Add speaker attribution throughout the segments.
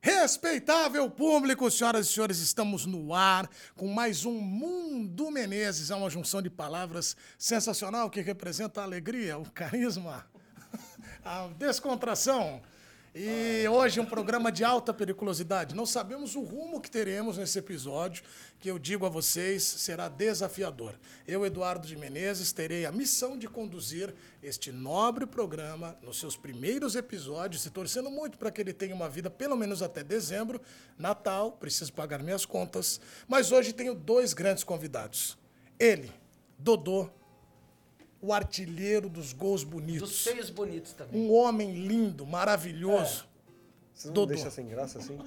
Speaker 1: Respeitável público, senhoras e senhores, estamos no ar com mais um Mundo Menezes. É uma junção de palavras sensacional que representa a alegria, o carisma, a descontração. E hoje um programa de alta periculosidade. Não sabemos o rumo que teremos nesse episódio, que eu digo a vocês será desafiador. Eu, Eduardo de Menezes, terei a missão de conduzir este nobre programa nos seus primeiros episódios, e torcendo muito para que ele tenha uma vida pelo menos até dezembro, Natal, preciso pagar minhas contas. Mas hoje tenho dois grandes convidados. Ele, Dodô, o artilheiro dos gols
Speaker 2: Dos
Speaker 1: bonitos.
Speaker 2: feios bonitos também.
Speaker 1: Um homem lindo, maravilhoso.
Speaker 3: Vocês não
Speaker 1: Dodô.
Speaker 3: deixam sem graça assim?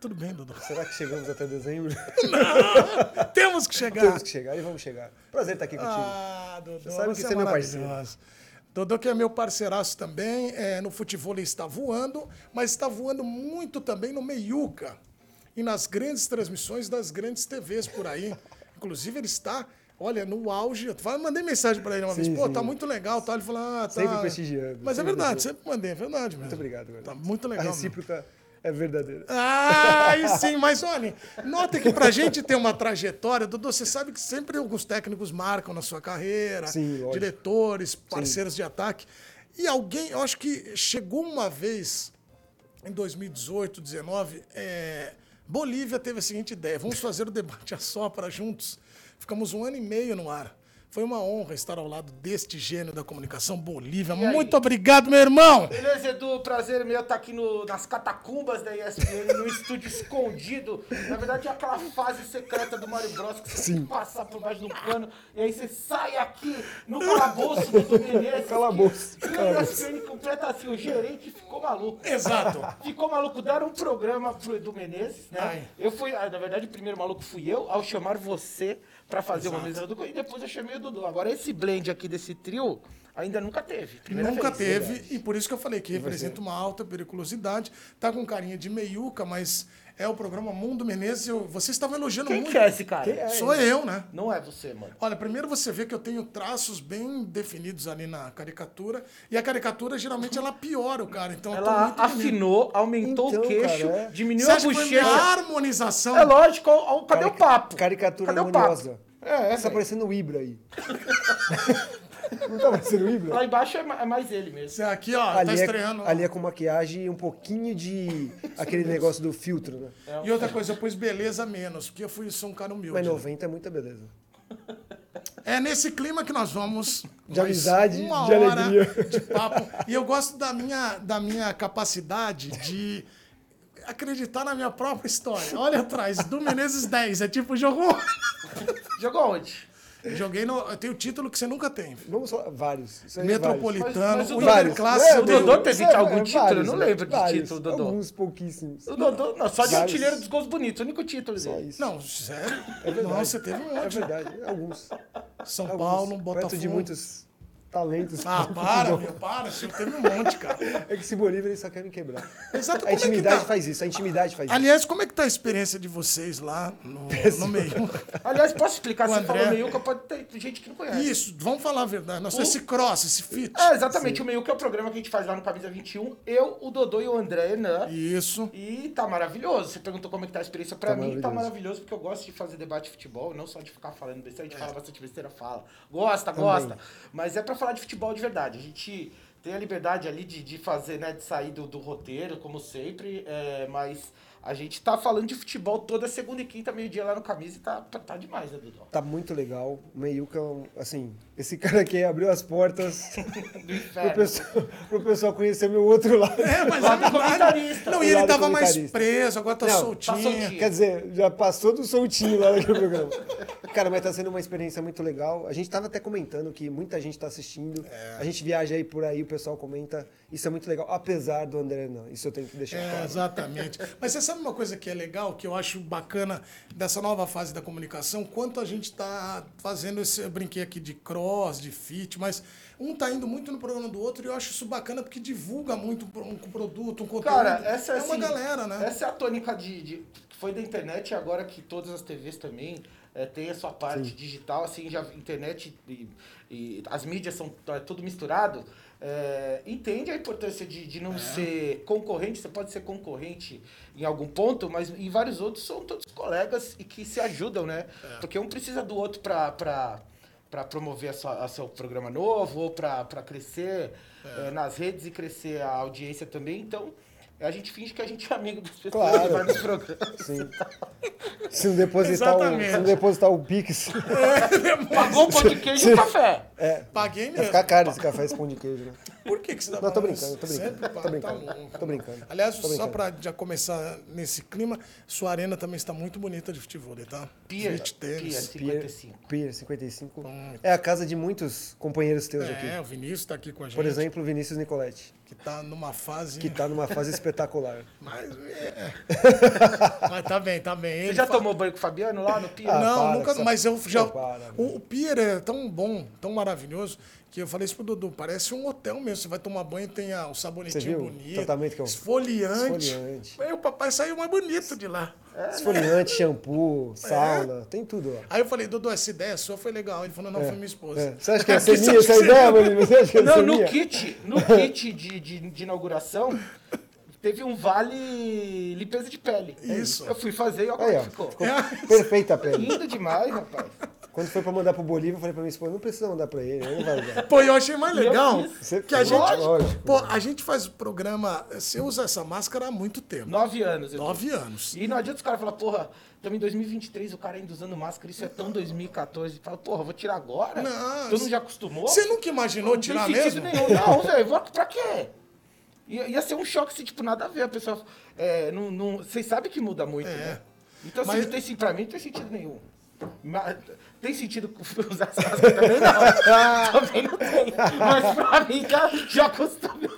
Speaker 1: Tudo bem, Dudu.
Speaker 3: Será que chegamos até dezembro?
Speaker 1: Temos que chegar.
Speaker 3: Temos que chegar e vamos chegar. Prazer estar aqui contigo.
Speaker 1: Ah, Dodô, você,
Speaker 3: Você sabe que
Speaker 1: é
Speaker 3: você é meu parceiro.
Speaker 1: maravilhoso. Dodô, que é meu parceiraço também, é, no futebol ele está voando, mas está voando muito também no meiuca e nas grandes transmissões das grandes TVs por aí. Inclusive, ele está, olha, no auge. Eu falei, mandei mensagem para ele uma vez,
Speaker 3: Sim,
Speaker 1: pô,
Speaker 3: sim.
Speaker 1: tá muito legal, tá? Ele falou, ah, tá.
Speaker 3: Sempre prestigiando,
Speaker 1: Mas é
Speaker 3: sempre
Speaker 1: verdade,
Speaker 3: prestigiando.
Speaker 1: sempre mandei, é verdade mesmo.
Speaker 3: Muito obrigado, Eduardo.
Speaker 1: Tá muito legal.
Speaker 3: A
Speaker 1: mesmo.
Speaker 3: recíproca é verdadeira.
Speaker 1: Ah, aí sim, mas olhem, nota que pra gente ter uma trajetória, Dudu, você sabe que sempre alguns técnicos marcam na sua carreira,
Speaker 3: Sim, lógico.
Speaker 1: diretores, parceiros de ataque. E alguém, eu acho que chegou uma vez, em 2018, 2019, é, Bolívia teve a seguinte ideia: vamos fazer o debate a sopra juntos. Ficamos um ano e meio no ar. Foi uma honra estar ao lado deste gênio da comunicação, Bolívia.
Speaker 2: aí?
Speaker 1: Muito obrigado, meu irmão!
Speaker 2: Beleza, Edu, prazer meu estar aqui no- nas catacumbas da ESPN, num estúdio escondido. Na verdade, é aquela fase secreta do Mario Bros que você
Speaker 3: Sim.
Speaker 2: passa por baixo do pano e aí você sai aqui no calabouço do Edu Menezes.
Speaker 3: Calabouço,
Speaker 2: E a
Speaker 3: calabouço.
Speaker 2: ESPN completa assim, o gerente ficou maluco.
Speaker 1: Exato.
Speaker 2: Ficou maluco, deram um programa pro Edu Menezes, né?
Speaker 1: Ai.
Speaker 2: Eu fui, ah, na verdade, o primeiro maluco fui eu, ao chamar você pra fazer uma mesa do e depois eu chamei o Dudu. Agora, esse blend aqui desse trio ainda nunca teve. Primeira
Speaker 1: Nunca
Speaker 2: vez.
Speaker 1: teve, e por isso que eu falei que representa uma alta periculosidade. Tá com carinha de meiuca, mas é o programa Mundo Menezes. Eu, você estava elogiando
Speaker 2: Quem
Speaker 1: muito.
Speaker 2: que é esse cara?
Speaker 3: Quem é?
Speaker 1: Sou eu, né?
Speaker 2: Não é você, mano.
Speaker 1: Olha, primeiro você vê que eu tenho traços bem definidos ali na caricatura. E a caricatura, geralmente, ela piora o cara. Então, eu tô
Speaker 2: Ela
Speaker 1: muito bonito.
Speaker 2: afinou, aumentou o
Speaker 3: Então,
Speaker 2: queixo,
Speaker 3: cara, é.
Speaker 2: diminuiu
Speaker 1: Você
Speaker 2: a
Speaker 1: acha que foi minha
Speaker 2: bochecha.
Speaker 1: harmonização?
Speaker 2: É lógico, ó, ó, cadê
Speaker 3: Cari-
Speaker 2: o papo?
Speaker 3: Caricatura
Speaker 2: cadê o
Speaker 3: harmoniosa.
Speaker 2: papo? É, é
Speaker 3: Tá
Speaker 2: velho.
Speaker 3: parecendo o Ibra aí. não tá parecendo o Ibra?
Speaker 2: Lá embaixo é ma- é mais ele mesmo.
Speaker 1: Você Aqui,
Speaker 2: Ah,
Speaker 1: ó, tá
Speaker 3: Ali
Speaker 1: estreando.
Speaker 3: é, ali é com maquiagem e um pouquinho de aquele negócio do filtro, né?
Speaker 2: É,
Speaker 1: E outra coisa, eu pus beleza menos, porque eu fui, sou um cara humilde.
Speaker 3: Mas
Speaker 1: né?
Speaker 3: 90 é muita beleza.
Speaker 1: É nesse clima que nós vamos.
Speaker 3: De
Speaker 1: mais
Speaker 3: amizade,
Speaker 1: uma
Speaker 3: de
Speaker 1: hora
Speaker 3: alegria.
Speaker 1: De papo. E eu gosto da minha, da minha capacidade de acreditar na minha própria história. Olha atrás, do Menezes 10. É tipo, jogou.
Speaker 2: Jogou aonde?
Speaker 1: Joguei no. Eu tenho o título que você nunca teve.
Speaker 3: Vamos falar vários. Isso aí é vários.
Speaker 1: Metropolitano,
Speaker 2: Mas- mas o
Speaker 1: Inter
Speaker 2: Vários.
Speaker 1: Classe,
Speaker 2: É, o
Speaker 1: eu-
Speaker 2: Dodô teve
Speaker 3: É,
Speaker 2: algum
Speaker 3: é,
Speaker 2: título? Eu não
Speaker 3: né?
Speaker 2: lembro de
Speaker 3: Vários.
Speaker 2: título, Dodô.
Speaker 3: Alguns pouquíssimos.
Speaker 2: O Dodô, não, só de
Speaker 3: Vários.
Speaker 2: artilheiro dos gols bonitos, o único título
Speaker 3: Só
Speaker 2: dele.
Speaker 3: isso.
Speaker 1: Não, sério?
Speaker 3: verdade.
Speaker 1: Não, você teve um
Speaker 3: É
Speaker 1: monte.
Speaker 3: verdade, alguns.
Speaker 1: São
Speaker 3: alguns.
Speaker 1: Paulo,
Speaker 3: Perto
Speaker 1: Botafogo.
Speaker 3: de muitos talentos.
Speaker 1: Ah, para, meu, para. Você teve um monte, cara.
Speaker 3: É que esse Bolívar eles só querem quebrar.
Speaker 1: Exato, como
Speaker 3: A
Speaker 1: é que
Speaker 3: intimidade
Speaker 1: tá?
Speaker 3: faz isso, a intimidade faz isso.
Speaker 1: Aliás, como é que tá a experiência de vocês lá no, no meio?
Speaker 2: Aliás, posso explicar?
Speaker 1: O
Speaker 2: Você
Speaker 1: André-
Speaker 2: falou meiuca, pode ter gente que não conhece.
Speaker 1: Isso, vamos falar a verdade. Nossa, esse cross, esse fit.
Speaker 2: É, exatamente, o meiuca é o programa que a gente faz lá no Camisa 21. Eu, o Dodô e o André Hernan.
Speaker 1: Isso.
Speaker 2: E tá maravilhoso. Você perguntou como é que tá a experiência. Pra
Speaker 3: Tá
Speaker 2: mim, tá
Speaker 3: maravilhoso.
Speaker 2: maravilhoso, porque eu gosto de fazer debate de futebol, não só de ficar falando besteira. A gente
Speaker 3: É.
Speaker 2: fala bastante besteira, fala. Gosta, gosta. Mas é pra falar de futebol de verdade. A gente tem a liberdade ali de, de fazer, né? De sair do, do roteiro, como sempre. é, mas a gente tá falando de futebol toda segunda e quinta, meio-dia lá no camisa e tá, tá, tá demais, né, Dudu?
Speaker 3: Tá muito legal. O Meiuca, é um- assim, esse cara aqui abriu as portas
Speaker 2: Do
Speaker 3: pro
Speaker 2: inferno.
Speaker 3: pessoal, pro pessoal conhecer meu outro lado.
Speaker 1: É, mas
Speaker 2: Lado
Speaker 1: é verdade.
Speaker 2: um comentarista.
Speaker 1: Não, e
Speaker 3: Lado
Speaker 1: ele tava mais
Speaker 3: comentarista.
Speaker 1: preso, agora tá
Speaker 3: Não, tá
Speaker 1: soltinho.
Speaker 2: soltinho.
Speaker 3: Quer dizer, já passou do soltinho lá naquele programa. Cara, mas tá sendo uma experiência muito legal. A gente tava até comentando que muita gente tá assistindo.
Speaker 1: É.
Speaker 3: A gente viaja aí por aí, o pessoal comenta. Isso é muito legal, apesar do André não. Isso eu tenho que deixar
Speaker 1: É,
Speaker 3: claro.
Speaker 1: exatamente. Mas você sabe uma coisa que é legal, que eu acho bacana dessa nova fase da comunicação? Quanto a gente tá fazendo esse. Eu brinquei aqui de cross, de fit, mas um tá indo muito no programa do outro e eu acho isso bacana porque divulga muito um produto, um conteúdo.
Speaker 2: Cara, essa é,
Speaker 1: é uma
Speaker 2: assim,
Speaker 1: galera, né?
Speaker 2: Essa é a tônica de, de- que foi da internet e agora que todas as TVs também é, tem a sua parte digital, assim, já internet e, e as mídias são tá tudo misturado, é, entende a importância de, de
Speaker 1: É.
Speaker 2: não ser concorrente, você pode ser concorrente em algum ponto, mas em vários outros são todos colegas e que se ajudam, né?
Speaker 1: É.
Speaker 2: Porque um precisa do outro para para promover a sua, a seu programa novo ou para crescer eh, nas redes e crescer a audiência também. Então, a gente finge que a gente é amigo das pessoas
Speaker 3: Claro.
Speaker 2: que vai nos programas.
Speaker 3: Sim. Se não depositar, o,
Speaker 1: Exatamente.
Speaker 3: se não depositar o Pix,
Speaker 2: Pagou um pão de queijo e café.
Speaker 1: É, Paguei mesmo.
Speaker 3: vai ficar caro esse café, esse pão de queijo, né?
Speaker 1: Por que, que você dá
Speaker 3: Não, tô
Speaker 1: valor?
Speaker 3: brincando, tô brincando,
Speaker 1: Sempre
Speaker 3: tô
Speaker 1: paga,
Speaker 3: brincando,
Speaker 1: tá louco.
Speaker 3: tô brincando,
Speaker 1: Aliás,
Speaker 3: tô
Speaker 1: só
Speaker 3: brincando.
Speaker 1: pra já começar nesse clima, sua arena também está muito bonita de futebol, tá?
Speaker 2: Pia,
Speaker 1: Beach
Speaker 2: Pia,
Speaker 1: tênis.
Speaker 2: 55.
Speaker 3: Pier 55. É a casa de muitos companheiros teus
Speaker 1: É,
Speaker 3: aqui.
Speaker 1: o Vinícius tá aqui com a gente.
Speaker 3: Por exemplo, o Vinícius Nicoletti,
Speaker 1: Que tá numa fase.
Speaker 3: que tá numa fase espetacular.
Speaker 1: Mas, é. mas tá bem, tá bem.
Speaker 2: Você
Speaker 1: Ele
Speaker 2: já
Speaker 1: fa-
Speaker 2: tomou banho com o Fabiano lá no Pia?
Speaker 3: Ah,
Speaker 1: não,
Speaker 3: para,
Speaker 1: nunca,
Speaker 3: que você-
Speaker 1: mas eu já.
Speaker 3: Não, para, né?
Speaker 1: o, o Pier é tão bom, tão maravilhoso, que eu falei isso pro Dudu, parece um hotel mesmo. Você vai tomar banho, tem ah, o
Speaker 3: Você viu
Speaker 1: sabonetinho
Speaker 3: o
Speaker 1: bonito.
Speaker 3: tratamento que eu-
Speaker 1: Esfoliante.
Speaker 3: Esfoliante.
Speaker 1: Aí o papai saiu mais bonito de lá.
Speaker 3: Esfoliante, shampoo, sauna, tem tudo lá.
Speaker 1: Aí eu falei, Dudu, essa ideia sua foi legal. Ele falou, não, foi minha esposa.
Speaker 3: É. Você acha que ia ser minha essa ideia, Murilo? Você acha que ia
Speaker 2: Não,
Speaker 3: ser
Speaker 2: no
Speaker 3: minha?
Speaker 2: kit, no kit de, de, de inauguração, teve um vale limpeza de pele.
Speaker 1: Isso.
Speaker 2: Eu fui fazer e olha como
Speaker 3: Aí,
Speaker 2: é
Speaker 3: ó,
Speaker 2: que ficou.
Speaker 3: ficou
Speaker 1: É.
Speaker 3: perfeita a pele.
Speaker 2: Lindo demais, rapaz.
Speaker 3: Quando foi pra mandar pro Bolívia, eu falei pra minha esposa, não precisa mandar pra ele, ele não vai usar.
Speaker 1: Pô, eu achei mais legal
Speaker 2: Eu fiz.
Speaker 3: Você
Speaker 1: que a
Speaker 3: fez,
Speaker 1: gente.
Speaker 3: lógico.
Speaker 1: Pô, a gente faz o programa. Você usa essa máscara há muito tempo.
Speaker 2: Nove anos. eu tô.
Speaker 1: Nove anos.
Speaker 2: E não adianta os caras falar, porra, estamos em 2023, o cara ainda usando máscara, isso é tão 2014. Fala, porra, vou tirar agora?
Speaker 1: Não,
Speaker 2: Todo mundo já acostumou?
Speaker 1: Você nunca imaginou
Speaker 2: tem
Speaker 1: tirar
Speaker 2: sentido
Speaker 1: mesmo?
Speaker 2: nenhum. Não, velho, vou- pra quê? Ia, ia ser um choque, assim, tipo, nada a ver. A pessoa, é, não, não, vocês sabem que muda muito, né? Então, assim,
Speaker 1: É. Mas-
Speaker 2: não tem, sen- pra mim, não tem sentido nenhum. Mas, tem sentido usar essa máscara também? Não. também não tem. Mas pra mim, já, já acostumei.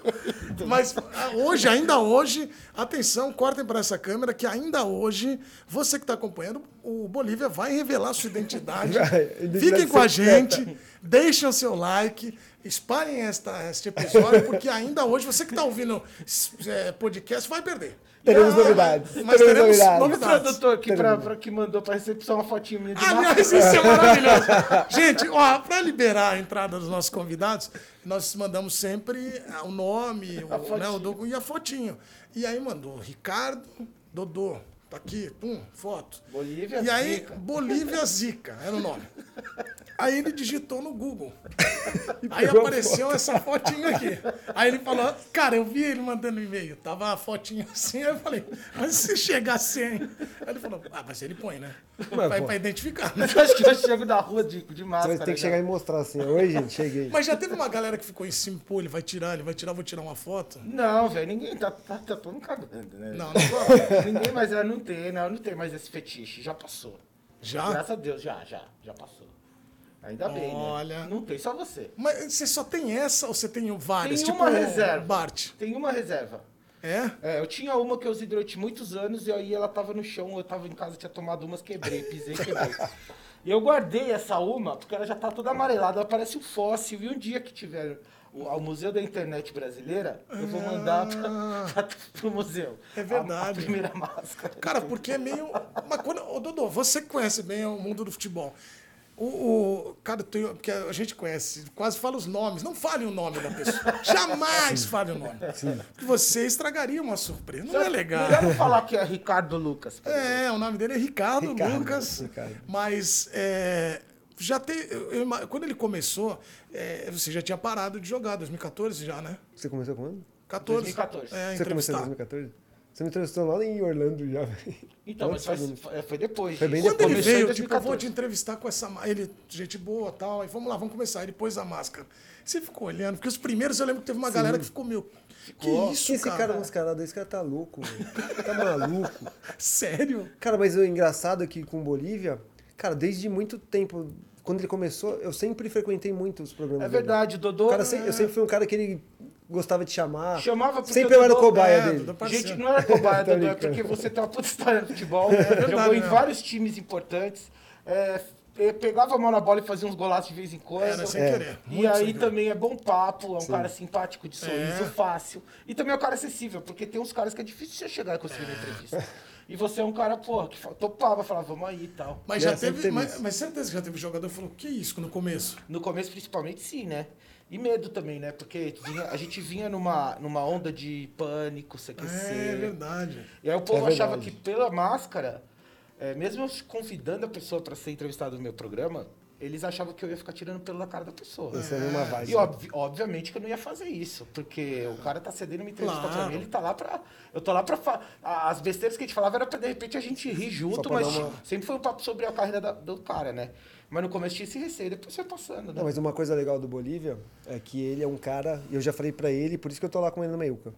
Speaker 1: Mas ah, hoje, ainda hoje, atenção, cortem para essa câmera que ainda hoje, você que está acompanhando, o Bolívia vai revelar sua identidade.
Speaker 3: Vai, identidade
Speaker 1: Fiquem com a
Speaker 3: secreta.
Speaker 1: gente, deixem o seu like, espalhem esta, este episódio, porque ainda hoje, você que está ouvindo s- é, podcast, vai perder.
Speaker 3: Teremos
Speaker 1: Ah,
Speaker 3: novidades.
Speaker 1: Mas teremos
Speaker 2: E o
Speaker 1: novidades.
Speaker 2: produtor aqui pra, pra que mandou pra recepção uma fotinha minha de máscara?
Speaker 1: Aliás, isso é maravilhoso. Gente, ó, para liberar a entrada dos nossos convidados, nós mandamos sempre ah, o nome, o, né, o docu- e a fotinho. E aí mandou Ricardo Dodô. Tá aqui, pum, foto.
Speaker 2: Bolívia
Speaker 1: E aí,
Speaker 2: Zica.
Speaker 1: Bolívia Zica era o nome. Aí ele digitou no Google. Aí
Speaker 3: pegou a
Speaker 1: apareceu essa fotinho aqui. Aí ele falou, cara, eu vi ele mandando e-mail. Tava a fotinho assim, aí eu falei, mas se chegar sem. Aí ele falou, ah, mas ele põe, né? Vai
Speaker 3: pô.
Speaker 1: pra identificar, né?
Speaker 2: Eu acho que eu chego da rua de, de
Speaker 3: Você
Speaker 2: máscara. né?
Speaker 3: tem que
Speaker 2: já.
Speaker 3: chegar e mostrar assim, oi gente, cheguei.
Speaker 1: Mas já teve uma galera que ficou em cima, pô, ele vai tirar, ele vai tirar, vou tirar uma foto.
Speaker 2: Não, velho, ninguém tá, tá, tá todo mundo cagando, né?
Speaker 1: Não,
Speaker 2: Ninguém mais, ela não tem, não, não tem mais esse fetiche, já passou.
Speaker 1: Já?
Speaker 2: Graças a Deus, já, já, já passou. Ainda bem, né?
Speaker 1: Olha.
Speaker 2: Não tem, só você.
Speaker 1: Mas você só tem essa ou você tem várias?
Speaker 2: Tem
Speaker 1: tipo
Speaker 2: uma reserva.
Speaker 1: Bart.
Speaker 2: Tem uma reserva.
Speaker 1: É?
Speaker 2: É, eu tinha uma que eu usei durante muitos anos e aí ela tava no chão, eu tava em casa, tinha tomado umas, quebrei, pisei, quebrei. E eu guardei essa uma, porque ela já tá toda amarelada, ela parece um fóssil. E um dia que tiver o, ao Museu da Internet Brasileira, eu vou mandar pra, pra, pro museu.
Speaker 1: Ah. É
Speaker 2: A- A,
Speaker 1: verdade.
Speaker 2: primeira máscara.
Speaker 1: Cara, porque é meio. Mas quando. Ô, Dodô, você que conhece bem o mundo do futebol. O, o- cara, tem- porque a gente conhece, quase fala os nomes. Não fale o nome da pessoa. Jamais fale o nome. Porque Você estragaria uma surpresa. Não é legal.
Speaker 2: Melhor não falar que é Ricardo Lucas. por exemplo.
Speaker 1: É, o nome dele é Ricardo,
Speaker 3: Ricardo,
Speaker 1: Lucas.
Speaker 3: Ricardo.
Speaker 1: Mas é, já tem. eu- eu ima- quando ele começou, é, você já tinha parado de jogar, 2014 já, né?
Speaker 3: Você começou quando?
Speaker 1: 14.
Speaker 2: 2014.
Speaker 1: É,
Speaker 3: Você começou em
Speaker 1: entrevistar.
Speaker 3: 2014? Você me entrevistou lá em Orlando já, velho.
Speaker 2: Então, mas
Speaker 3: Antes
Speaker 2: faz,
Speaker 3: de mim.
Speaker 2: foi foi depois.
Speaker 3: Foi bem
Speaker 2: gente.
Speaker 1: Quando ele
Speaker 2: Começou em
Speaker 1: veio, tipo, eu vou
Speaker 2: 2014.
Speaker 1: te entrevistar com essa máscara. Ele, gente boa tal. Aí vamos lá, vamos começar. Ele pôs a máscara. Você ficou olhando, porque os primeiros eu lembro que teve uma galera que ficou meio. Que um isso,
Speaker 3: Esse
Speaker 1: cara?
Speaker 3: cara mascarado, esse cara tá louco, velho. Tá maluco.
Speaker 1: Sério?
Speaker 3: Cara, mas o engraçado aqui com Bolívia, cara, desde muito tempo, quando ele começou, eu sempre frequentei muito os programas.
Speaker 2: É
Speaker 3: dele.
Speaker 2: verdade, Dodô.
Speaker 3: O cara, se- eu sempre fui um cara que ele gostava de chamar.
Speaker 2: Chamava porque
Speaker 3: Sempre eu era o
Speaker 2: Dodô-
Speaker 3: cobaia
Speaker 1: É,
Speaker 3: dele.
Speaker 1: Dodô-
Speaker 2: Gente, não era cobaia,
Speaker 3: Tá
Speaker 2: Dodô, é
Speaker 3: brincando.
Speaker 2: porque você tem uma puta história no futebol, né? jogou em
Speaker 1: né?
Speaker 2: vários times importantes, é, eh, pegava a mão na bola e fazia uns golaços de vez em quando.
Speaker 1: Era sem
Speaker 3: É.
Speaker 1: querer.
Speaker 2: E
Speaker 1: muito sem
Speaker 2: aí
Speaker 1: querer.
Speaker 2: também é bom papo, é um cara simpático, de sorriso
Speaker 1: É.
Speaker 2: fácil. E também é um cara acessível, porque tem uns caras que é difícil você chegar e conseguir uma entrevista. E você é um cara, porra, que fa- topava, falava, vamos aí e tal.
Speaker 1: Mas
Speaker 3: É,
Speaker 1: já
Speaker 3: sempre
Speaker 1: teve.
Speaker 3: teve
Speaker 1: mas,
Speaker 3: isso.
Speaker 1: mas certeza que já teve jogador que falou, que isso no começo?
Speaker 2: No começo, principalmente, sim, né? E medo também, né? Porque vinha- a gente vinha numa, numa onda de pânico, se
Speaker 1: É,
Speaker 2: aquecer.
Speaker 1: verdade.
Speaker 2: E aí o povo
Speaker 3: É
Speaker 2: achava
Speaker 3: verdade.
Speaker 2: que pela máscara, é, mesmo eu convidando a pessoa pra ser entrevistada no meu programa, eles achavam que eu ia ficar tirando pelo na cara da pessoa.
Speaker 3: Isso é uma vibe. Ah.
Speaker 2: E obvi- obviamente que eu não ia fazer isso, porque o cara tá cedendo uma entrevista pra
Speaker 1: Claro.
Speaker 2: mim, ele tá lá pra. Eu tô lá pra. fa- a- As besteiras que a gente falava era pra de repente a gente rir junto,
Speaker 3: pra
Speaker 2: mas
Speaker 3: dar uma-
Speaker 2: sempre foi um papo sobre a carreira da- do cara, né? Mas no começo tinha esse receio, depois foi passando, né?
Speaker 3: Não, mas uma coisa legal do Bolívia é que ele é um cara, e eu já falei pra ele, por isso que eu tô lá com ele na Meiuca,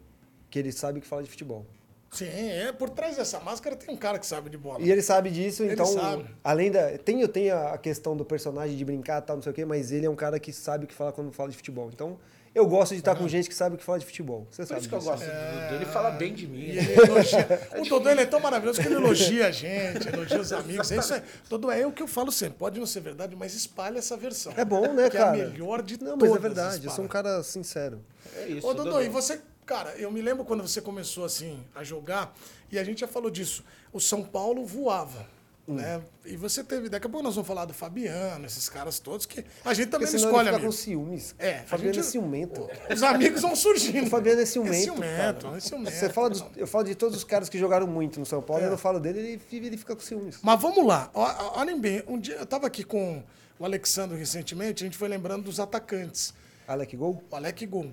Speaker 3: que ele sabe que fala de futebol.
Speaker 1: Sim, é. Por trás dessa máscara tem um cara que sabe de bola.
Speaker 3: E ele sabe disso,
Speaker 1: Ele
Speaker 3: então.
Speaker 1: sabe.
Speaker 3: Além da. Tem, eu tenho a questão do personagem de brincar e tal, não sei o quê, mas ele é um cara que sabe o que fala quando fala de futebol. Então, eu gosto de estar com gente que sabe o que fala de futebol. Você
Speaker 2: Por
Speaker 3: sabe
Speaker 2: isso que eu
Speaker 3: disso.
Speaker 2: gosto do Dudu, ele fala bem de mim.
Speaker 1: É.
Speaker 2: né?
Speaker 1: E ele elogia. O Dodô ele é tão maravilhoso que ele elogia a gente, elogia os amigos. É isso aí. Dodô, é o que eu falo sempre. Pode não ser verdade, mas espalha essa versão.
Speaker 3: É bom, né,
Speaker 1: que
Speaker 3: cara?
Speaker 1: É a melhor de
Speaker 3: Não,
Speaker 1: todas.
Speaker 3: mas é verdade, eu
Speaker 1: espalha.
Speaker 3: sou um cara sincero.
Speaker 2: É isso.
Speaker 1: Ô, Dodô,
Speaker 2: Dudu.
Speaker 1: e você, cara, eu me lembro quando você começou assim a jogar, e a gente já falou disso. O São Paulo voava.
Speaker 3: Hum.
Speaker 1: Né? E você teve. Daqui a pouco nós vamos falar do Fabiano, esses caras todos, que a gente
Speaker 3: Porque
Speaker 1: também não
Speaker 3: senão
Speaker 1: escolhe,
Speaker 3: ele fica
Speaker 1: amigo.
Speaker 3: com ciúmes.
Speaker 1: É, a
Speaker 3: Fabiano
Speaker 1: gente-
Speaker 3: é ciumento.
Speaker 1: Os amigos vão surgindo.
Speaker 3: O Fabiano é ciumento.
Speaker 1: É ciumento,
Speaker 3: cara.
Speaker 1: é É. ciumento.
Speaker 3: Você fala dos- eu falo de todos os caras que jogaram muito no São Paulo, eu não falo dele, ele, fi- ele fica com ciúmes.
Speaker 1: Mas vamos lá. Ó- ó- Olhem bem, um dia eu estava aqui com o Alexandre recentemente, a gente foi lembrando dos atacantes.
Speaker 3: Alec Gol?
Speaker 1: O Alec Gon.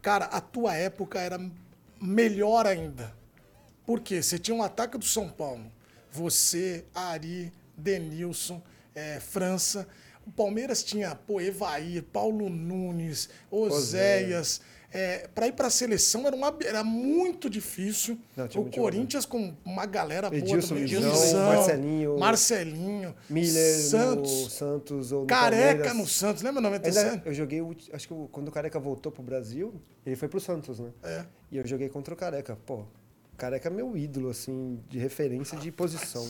Speaker 1: Cara, a tua época era melhor ainda. Por quê? Você tinha um ataque do São Paulo. Você, Ari, Denilson, eh, França. O Palmeiras tinha, pô, Evair, Paulo Nunes, Oséias. para ir para a seleção era, um ab- era muito difícil.
Speaker 3: Não, tinha
Speaker 1: o
Speaker 3: muito
Speaker 1: Corinthians com uma galera boa
Speaker 3: Edilson
Speaker 1: também.
Speaker 3: Visão, Marcelinho,
Speaker 1: Marcelinho,
Speaker 3: Miller no
Speaker 1: Santos,
Speaker 3: Santos ou no
Speaker 1: Careca
Speaker 3: Palmeiras.
Speaker 1: no Santos. Lembra
Speaker 3: Ainda-
Speaker 1: 97?
Speaker 3: é, eu joguei, o ulti- acho que o- quando o Careca voltou pro Brasil, ele foi pro Santos, né?
Speaker 1: É.
Speaker 3: E eu joguei contra o Careca. Pô, o Careca é meu ídolo, assim, de referência de posição.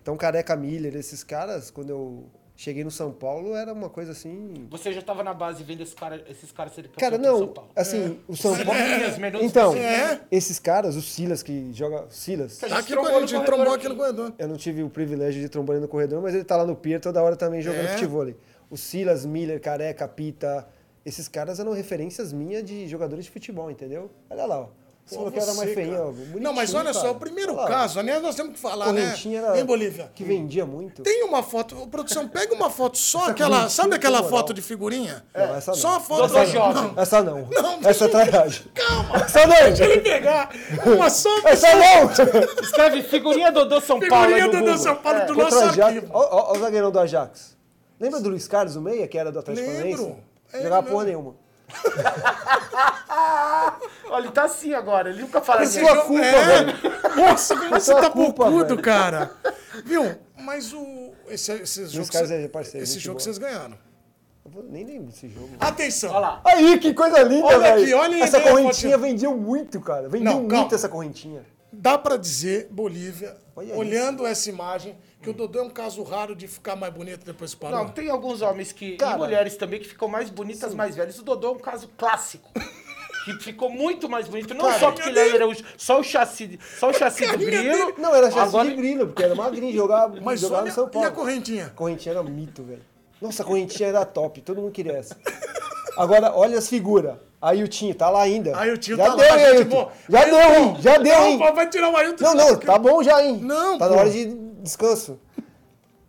Speaker 3: Então, Careca, Miller, esses caras, quando eu cheguei no São Paulo, era uma coisa assim...
Speaker 2: Você já tava na base vendo esse cara, esses caras serem
Speaker 3: Cara,
Speaker 2: campeão é do São
Speaker 3: não,
Speaker 2: Paulo. É.
Speaker 3: assim, o São Paulo...
Speaker 2: Silas, Mendonça,
Speaker 3: Então,
Speaker 1: É.
Speaker 3: esses caras, o Silas, que joga... Silas...
Speaker 1: Tá aqui com
Speaker 2: trombou
Speaker 1: a
Speaker 2: no
Speaker 1: gente,
Speaker 2: corredor
Speaker 1: trombou
Speaker 2: aqui.
Speaker 1: aqui no corredor.
Speaker 3: Eu não tive o privilégio de trombar ele no corredor, mas ele tá lá no pier toda hora também jogando
Speaker 1: É?
Speaker 3: futebol. O Silas, Miller, Careca, Pita, esses caras eram referências minhas de jogadores de futebol, entendeu? Olha lá, ó. Você falou que era mais
Speaker 1: você,
Speaker 3: feinho,
Speaker 1: cara.
Speaker 3: ó, bonitinho,
Speaker 1: Não, mas olha só,
Speaker 3: cara.
Speaker 1: o primeiro
Speaker 3: Olha lá, ó.
Speaker 1: caso, aliás, nós temos que falar, né?
Speaker 3: Correntinha era-
Speaker 1: Em Bolívia.
Speaker 3: Que vendia muito.
Speaker 1: Tem uma foto, ô, produção, pega uma foto só, aquela, sabe aquela
Speaker 3: é moral. É,
Speaker 1: foto de figurinha?
Speaker 3: Não, essa não.
Speaker 1: Só a foto assim,
Speaker 2: Doutor Jovem.
Speaker 1: Não,
Speaker 3: Essa não.
Speaker 1: Não,
Speaker 3: Essa é trairagem.
Speaker 1: Calma,
Speaker 3: Essa não.
Speaker 1: deixa ele pegar. Uma só
Speaker 3: Essa não.
Speaker 2: Escreve figurinha Dodô São Paulo. aí
Speaker 1: figurinha
Speaker 2: no
Speaker 1: do
Speaker 2: Google.
Speaker 1: Deus São Paulo do nosso
Speaker 3: É, Contra o Ajax.
Speaker 1: arquivo.
Speaker 3: Ó, ó, ó o zagueirão do Ajax. Lembra do Luiz Carlos, o meia, que era do Atlético
Speaker 1: Lembro.
Speaker 3: Paranaense?
Speaker 1: É ele
Speaker 3: Jogava porra
Speaker 1: mesmo.
Speaker 3: nenhuma.
Speaker 2: Olha, ele tá assim agora, ele nunca fala
Speaker 3: Por
Speaker 2: assim.
Speaker 3: sua culpa,
Speaker 1: É.
Speaker 3: velho.
Speaker 1: Nossa, como
Speaker 3: Por
Speaker 1: você
Speaker 3: sua
Speaker 1: tá
Speaker 3: culpa,
Speaker 1: bocudo,
Speaker 3: velho.
Speaker 1: cara. Viu? Mas o. Esse, esse jogo,
Speaker 3: caras
Speaker 1: cê-
Speaker 3: é parceiro,
Speaker 1: esse
Speaker 3: gente
Speaker 1: jogo
Speaker 3: boa.
Speaker 1: vocês ganharam.
Speaker 3: Eu vou- nem lembro desse jogo.
Speaker 1: Atenção.
Speaker 2: Olha lá.
Speaker 3: Aí, que coisa linda,
Speaker 1: Olha
Speaker 3: velho.
Speaker 1: aqui, olha aí,
Speaker 3: Essa
Speaker 1: né, Fotinho?
Speaker 3: correntinha vendeu muito, cara. Vendeu
Speaker 1: Não,
Speaker 3: muito
Speaker 1: calma.
Speaker 3: essa correntinha.
Speaker 1: Dá pra dizer, Bolívia,
Speaker 3: Olha
Speaker 1: olhando essa imagem, que o Dodô é um caso raro de ficar mais bonito depois que parou.
Speaker 2: Não, tem alguns homens que.
Speaker 3: Cara.
Speaker 2: e mulheres também que ficam mais bonitas, mais velhas. O Dodô é um caso clássico. Que ficou muito mais bonito. Não só porque ele era o, só o chassi, só o chassi do grilo.
Speaker 3: Não, era chassi
Speaker 2: Agora-
Speaker 3: de grilo, porque era magrinho, jogava,
Speaker 1: Mas
Speaker 3: jogava
Speaker 1: olha,
Speaker 3: no São
Speaker 1: e
Speaker 3: Paulo.
Speaker 1: a correntinha?
Speaker 3: A correntinha era um mito, velho. Nossa, a correntinha era top, todo mundo queria essa. Agora, olha as figuras. Ailtinho, tá lá ainda.
Speaker 1: Aí o tio
Speaker 3: já
Speaker 1: tá
Speaker 3: deu,
Speaker 1: lá,
Speaker 3: hein,
Speaker 1: gente
Speaker 3: Ailton?
Speaker 1: boa.
Speaker 3: Já
Speaker 1: Ailton,
Speaker 3: deu, hein? Já deu,
Speaker 1: não,
Speaker 3: hein?
Speaker 1: pô, Vai tirar o Ailton.
Speaker 3: Não, não, tá bom já, hein?
Speaker 1: Não,
Speaker 3: Tá na
Speaker 1: pô.
Speaker 3: hora de descanso.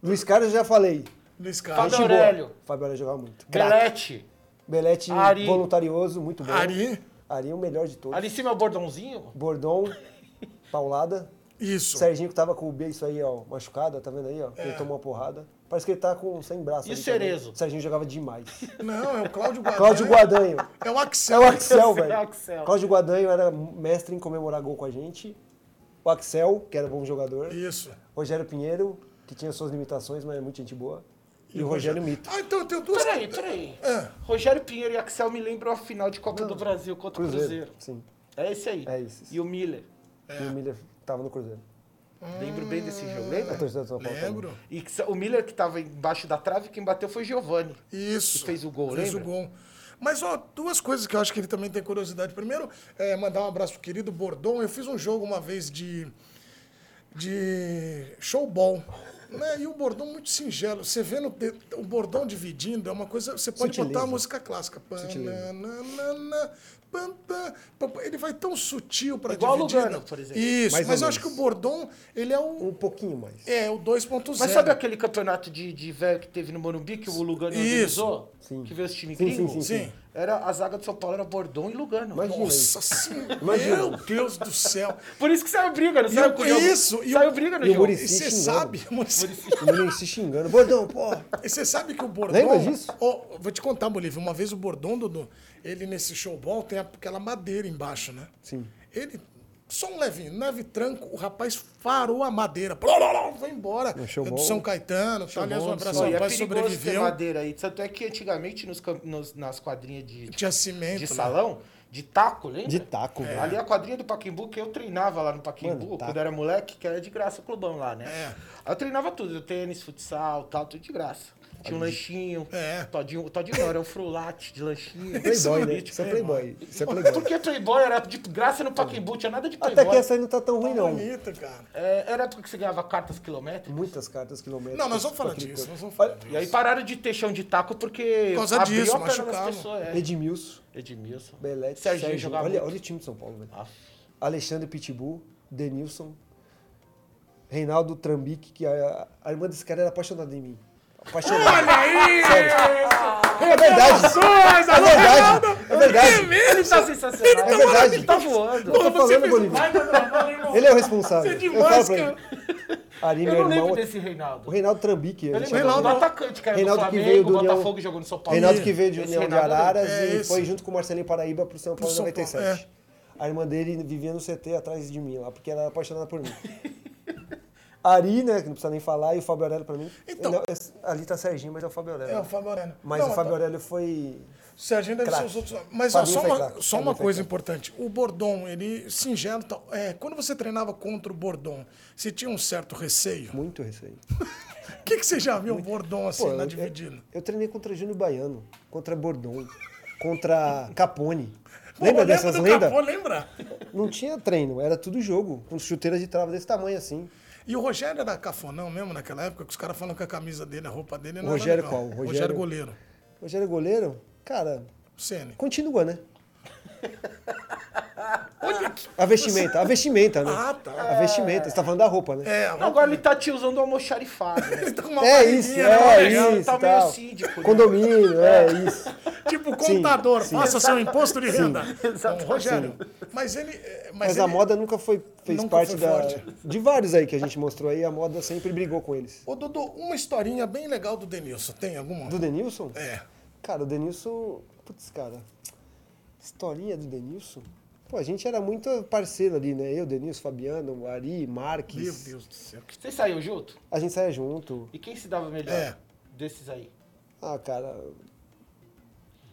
Speaker 3: Luiz Carlos, eu já falei.
Speaker 1: Luiz
Speaker 2: Fábio
Speaker 1: Carlos.
Speaker 3: Gente boa.
Speaker 2: Aurélio.
Speaker 3: Fábio Aurélio jogava muito.
Speaker 2: Belete.
Speaker 3: Belete
Speaker 2: Ari.
Speaker 3: voluntarioso, muito bom.
Speaker 1: Ari.
Speaker 3: Ari é o melhor de todos.
Speaker 2: Ali em cima é o bordãozinho.
Speaker 3: Bordon, paulada.
Speaker 1: Isso.
Speaker 3: Serginho que tava com o beiço aí, ó, machucada, tá vendo aí, ó? que Ele tomou uma porrada. Parece que ele tá com sem braço.
Speaker 2: E
Speaker 3: ali
Speaker 2: o
Speaker 3: também.
Speaker 2: Cerezo?
Speaker 3: O Serginho jogava demais.
Speaker 1: Não, é o Cláudio Guadanho.
Speaker 3: Cláudio Guadanho.
Speaker 1: É o
Speaker 3: É
Speaker 1: Axel.
Speaker 3: o Axel,
Speaker 2: Axel,
Speaker 3: velho.
Speaker 2: Axel.
Speaker 3: Cláudio Guadanho era mestre em comemorar gol com a gente. O Axel, que era bom jogador.
Speaker 1: Isso.
Speaker 3: Rogério Pinheiro, que tinha suas limitações, mas é muito gente boa. E, o Rogério Mito.
Speaker 1: Ah, então eu tenho duas...
Speaker 2: Peraí, peraí.
Speaker 3: É.
Speaker 1: Ah.
Speaker 2: Rogério Pinheiro e Axel me lembram a final de Copa do Brasil contra o Cruzeiro.
Speaker 3: Sim.
Speaker 2: É esse aí.
Speaker 3: É esse.
Speaker 2: E o Miller.
Speaker 3: E o Miller tava no Cruzeiro.
Speaker 2: Lembro bem desse jogo,
Speaker 3: A
Speaker 2: lembra?
Speaker 3: torcida do São Paulo também.
Speaker 1: Lembro.
Speaker 2: E que o Miller que tava embaixo da trave, quem bateu foi Giovani.
Speaker 1: Isso.
Speaker 2: Que fez o gol,
Speaker 1: Fez
Speaker 2: lembra?
Speaker 1: o gol. Mas, ó, duas coisas que eu acho que ele também tem curiosidade. Primeiro, é, mandar um abraço pro querido Bordon. Eu fiz um jogo uma vez de. de showball. Né? E o bordão muito singelo. Você vê no te- o bordão dividindo, é uma coisa. Você pode
Speaker 3: Sutileza.
Speaker 1: botar a música clássica.
Speaker 3: Sutileza.
Speaker 1: Pananana, pan, pan, pan, pan. Ele vai tão sutil para
Speaker 2: Igual o
Speaker 1: dividir.
Speaker 2: Lugano, por exemplo.
Speaker 1: Isso,
Speaker 3: Mais ou
Speaker 1: mas eu
Speaker 3: menos.
Speaker 1: acho que o bordão, ele é o.
Speaker 3: Um pouquinho mais.
Speaker 1: É, o 2.0.
Speaker 2: Mas sabe aquele campeonato de, de velho que teve no Morumbi, que o Lugano
Speaker 1: Isso.
Speaker 2: organizou?
Speaker 3: Sim.
Speaker 2: Que veio os times
Speaker 3: Sim, sim,
Speaker 2: gringos?
Speaker 3: sim,
Speaker 1: sim.
Speaker 2: Era, a zaga do São Paulo era Bordão e Lugano.
Speaker 3: Imagina
Speaker 1: Nossa senhora!
Speaker 3: Imagina.
Speaker 1: Meu Deus do céu!
Speaker 2: Por isso que saiu briga, não
Speaker 1: E
Speaker 2: saiu
Speaker 1: o-
Speaker 2: com o jogo.
Speaker 1: é isso, e
Speaker 2: Saiu
Speaker 1: o-
Speaker 2: briga no
Speaker 3: e o
Speaker 2: jogo. é
Speaker 1: E
Speaker 3: Muricy- Esse
Speaker 1: você
Speaker 3: xingando.
Speaker 1: sabe, Muricy,
Speaker 3: O menino se xingando. Bordão, pô.
Speaker 1: E você sabe é que o Bordão.
Speaker 3: Lembra disso?
Speaker 1: Ó, vou te contar, Bolívia. Uma vez o Bordão, Dudu, ele nesse showball tem aquela madeira embaixo, né?
Speaker 3: Sim.
Speaker 1: Ele. Só um levinho, neve tranco, o rapaz farou a madeira. Plá, plá, plá, Foi embora.
Speaker 3: showball-
Speaker 1: É do São Caetano, tá? Aliás, um abraço
Speaker 2: Ó,
Speaker 1: ao
Speaker 2: e é
Speaker 1: rapaz
Speaker 2: perigoso ter
Speaker 1: sobreviveu.
Speaker 2: madeira aí. Tanto é que antigamente nos, camp- nos- nas quadrinhas de,
Speaker 1: Tinha cimento.
Speaker 2: de
Speaker 1: né?
Speaker 2: salão, de taco, lembra?
Speaker 3: De taco, velho.
Speaker 2: É. Ali a quadrinha do Paquimbu, que eu treinava lá no Paquimbu,
Speaker 3: Mano, tá taco.
Speaker 2: quando era moleque, que era de graça o clubão lá, né?
Speaker 1: É.
Speaker 2: Aí eu treinava tudo, tênis, futsal, tal, tudo de graça. Tinha um lanchinho,
Speaker 1: É.
Speaker 2: todinho, todinho não, era um frulate de lanchinho.
Speaker 3: Playboy, né?
Speaker 2: Isso,
Speaker 3: Isso é Playboy. Isso é Playboy.
Speaker 2: Porque Playboy era de graça no Paquimbu, tinha nada de Playboy.
Speaker 3: Tá Até que essa aí não tá tão ruim, não.
Speaker 1: Bonita, cara.
Speaker 2: É, era a época que você ganhava cartas quilométricas.
Speaker 3: Muitas cartas, quilômetros.
Speaker 1: Não, nós vamos falar
Speaker 3: aquele
Speaker 1: disso.
Speaker 3: corpo.
Speaker 1: Nós vamos falar
Speaker 2: E aí pararam de ter chão de taco porque
Speaker 1: Por causa
Speaker 2: abriu
Speaker 1: disso,
Speaker 2: a perna das
Speaker 1: machucava.
Speaker 2: pessoas. É.
Speaker 3: Edmilson,
Speaker 2: Edmilson.
Speaker 3: Belete,
Speaker 2: Serginho
Speaker 3: Sérgio.
Speaker 2: jogava
Speaker 3: Olha,
Speaker 2: muito.
Speaker 3: olha o time de São Paulo, velho.
Speaker 2: Ah,
Speaker 3: Alexandre Pitbull, Denilson, Reinaldo Trambique, que a, a irmã desse cara era apaixonada em mim. Apaixonada. Olha aí! É verdade. É verdade. É verdade.
Speaker 2: Tá Ele tá sensacional.
Speaker 3: É verdade.
Speaker 2: Ele tá voando.
Speaker 3: Eu tô falando, Bolívia. Ele é o responsável.
Speaker 1: Você é
Speaker 3: Eu falo
Speaker 1: demais,
Speaker 3: pra ele. Ari,
Speaker 2: Eu
Speaker 3: meu
Speaker 2: não
Speaker 3: irmão.
Speaker 2: lembro desse
Speaker 3: O
Speaker 2: Reinaldo.
Speaker 3: Reinaldo Trambique.
Speaker 2: Eu
Speaker 3: ele
Speaker 2: lembro
Speaker 3: chamava
Speaker 2: do
Speaker 1: Reinaldo-
Speaker 2: atacante, que era
Speaker 3: Reinaldo
Speaker 2: do
Speaker 3: que
Speaker 2: Flamengo,
Speaker 3: veio do União-
Speaker 2: Botafogo, jogou no São Paulo.
Speaker 3: Reinaldo que veio de
Speaker 2: Esse
Speaker 3: União de
Speaker 2: Reinaldo eu lembro.
Speaker 3: Araras
Speaker 1: É
Speaker 3: e
Speaker 1: isso.
Speaker 3: foi junto com o Marcelinho Paraíba pro São Paulo em
Speaker 1: São Paulo, é.
Speaker 3: 97. A irmã dele vivia no CT atrás de mim lá, porque ela era apaixonada por mim. Ari, né, que não precisa nem falar, e o Fábio Aurélio pra mim.
Speaker 1: Então-
Speaker 3: Não, esse- ali tá Serginho, mas é o Fábio Aurélio.
Speaker 1: É, o Fábio Aurélio.
Speaker 3: Mas
Speaker 1: Não,
Speaker 3: o Fábio
Speaker 1: então-
Speaker 3: Aurélio foi...
Speaker 1: Serginho deve
Speaker 3: Craque.
Speaker 1: ser os outros. Mas ó,
Speaker 3: Fabinho
Speaker 1: só
Speaker 3: foi
Speaker 1: uma,
Speaker 3: craque.
Speaker 1: só uma
Speaker 3: Fabinho foi
Speaker 1: coisa
Speaker 3: craque.
Speaker 1: importante. O Bordon, ele singelo. e Tal, é, quando você treinava contra o Bordon, você tinha um certo receio?
Speaker 3: Muito receio.
Speaker 1: O que, que você já viu o Bordon assim,
Speaker 3: Pô, é,
Speaker 1: na
Speaker 3: eu-
Speaker 1: dividida?
Speaker 3: Eu, eu treinei contra Júnior Baiano, contra Bordon, contra Capone. Lembra
Speaker 1: Pô,
Speaker 3: dessas
Speaker 1: lembra do
Speaker 3: lendas?
Speaker 1: Capô, lembra?
Speaker 3: Não tinha treino, era tudo jogo, com chuteiras de trava desse tamanho assim.
Speaker 1: E o Rogério era cafonão mesmo naquela época, que os caras falam que a camisa dele, a roupa dele não era
Speaker 3: Rogério
Speaker 1: legal.
Speaker 3: qual?
Speaker 1: Rogério...
Speaker 3: Rogério-
Speaker 1: Goleiro.
Speaker 3: Hoje era goleiro, cara,
Speaker 1: Sene.
Speaker 3: continua, né? A vestimenta, a vestimenta, né?
Speaker 1: Ah, tá.
Speaker 3: A vestimenta, você tá falando da roupa, né?
Speaker 1: É,
Speaker 2: Não, agora ele tá te usando o almoxarifado. né?
Speaker 1: ele tá com uma
Speaker 3: É
Speaker 1: barriguinha,
Speaker 3: isso,
Speaker 1: né?
Speaker 3: é
Speaker 1: Legal.
Speaker 2: Ele
Speaker 3: isso.
Speaker 2: tá meio
Speaker 3: tal.
Speaker 2: síndico. né?
Speaker 3: Condomínio, é isso.
Speaker 1: Tipo contador,
Speaker 3: sim.
Speaker 1: faça seu imposto de renda. Então,
Speaker 2: Exatamente.
Speaker 1: Rogério. Mas ele. é, Mas,
Speaker 3: Mas
Speaker 1: ele...
Speaker 3: a moda nunca foi fez
Speaker 1: Nunca
Speaker 3: parte
Speaker 1: foi
Speaker 3: da
Speaker 1: forte.
Speaker 3: de vários aí que a gente mostrou aí, a moda sempre brigou com eles.
Speaker 1: Ô, Dudu, uma historinha bem legal do Denilson. Tem alguma?
Speaker 3: Do Denilson?
Speaker 1: É.
Speaker 3: Cara, o Denilson. Putz, cara. Historinha do Denilson? Pô, a gente era muito parceiro ali, né? Eu, Denilson, Fabiano, Ari, Marques.
Speaker 1: Meu Deus do céu. que-
Speaker 2: Vocês saíram né? junto?
Speaker 3: A gente saia junto.
Speaker 2: E quem se dava melhor
Speaker 1: É.
Speaker 2: desses aí?
Speaker 3: Ah, cara.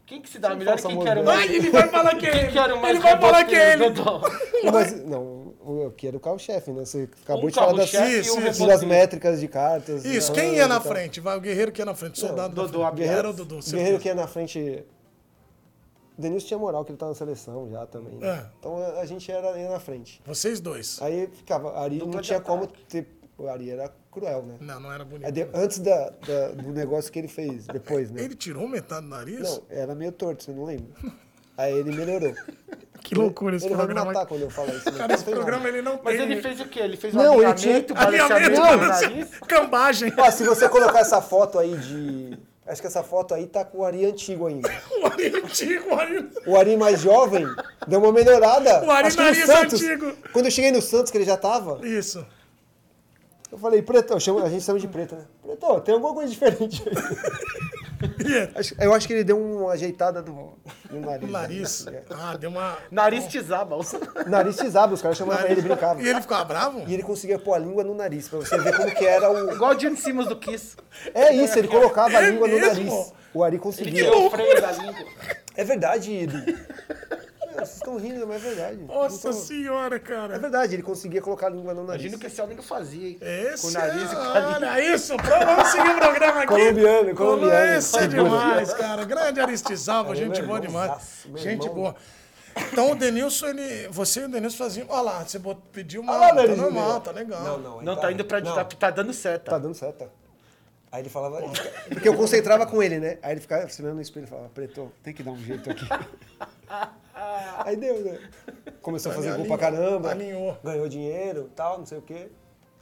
Speaker 2: Quem que se dava
Speaker 3: Não
Speaker 2: melhor e
Speaker 3: faça
Speaker 2: quem
Speaker 3: amor,
Speaker 2: que
Speaker 3: né?
Speaker 2: era o
Speaker 3: não.
Speaker 2: mais...
Speaker 1: Ai, ele vai falar que
Speaker 2: Quem
Speaker 1: ele.
Speaker 2: que era o mais
Speaker 1: Ele vai
Speaker 2: reboteiro
Speaker 1: falar que é ele.
Speaker 2: do Dodô?
Speaker 3: Mas, não, o que era o carro-chefe, né? Você acabou
Speaker 2: Um
Speaker 3: de falar das,
Speaker 2: carro-chefe
Speaker 1: e é? um
Speaker 3: das
Speaker 2: reboteiro.
Speaker 3: métricas de cartas.
Speaker 1: Isso,
Speaker 3: né?
Speaker 1: quem ia
Speaker 3: E
Speaker 1: na
Speaker 3: tal.
Speaker 1: frente? Vai, o guerreiro que ia na frente. Soldado.
Speaker 2: Não,
Speaker 1: na
Speaker 2: Dodô,
Speaker 1: frente.
Speaker 2: Abel.
Speaker 1: Era o Dudu.
Speaker 3: Guerreiro
Speaker 1: certeza.
Speaker 3: que ia na frente. O Denilson tinha moral, que ele tá na seleção já também. né?
Speaker 1: É.
Speaker 3: Então a a gente era ia na frente.
Speaker 1: Vocês dois.
Speaker 3: Aí ficava. Ari
Speaker 2: Dupla
Speaker 3: não
Speaker 2: de
Speaker 3: tinha como
Speaker 2: ataque.
Speaker 3: ter. O Ari era cruel, né?
Speaker 1: Não, não era bonito.
Speaker 3: É de- antes da- da- do negócio que ele fez, depois, né?
Speaker 1: Ele tirou metade do nariz?
Speaker 3: Não, era meio torto, você não lembra? Aí ele melhorou.
Speaker 1: Que loucura esse
Speaker 3: ele vai
Speaker 1: programa. é
Speaker 3: me matar quando eu falar isso. né?
Speaker 1: Cara, esse
Speaker 3: Não tem
Speaker 1: programa é ele não tem.
Speaker 2: Mas ele fez o quê? Ele fez um
Speaker 3: Não, ele tinha-
Speaker 2: alinhamento,
Speaker 1: alinhamento,
Speaker 2: balanceamento no nariz?
Speaker 1: balanceamento, cambagem.
Speaker 3: nada. Ó, se você colocar essa foto aí de... Acho que essa foto aí tá com o Ari antigo ainda.
Speaker 1: O Ari antigo, o Ari...
Speaker 3: O Ari mais jovem deu uma melhorada.
Speaker 1: O Ari
Speaker 3: Acho que no
Speaker 1: nariz
Speaker 3: Santos,
Speaker 1: antigo.
Speaker 3: Quando eu cheguei no Santos, que ele já tava,
Speaker 1: Isso.
Speaker 3: eu falei, Preto, eu chamo- a gente chama de Preto, né? Preto, tem alguma coisa diferente aí.
Speaker 1: E é
Speaker 3: Acho- Eu acho que ele deu uma ajeitada no, no nariz.
Speaker 1: o nariz.
Speaker 3: né?
Speaker 1: Ah, deu uma...
Speaker 2: Nariz tizaba. o-
Speaker 3: Nariz tisava, os caras chamavam ele, brincavam.
Speaker 1: E ele ficava bravo?
Speaker 3: E ele conseguia pôr a língua no nariz, pra você ver como que era o...
Speaker 2: Igual o Gene Simmons do Kiss.
Speaker 3: É isso, ele colocava a
Speaker 1: É
Speaker 3: língua
Speaker 1: mesmo?
Speaker 3: no nariz. O Ari
Speaker 2: Ele
Speaker 3: conseguia.
Speaker 2: tirou o freio da língua.
Speaker 3: É verdade, Ido. Meu, Vocês estão rindo, mas é verdade.
Speaker 1: Nossa
Speaker 3: Então,
Speaker 1: senhora,
Speaker 3: É
Speaker 1: cara.
Speaker 3: verdade, ele conseguia colocar a língua no nariz.
Speaker 2: Imagina o que esse homem não fazia, hein?
Speaker 1: Esse
Speaker 2: Com o nariz e
Speaker 1: é...
Speaker 2: com a língua.
Speaker 1: Olha isso, pronto, vamos seguir o programa aqui.
Speaker 3: Colombiano, colombiano.
Speaker 1: Esse é
Speaker 3: Segura.
Speaker 1: demais, cara. Grande Aristizalva,
Speaker 3: É,
Speaker 1: gente
Speaker 3: meu
Speaker 1: boa demais.
Speaker 3: irmãozaço, meu
Speaker 1: gente
Speaker 3: irmão.
Speaker 1: boa. Então o Denilson, ele, você e o Denilson faziam. Olha lá, você bot- pediu uma.
Speaker 3: Olha lá,
Speaker 1: tá
Speaker 3: Denilson,
Speaker 1: normal,
Speaker 3: Denilson.
Speaker 1: tá legal.
Speaker 3: Não, não. aí
Speaker 2: Não, tá indo pra.
Speaker 3: não,
Speaker 2: Tá, tá dando seta.
Speaker 3: Tá dando certo. tá. Aí ele falava. ele fica- Porque eu concentrava com ele, né? Aí ele ficava se olhando no espelho e falava, Preto, tem que dar um jeito aqui. Aí deu, né? Começou a fazer gol pra caramba.
Speaker 1: Alinhou.
Speaker 3: Ganhou dinheiro tal, não sei o quê.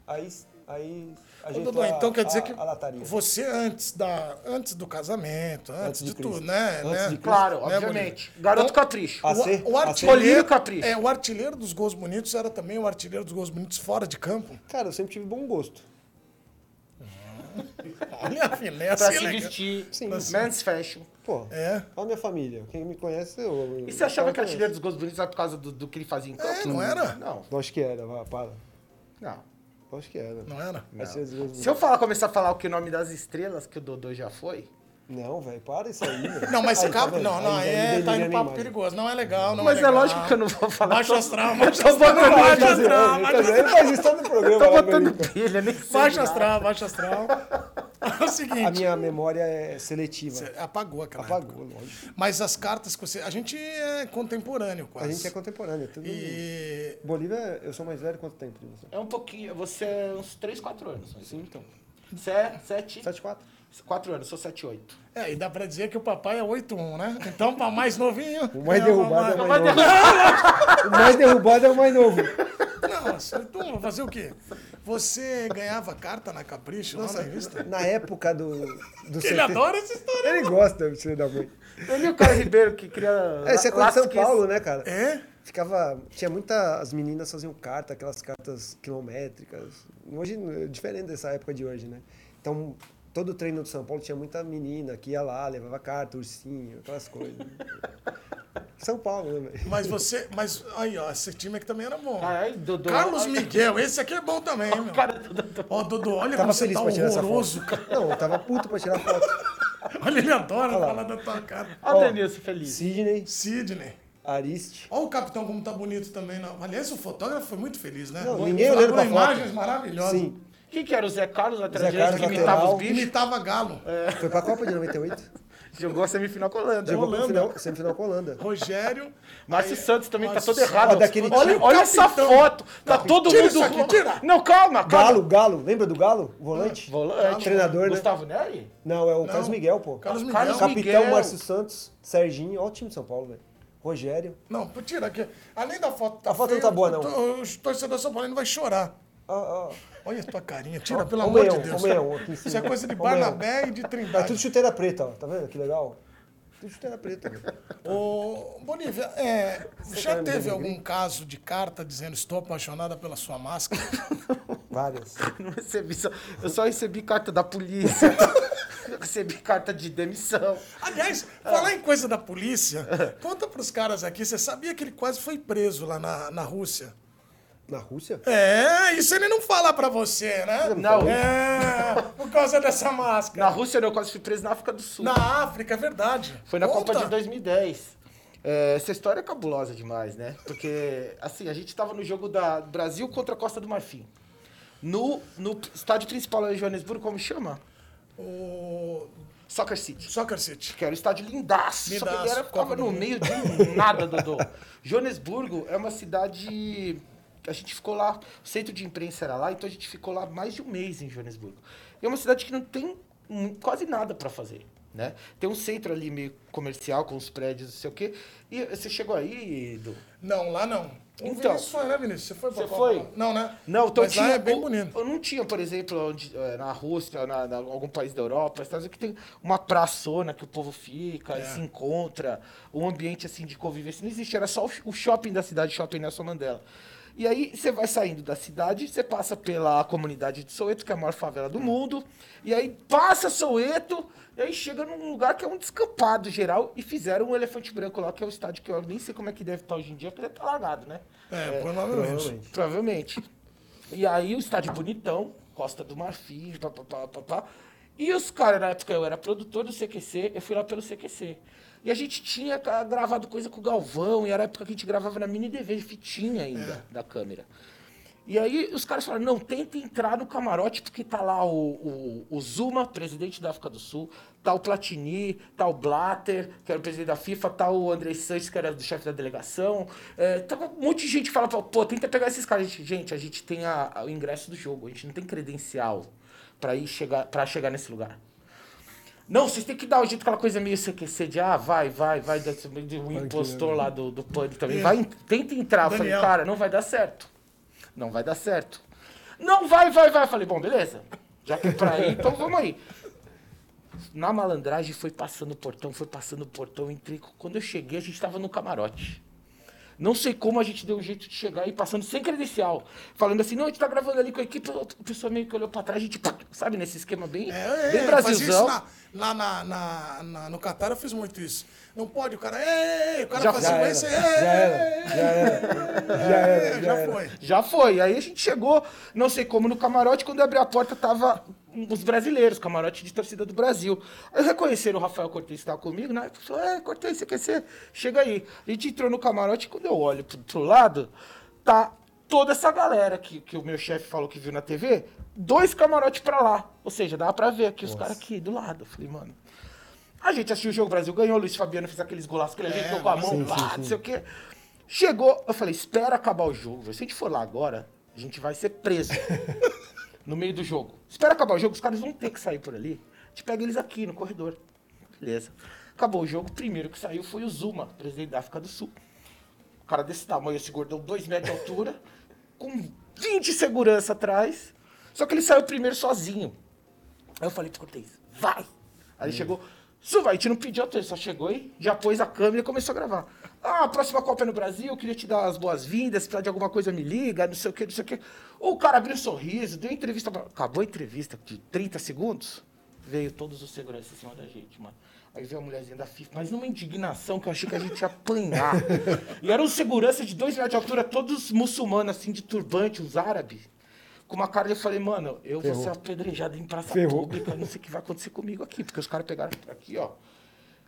Speaker 3: Aí. Aí. A
Speaker 1: Ô,
Speaker 3: gente. tá
Speaker 1: Dodô, então quer dizer
Speaker 3: a,
Speaker 1: que
Speaker 3: A lataria.
Speaker 1: você antes, da, antes do casamento, antes,
Speaker 3: Antes de
Speaker 1: de,
Speaker 3: Cristo.
Speaker 1: tudo, né?
Speaker 3: Antes
Speaker 1: né?
Speaker 3: de Cristo.
Speaker 2: Claro,
Speaker 1: Né,
Speaker 2: obviamente.
Speaker 1: Bolívia?
Speaker 2: Garoto
Speaker 1: Então,
Speaker 2: Catriz.
Speaker 3: a ser-
Speaker 1: O, o
Speaker 3: a ser-
Speaker 1: artilheiro,
Speaker 2: Olhinho Capricho.
Speaker 1: é, o artilheiro dos gols bonitos era também o artilheiro dos gols bonitos fora de campo.
Speaker 3: Cara, eu sempre tive bom gosto.
Speaker 1: Olha a finesse.
Speaker 2: Pra se
Speaker 1: elegante.
Speaker 2: vestir.
Speaker 3: Sim.
Speaker 2: Men's fashion.
Speaker 3: Pô.
Speaker 1: É.
Speaker 3: Olha a minha família. Quem me conhece, eu.
Speaker 2: E você achava
Speaker 3: eu
Speaker 2: que o artilheiro dos gols bonitos era por causa do, do que ele fazia em campo?
Speaker 1: É, não era?
Speaker 2: Não,
Speaker 3: conheço. Acho que era, vá, para.
Speaker 2: não.
Speaker 3: Acho que era.
Speaker 1: Não era?
Speaker 3: Artilheiro dos gols
Speaker 2: Se eu falar, começar a falar o que o nome das estrelas que o Dodô já foi,
Speaker 3: Não, velho, para isso aí. velho.
Speaker 1: Não, mas
Speaker 3: Aí,
Speaker 1: esse
Speaker 3: tá
Speaker 1: cara.
Speaker 3: vendo?
Speaker 1: Não, não,
Speaker 3: Aí,
Speaker 1: é,
Speaker 3: aí,
Speaker 1: tá
Speaker 3: aí,
Speaker 1: indo
Speaker 3: aí,
Speaker 1: papo
Speaker 3: aí.
Speaker 1: perigoso. Não é legal, não
Speaker 2: Mas é
Speaker 1: legal.
Speaker 2: lógico que eu não vou falar
Speaker 1: Baixo
Speaker 2: todo-
Speaker 1: astral,
Speaker 2: Eu
Speaker 1: baixo
Speaker 2: tô
Speaker 1: astral.
Speaker 2: botando
Speaker 1: baixo astral, baixo
Speaker 3: Ele faz isso, ele faz- ele faz isso todo o
Speaker 2: Eu
Speaker 3: programa. né,
Speaker 2: tô
Speaker 3: lá,
Speaker 2: botando
Speaker 3: Belica.
Speaker 2: pilha, nem sei.
Speaker 1: Baixo
Speaker 2: nada.
Speaker 1: é astral, baixo astral. É o seguinte.
Speaker 3: A minha memória é seletiva.
Speaker 1: você Apagou aquela.
Speaker 3: Apagou, lógico.
Speaker 1: Mas as cartas que você. A gente é contemporâneo
Speaker 3: A
Speaker 1: quase.
Speaker 3: gente é contemporâneo. é Tudo...
Speaker 1: E.
Speaker 3: Bolívia, eu sou mais velho quanto tempo de você?
Speaker 2: É um pouquinho. Você é uns 3, 4 anos. Sim, então. Você é 7.
Speaker 3: 7, 4?
Speaker 2: 4 anos, sou 7, 8.
Speaker 1: É, e dá pra dizer que o papai é 8-1, né? Então, pra mais novinho.
Speaker 3: O mais
Speaker 1: é,
Speaker 3: derrubado é
Speaker 1: mamãe.
Speaker 3: o mais novo. O mais derrubado é o mais novo.
Speaker 1: Não, é mas 8-1, vou fazer o quê? Você ganhava carta na Capricho, lá na revista?
Speaker 3: Na época do. do
Speaker 1: Ele
Speaker 3: CT
Speaker 1: adora essa história.
Speaker 3: Ele gosta de ser da mãe.
Speaker 2: Eu li o cara Ribeiro que cria.
Speaker 3: É, isso é coisa de São Paulo, né, cara?
Speaker 1: É?
Speaker 3: Ficava. Tinha muita. As meninas faziam carta, aquelas cartas quilométricas. Hoje é diferente dessa época de hoje, né? Então, todo treino de São Paulo tinha muita menina que ia lá, levava carta, ursinho, aquelas coisas. São Paulo, né, velho?
Speaker 1: Mas você. Mas aí, ó, esse time aqui também era bom.
Speaker 3: Ah,
Speaker 2: Ai, Dodô.
Speaker 1: Carlos
Speaker 2: ai,
Speaker 1: Miguel, esse aqui é bom também, meu.
Speaker 2: Cara, do Dodô.
Speaker 1: Ó, Dudu, olha
Speaker 3: Tava
Speaker 1: como você
Speaker 3: feliz
Speaker 1: tá
Speaker 3: pra tirar essa
Speaker 1: horroroso, cara.
Speaker 3: foto. Não, eu tava puto pra tirar foto.
Speaker 1: Olha, ele adora falar da tua cara.
Speaker 2: Olha o Denilson feliz.
Speaker 3: Sidney,
Speaker 1: Sidney.
Speaker 3: Ariste.
Speaker 1: Olha o capitão como tá bonito também. Não. Aliás, o fotógrafo foi muito feliz, né?
Speaker 3: Não,
Speaker 1: Foi-
Speaker 3: ninguém
Speaker 1: foi-
Speaker 3: olhando pra
Speaker 1: foram
Speaker 3: foto.
Speaker 1: imagens maravilhosas.
Speaker 3: Sim.
Speaker 2: Quem que era o Zé Carlos, lateral
Speaker 3: Zé
Speaker 2: direito, que
Speaker 3: Carlos,
Speaker 2: imitava
Speaker 3: lateral.
Speaker 2: os bichos?
Speaker 1: Imitava galo.
Speaker 3: Foi pra Copa de 98?
Speaker 2: Jogou a semifinal com a Holanda.
Speaker 3: Jogou pra
Speaker 1: Holanda.
Speaker 3: final, semifinal com a Holanda.
Speaker 1: Rogério.
Speaker 2: Márcio
Speaker 1: Aí-
Speaker 2: Santos também tá
Speaker 1: Márcio
Speaker 2: todo errado.
Speaker 3: Ó, daquele
Speaker 2: olha
Speaker 1: time.
Speaker 2: olha
Speaker 1: Capitão.
Speaker 2: essa foto. Tá todo
Speaker 1: Tira
Speaker 2: mundo.
Speaker 1: isso aqui, tira.
Speaker 2: Não, calma, calma.
Speaker 3: Galo, Galo. Lembra do Galo? O Volante?
Speaker 2: Volante.
Speaker 3: Treinador, né?
Speaker 2: Gustavo Neri?
Speaker 3: Não, é o Carlos Miguel, pô.
Speaker 1: Carlos Miguel.
Speaker 2: Carlos
Speaker 1: Cap-
Speaker 3: Capitão
Speaker 2: Miguel.
Speaker 3: Márcio Santos, Serginho, olha o time de São Paulo, velho. Rogério.
Speaker 1: Não, pô, tira aqui. Além da foto.
Speaker 3: A foto não tá boa, não.
Speaker 1: O to- o torcedor São Paulino vai chorar.
Speaker 3: Ó, ó.
Speaker 1: Olha a tua carinha. Tira, pelo
Speaker 3: ó o
Speaker 2: é
Speaker 1: amor de
Speaker 3: meião,
Speaker 2: um,
Speaker 1: Deus.
Speaker 3: ó o meião aqui em
Speaker 1: Isso é
Speaker 3: cima.
Speaker 1: coisa de
Speaker 3: Ó o meião.
Speaker 1: Barnabé e de
Speaker 3: É tudo
Speaker 1: Trindade.
Speaker 3: chuteira preta, ó. Tá vendo que legal? Tudo chuteira preta. velho.
Speaker 1: Ô, Bolívia, é, já
Speaker 2: tá
Speaker 3: quer
Speaker 1: teve
Speaker 3: me denegrir?
Speaker 1: algum caso de carta dizendo estou apaixonada pela sua máscara?
Speaker 3: Várias.
Speaker 2: Não recebi só. Eu só recebi carta da polícia. Eu recebi carta de demissão.
Speaker 1: Aliás, falar em coisa da polícia, conta pros caras aqui, você sabia que ele quase foi preso lá na, na Rússia?
Speaker 3: Na Rússia?
Speaker 1: É, isso ele não fala pra você, né?
Speaker 2: Não.
Speaker 1: É, por causa dessa máscara.
Speaker 2: Na Rússia eu quase fui preso na África do Sul.
Speaker 1: Na África, é verdade.
Speaker 2: Foi na
Speaker 1: Conta.
Speaker 2: Copa de 2010. É, essa história é cabulosa demais, né? Porque, assim, a gente tava no jogo da Brasil contra a Costa do Marfim. No, no estádio principal lá em Joanesburgo, como chama?
Speaker 1: O
Speaker 2: Soccer City.
Speaker 1: Soccer City.
Speaker 2: Que era um estádio lindaço. Só que
Speaker 1: Lindaço,
Speaker 2: ele era,
Speaker 1: Copa
Speaker 2: ficava
Speaker 1: do
Speaker 2: no
Speaker 1: Mundo.
Speaker 2: meio de nada, Dodô. Joanesburgo é uma cidade... A gente ficou lá, o centro de imprensa era lá, então a gente ficou lá mais de um mês em Joanesburgo. E é uma cidade que não tem hum, quase nada pra fazer, né? Tem um centro ali meio comercial, com os prédios, não sei o quê. E você chegou aí, Edu?
Speaker 1: Não, lá não. O
Speaker 2: Então.
Speaker 1: Vinícius foi, né, Vinícius? Você foi pra
Speaker 2: Você
Speaker 1: Copa?
Speaker 2: foi?
Speaker 1: Não, né?
Speaker 2: Não, então
Speaker 1: Mas
Speaker 2: tinha,
Speaker 1: lá é bem
Speaker 2: eu-
Speaker 1: bonito.
Speaker 2: Eu não tinha, por exemplo, onde, eh, na Rússia, na, na- algum país da Europa, Estados Unidos, que tem uma praçona que o povo fica
Speaker 1: É.
Speaker 2: e se encontra, um ambiente assim de convivência. Não existia, era só o, sh- o shopping da cidade, shopping Nelson Mandela. E aí você vai saindo da cidade, você passa pela comunidade de Soweto, que é a maior favela do mundo, e aí passa Soweto, e aí chega num lugar que é um descampado geral, e fizeram um elefante branco lá, que é o estádio que eu nem sei como é que deve estar hoje em dia, porque deve estar largado, né?
Speaker 1: É, provavelmente.
Speaker 3: Provavelmente.
Speaker 2: Provavelmente. E aí o estádio é bonitão, Costa do Marfim, tá, pá, pá, pá, pá, pá. E os caras, na época eu era produtor do CQC, eu fui lá pelo CQC. E a gente tinha ca- gravado coisa com o Galvão, e era a época que a gente gravava na mini DV de fitinha ainda, da câmera. E aí os caras falaram, não, tenta entrar no camarote, porque tá lá o, o, o Zuma, presidente da África do Sul, tá o Platini, tá o Blatter, que era o presidente da FIFA, tá o André Sanches, que era do chefe da delegação. É, tava um monte de gente que fala, pô, tenta pegar esses caras. Gente, gente a gente tem a, a- o ingresso do jogo, a gente não tem credencial para ir chegar, para chegar nesse lugar. Não, vocês têm que dar o jeito aquela coisa meio CQC de ah, vai, vai, vai, de de um impostor lá do, do pânico também. Vai, tenta entrar. Eu falei,
Speaker 1: Daniel.
Speaker 2: cara, não vai dar certo. Não vai dar certo. Não vai, vai, vai. Eu falei, bom, beleza. Já que é pra ir, então vamos aí. Na malandragem foi passando o portão, foi passando o portão, entrei. Quando eu cheguei, a gente tava no camarote. Não sei como a gente deu um jeito de chegar e passando sem credencial. Falando assim, não, a gente tá gravando ali com a equipe, a pessoa meio que olhou pra trás, a gente, pá, sabe, nesse esquema bem, bem
Speaker 1: eu fazia
Speaker 2: brasilzão.
Speaker 1: É, isso na- lá na, na- na- no Catar eu fiz muito isso. Não pode, o cara. Ei, ei, ei", o cara
Speaker 2: Já-
Speaker 1: fazia
Speaker 3: Já
Speaker 1: um
Speaker 3: era,
Speaker 1: esse.
Speaker 3: já
Speaker 1: "Ei,
Speaker 3: era, já era, já era,
Speaker 1: ei",
Speaker 3: já
Speaker 1: Já
Speaker 3: era.
Speaker 1: foi.
Speaker 2: Já foi. Aí a gente chegou, não sei como, no camarote. Quando eu abri a porta, tava os brasileiros, camarote de torcida do Brasil. Aí reconheceram o Rafael Cortez que estava comigo, né? Falou, é, Cortez, você quer ser? Chega aí. A gente entrou no camarote, quando eu olho pro, pro lado, tá toda essa galera que, que o meu chefe falou que viu na TV, dois camarotes pra lá. Ou seja, dava pra ver aqui os caras aqui do lado. Eu falei, mano... A gente assistiu o jogo, o Brasil ganhou, o Luiz Fabiano fez aqueles golaços que ele ajeitou com a mão, pá, não sei o quê. Chegou, eu falei, espera acabar o jogo. velho. Se a gente for lá agora, a gente vai ser preso no meio do jogo. Espera acabar o jogo, os caras vão ter que sair por ali. A gente pega eles aqui no corredor. Beleza. Acabou o jogo, o primeiro que saiu foi o Zuma, presidente da África do Sul. O cara desse tamanho, esse gordão, 2 metros de altura, com 20 segurança atrás. Só que ele saiu primeiro sozinho. Aí eu falei pro Cortez, vai! Aí ele chegou, isso vai, a gente não pediu autorização, só chegou aí, já pôs a câmera e começou a gravar. Ah, a próxima Copa é no Brasil, eu queria te dar as boas-vindas, se precisar de alguma coisa me liga, não sei o que, não sei o que. O cara abriu um sorriso, deu entrevista, pra- acabou a entrevista de 30 segundos, veio todos os seguranças em cima da gente, mano. Aí veio a mulherzinha da FIFA, mas numa indignação que eu achei que a gente ia apanhar. E eram seguranças de dois metros de altura, todos muçulmanos, assim, de turbante, os árabes. Com uma cara, eu falei, mano, eu vou ser apedrejado em praça
Speaker 3: Ferrou.
Speaker 2: pública, não sei o que vai acontecer comigo aqui, porque os caras pegaram aqui, ó.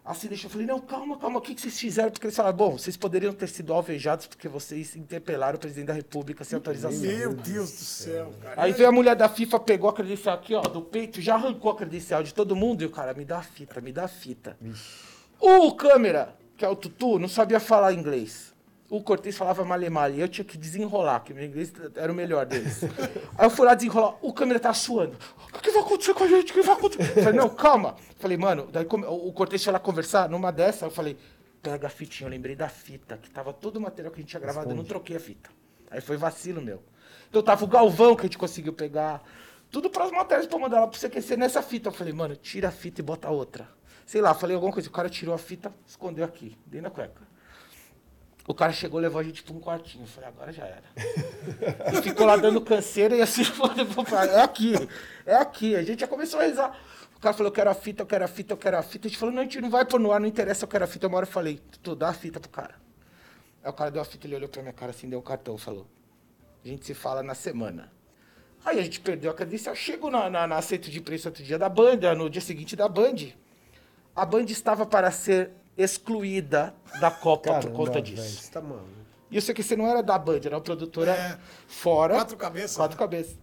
Speaker 2: Assim deixou, eu falei, não, calma, calma, o que, que vocês fizeram? Porque eles falaram, bom, vocês poderiam ter sido alvejados porque vocês interpelaram o presidente da república sem autorização.
Speaker 1: Meu Deus do céu, cara.
Speaker 2: Aí veio a mulher da FIFA, pegou a credencial aqui, ó, do peito, já arrancou a credencial de todo mundo e o cara, me dá a fita, me dá a fita. O câmera, que é o Tutu, não sabia falar inglês. O Cortez falava malemale, eu tinha que desenrolar, que meu inglês era o melhor deles. Aí eu fui lá desenrolar, o câmera tá suando. O que vai acontecer com a gente? O que vai acontecer? Eu falei, não, calma. Eu falei, mano, daí come- o o Cortez foi lá conversar, numa dessa, eu falei, pega a fitinha, eu lembrei da fita, que tava todo o material que a gente tinha gravado, eu não troquei a fita. Aí foi vacilo meu. Então tava o Galvão que a gente conseguiu pegar. Tudo para as matérias pra mandar lá pro CQC nessa fita. Eu falei, mano, tira a fita e bota outra. Sei lá, falei alguma coisa. O cara tirou a fita, escondeu aqui, dentro da cueca. O cara chegou, levou a gente pra um quartinho. Eu falei, agora já era. E ficou lá dando canseira e assim, é aqui, é aqui. A gente já começou a rezar. O cara falou, eu quero a fita, eu quero a fita, eu quero a fita. A gente falou, não, a gente não vai pôr no ar, não interessa, eu quero a fita. Uma hora eu falei, tu dá a fita pro cara. Aí o cara deu a fita, ele olhou pra minha cara assim, deu o cartão, falou, a gente se fala na semana. Aí a gente perdeu a credencial, chego na, na, na centro de imprensa outro dia da Band, no dia seguinte da Band. A Band estava para ser excluída da Copa por conta
Speaker 3: Caramba,
Speaker 2: disso.
Speaker 3: velho, Você tá maluco.
Speaker 2: E eu sei que você não era da Band, era uma produtora
Speaker 1: É.
Speaker 2: fora.
Speaker 1: Quatro cabeças, né?
Speaker 2: Quatro cabeças.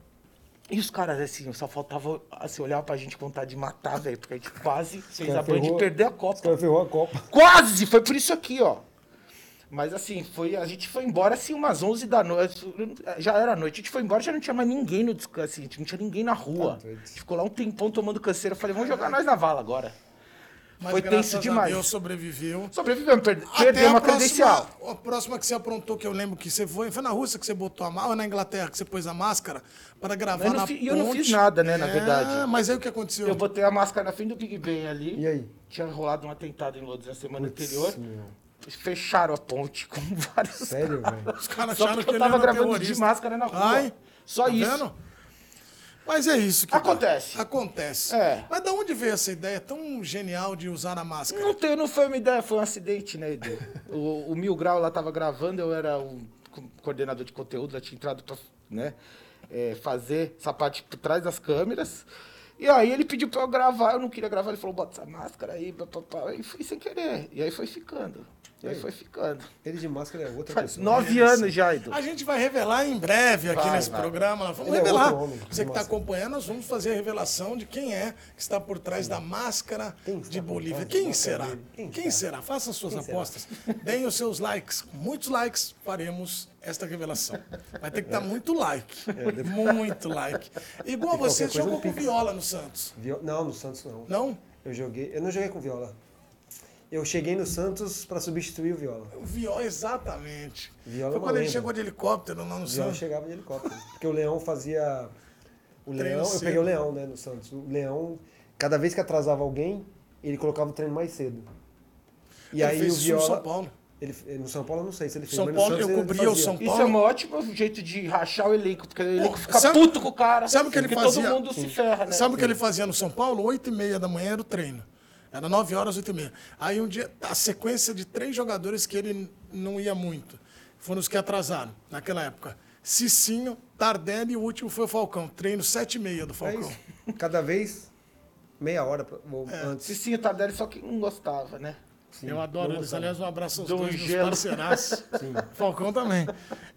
Speaker 2: E os caras, assim, só faltava assim, olhar pra gente com vontade de matar, velho, porque a gente quase fez a Band
Speaker 3: ferrou-
Speaker 2: perder a
Speaker 3: Os
Speaker 2: Copa.
Speaker 3: caras ferrou a Copa.
Speaker 2: Quase! Foi por isso aqui, ó. Mas assim, foi, a gente foi embora assim umas 11 da noite, já era noite, a gente foi embora, já não tinha mais ninguém no descanso, assim, não tinha ninguém na rua.
Speaker 3: Tá doido.
Speaker 2: A gente ficou lá um tempão tomando canseira, eu falei, vamos jogar nós na vala agora.
Speaker 1: Mas
Speaker 2: foi
Speaker 1: graças
Speaker 2: tenso
Speaker 1: a
Speaker 2: demais.
Speaker 1: Deus sobreviveu.
Speaker 2: Sobrevivemos, perde-
Speaker 1: Até
Speaker 2: perdemos
Speaker 1: a
Speaker 2: a credencial.
Speaker 1: Próxima, a próxima que você aprontou, que eu lembro que você foi, foi na Rússia que você botou a máscara, ou na Inglaterra que você pôs a máscara para gravar
Speaker 2: Eu não
Speaker 1: na
Speaker 2: fi-
Speaker 1: ponte. É,
Speaker 2: e eu não fiz nada, né, na verdade.
Speaker 1: Mas aí o que aconteceu?
Speaker 2: Eu botei a máscara na frente do Big Ben ali.
Speaker 3: E aí?
Speaker 2: Tinha rolado um atentado em Londres na semana
Speaker 3: Putz,
Speaker 2: anterior.
Speaker 3: meu.
Speaker 2: Fecharam a ponte com vários.
Speaker 3: Sério, velho?
Speaker 1: Os caras
Speaker 2: Só
Speaker 1: acharam
Speaker 2: porque
Speaker 1: que
Speaker 2: eu
Speaker 1: ele era um
Speaker 2: tava gravando de
Speaker 1: terrorista.
Speaker 2: máscara né, na rua.
Speaker 1: Ai,
Speaker 2: Só
Speaker 1: tá
Speaker 2: isso.
Speaker 1: vendo? Mas é isso que
Speaker 2: Acontece.
Speaker 1: dá. Acontece.
Speaker 2: É.
Speaker 1: Mas da onde veio essa ideia tão genial de usar a máscara?
Speaker 2: Não, tem, não foi uma ideia, foi um acidente, né, Edu? O, o Mil Grau lá tava gravando, eu era o co- coordenador de conteúdo, lá tinha entrado pra né, é, fazer essa parte por trás das câmeras. E aí ele pediu pra eu gravar, eu não queria gravar, ele falou, bota essa máscara aí, pá, pá, pá", e fui sem querer. E aí foi ficando. Aí foi ficando.
Speaker 3: Ele de máscara é outra
Speaker 2: Faz
Speaker 3: pessoa.
Speaker 2: nove anos já, Edu.
Speaker 1: A gente vai revelar em breve aqui
Speaker 2: Vai,
Speaker 1: nesse
Speaker 2: vai.
Speaker 1: programa. Nós Vamos
Speaker 3: Ele é
Speaker 1: revelar.
Speaker 3: outro homem.
Speaker 1: Você que está
Speaker 3: Nossa.
Speaker 1: acompanhando, nós vamos fazer a revelação de quem é que está por trás da máscara
Speaker 3: Quem está
Speaker 1: de
Speaker 3: por
Speaker 1: Bolívia.
Speaker 3: trás da
Speaker 1: Quem
Speaker 3: máscara
Speaker 1: será?
Speaker 3: dele?
Speaker 1: Quem,
Speaker 3: Quem
Speaker 1: será? Faça as suas
Speaker 3: Quem será?
Speaker 1: apostas. Deem os seus likes. Com muitos likes faremos esta revelação. Vai ter que
Speaker 3: É.
Speaker 1: dar muito like. Muito like. Igual
Speaker 3: qualquer
Speaker 1: você
Speaker 3: coisa,
Speaker 1: jogou
Speaker 3: um
Speaker 1: com
Speaker 3: pix.
Speaker 1: viola no Santos.
Speaker 3: Vio- Não, no Santos não.
Speaker 1: Não?
Speaker 3: Eu joguei. Eu não joguei com viola. Eu cheguei no Santos pra substituir o viola.
Speaker 1: O Viola, exatamente.
Speaker 3: Viola é
Speaker 1: Foi
Speaker 3: uma
Speaker 1: quando ele
Speaker 3: lenda.
Speaker 1: chegou de helicóptero lá no
Speaker 3: O Leão
Speaker 1: Santos.
Speaker 3: chegava de helicóptero. Porque o Leão fazia. O
Speaker 1: Treino
Speaker 3: Leão. Eu
Speaker 1: cedo.
Speaker 3: peguei o Leão, né, no Santos. O Leão, cada vez que atrasava alguém, ele colocava o treino mais cedo. E
Speaker 1: Ele
Speaker 3: aí
Speaker 1: fez
Speaker 3: o
Speaker 1: isso no
Speaker 3: Viola.
Speaker 1: São Paulo.
Speaker 3: Ele, no São Paulo eu não sei se ele fez.
Speaker 1: São
Speaker 3: mas
Speaker 1: Paulo,
Speaker 3: no Santos
Speaker 1: eu
Speaker 3: ele
Speaker 1: cobria o
Speaker 3: fazia.
Speaker 1: São Paulo.
Speaker 2: Isso é um ótimo jeito de rachar o elenco, porque o elenco fica
Speaker 1: sabe-
Speaker 2: puto com o cara.
Speaker 1: sabe o que ele
Speaker 2: porque
Speaker 1: fazia?
Speaker 2: todo mundo se ferra, né?
Speaker 1: Sabe o que ele fazia no São Paulo? 8 e meia da manhã era o treino. Era 9 horas, 8 e meia. Aí um dia, a sequência de três jogadores que ele não ia muito. Foram os que atrasaram naquela época. Cicinho, Tardelli e o último foi o Falcão. Treino 7 e meia do
Speaker 3: É
Speaker 1: Falcão.
Speaker 3: isso. Cada vez meia hora pra- ou
Speaker 1: É.
Speaker 3: antes.
Speaker 2: Cicinho e Tardelli, só que não gostava, né?
Speaker 1: Eu adoro
Speaker 3: não
Speaker 1: eles.
Speaker 3: gostava.
Speaker 1: Aliás, um abraço aos
Speaker 2: Do
Speaker 1: dois
Speaker 2: gelo.
Speaker 1: meus parceiraços. Falcão também.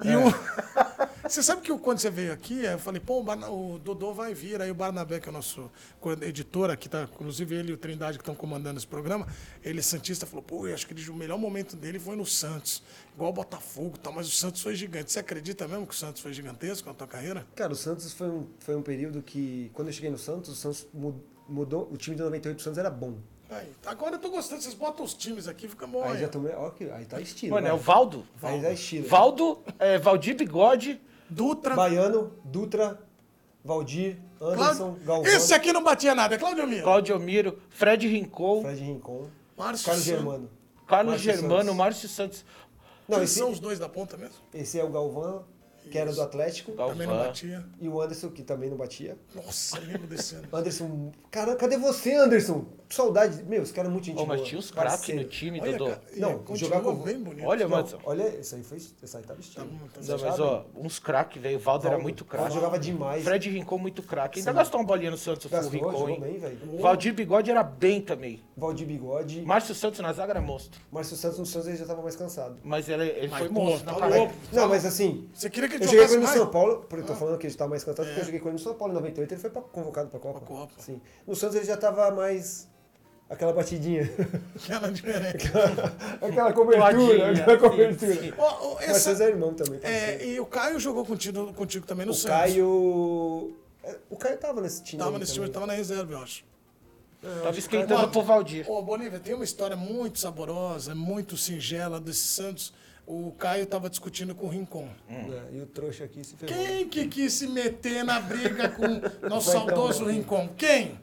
Speaker 1: E
Speaker 3: É.
Speaker 1: o- Você sabe que eu, quando você veio aqui, eu falei, pô, o, Barna- o Dodô vai vir. Aí o Barnabé, que é o nosso coorden- editor aqui, tá, inclusive ele e o Trindade que estão comandando esse programa, ele é Santista, falou, pô, eu acho que ele- o melhor momento dele foi no Santos. Igual o Botafogo e tal, mas o Santos foi gigante. Você acredita mesmo que o Santos foi gigantesco na tua carreira?
Speaker 3: Cara, o Santos foi um, foi um período que, quando eu cheguei no Santos, o Santos mu- mudou. O time de 98 do Santos era bom.
Speaker 1: Aí, agora eu tô gostando, vocês botam os times aqui, fica bom.
Speaker 3: Aí
Speaker 1: hein?
Speaker 3: já tomei. Ó, que- aí tá estilo.
Speaker 2: Mano, é
Speaker 3: vai.
Speaker 2: o Valdo.
Speaker 3: Aí tá estilo.
Speaker 2: Valdo, é, Valdir Bigode.
Speaker 1: Dutra,
Speaker 3: Baiano, Dutra, Valdir, Anderson,
Speaker 1: Cláudio...
Speaker 3: Galvão,
Speaker 1: Esse aqui não batia nada, é Claudio Miro.
Speaker 2: Claudio Miro, Fred Rincon,
Speaker 3: Fred Rincon,
Speaker 1: Márcio Santos.
Speaker 3: Carlos Germano.
Speaker 2: Carlos
Speaker 3: Márcio
Speaker 2: Germano,
Speaker 3: Santos.
Speaker 2: Márcio Santos,
Speaker 3: Não,
Speaker 1: Eles
Speaker 3: esse,
Speaker 1: são os dois da ponta mesmo?
Speaker 3: esse é o Galvão, que era do Atlético.
Speaker 2: Tá,
Speaker 1: Também não
Speaker 2: Galvão.
Speaker 1: batia.
Speaker 3: E o Anderson, que também não batia.
Speaker 1: Nossa, eu lembro desse ano.
Speaker 3: Anderson, cara, cadê você, Anderson? Saudade. Meu, esse cara é muito gente
Speaker 2: Ô, mas
Speaker 3: boa,
Speaker 2: tinha os craques
Speaker 3: parceiro.
Speaker 2: no time,
Speaker 1: Olha,
Speaker 2: Dodô.
Speaker 1: cara,
Speaker 3: Não,
Speaker 1: ele continua
Speaker 3: jogar com-
Speaker 1: bem bonito.
Speaker 2: Olha,
Speaker 3: Não,
Speaker 2: mano.
Speaker 3: olha, isso aí foi. Essa aí tava estilo.
Speaker 1: Tá bom, tá bom.
Speaker 2: Não, mas, ó, uns craques, velho. O Valdo era muito craque.
Speaker 3: Valdo jogava demais.
Speaker 2: Fred Rincon, muito craque. Ainda gastou uma bolinha no Santos, foi o
Speaker 3: Gastou,
Speaker 2: Rincon,
Speaker 3: jogou
Speaker 2: hein?
Speaker 3: bem, velho.
Speaker 2: Valdir Bigode era bem também.
Speaker 3: Valdir Bigode.
Speaker 2: Márcio Santos na zaga era monstro.
Speaker 3: Márcio Santos no Santos ele já tava mais cansado.
Speaker 2: Mas ele, ele
Speaker 1: Mas,
Speaker 2: foi
Speaker 1: pô,
Speaker 2: monstro
Speaker 1: tá
Speaker 2: na
Speaker 1: louco.
Speaker 2: parada.
Speaker 3: Não, mas assim.
Speaker 1: Você queria que ele
Speaker 3: Eu joguei com
Speaker 1: jogasse
Speaker 3: ele no
Speaker 1: mais? Ah. É.
Speaker 3: São Paulo, por, eu tô falando que ele tava mais cansado, porque eu joguei com ele no São Paulo em 98, ele foi pra- convocado pra Copa.
Speaker 1: Pra Copa.
Speaker 3: Sim. No Santos ele já tava mais. aquela batidinha.
Speaker 1: Aquela diferente.
Speaker 3: aquela cobertura,
Speaker 2: Coadinha,
Speaker 3: aquela
Speaker 2: sim,
Speaker 3: cobertura.
Speaker 2: sim.
Speaker 1: Ó, ó,
Speaker 3: Mas
Speaker 1: essa-
Speaker 3: vocês é irmão também. tá?
Speaker 1: é, e o Caio jogou contigo, contigo também no
Speaker 3: o
Speaker 1: Santos.
Speaker 3: Caio. é, O Caio tava nesse time.
Speaker 1: Tava
Speaker 3: aí
Speaker 1: nesse time,
Speaker 3: também.
Speaker 1: ele tava na reserva, eu acho. é
Speaker 2: Tava esquentando pro Valdir.
Speaker 1: Ô, Bolívia, tem uma história muito saborosa, muito singela desse Santos. O Caio tava discutindo com o Rincon.
Speaker 3: É, E o trouxa aqui se ferrou.
Speaker 1: Quem que quis se meter na briga com o nosso
Speaker 3: Vai dar um
Speaker 1: saudoso
Speaker 3: pouquinho.
Speaker 1: Rincon? Quem?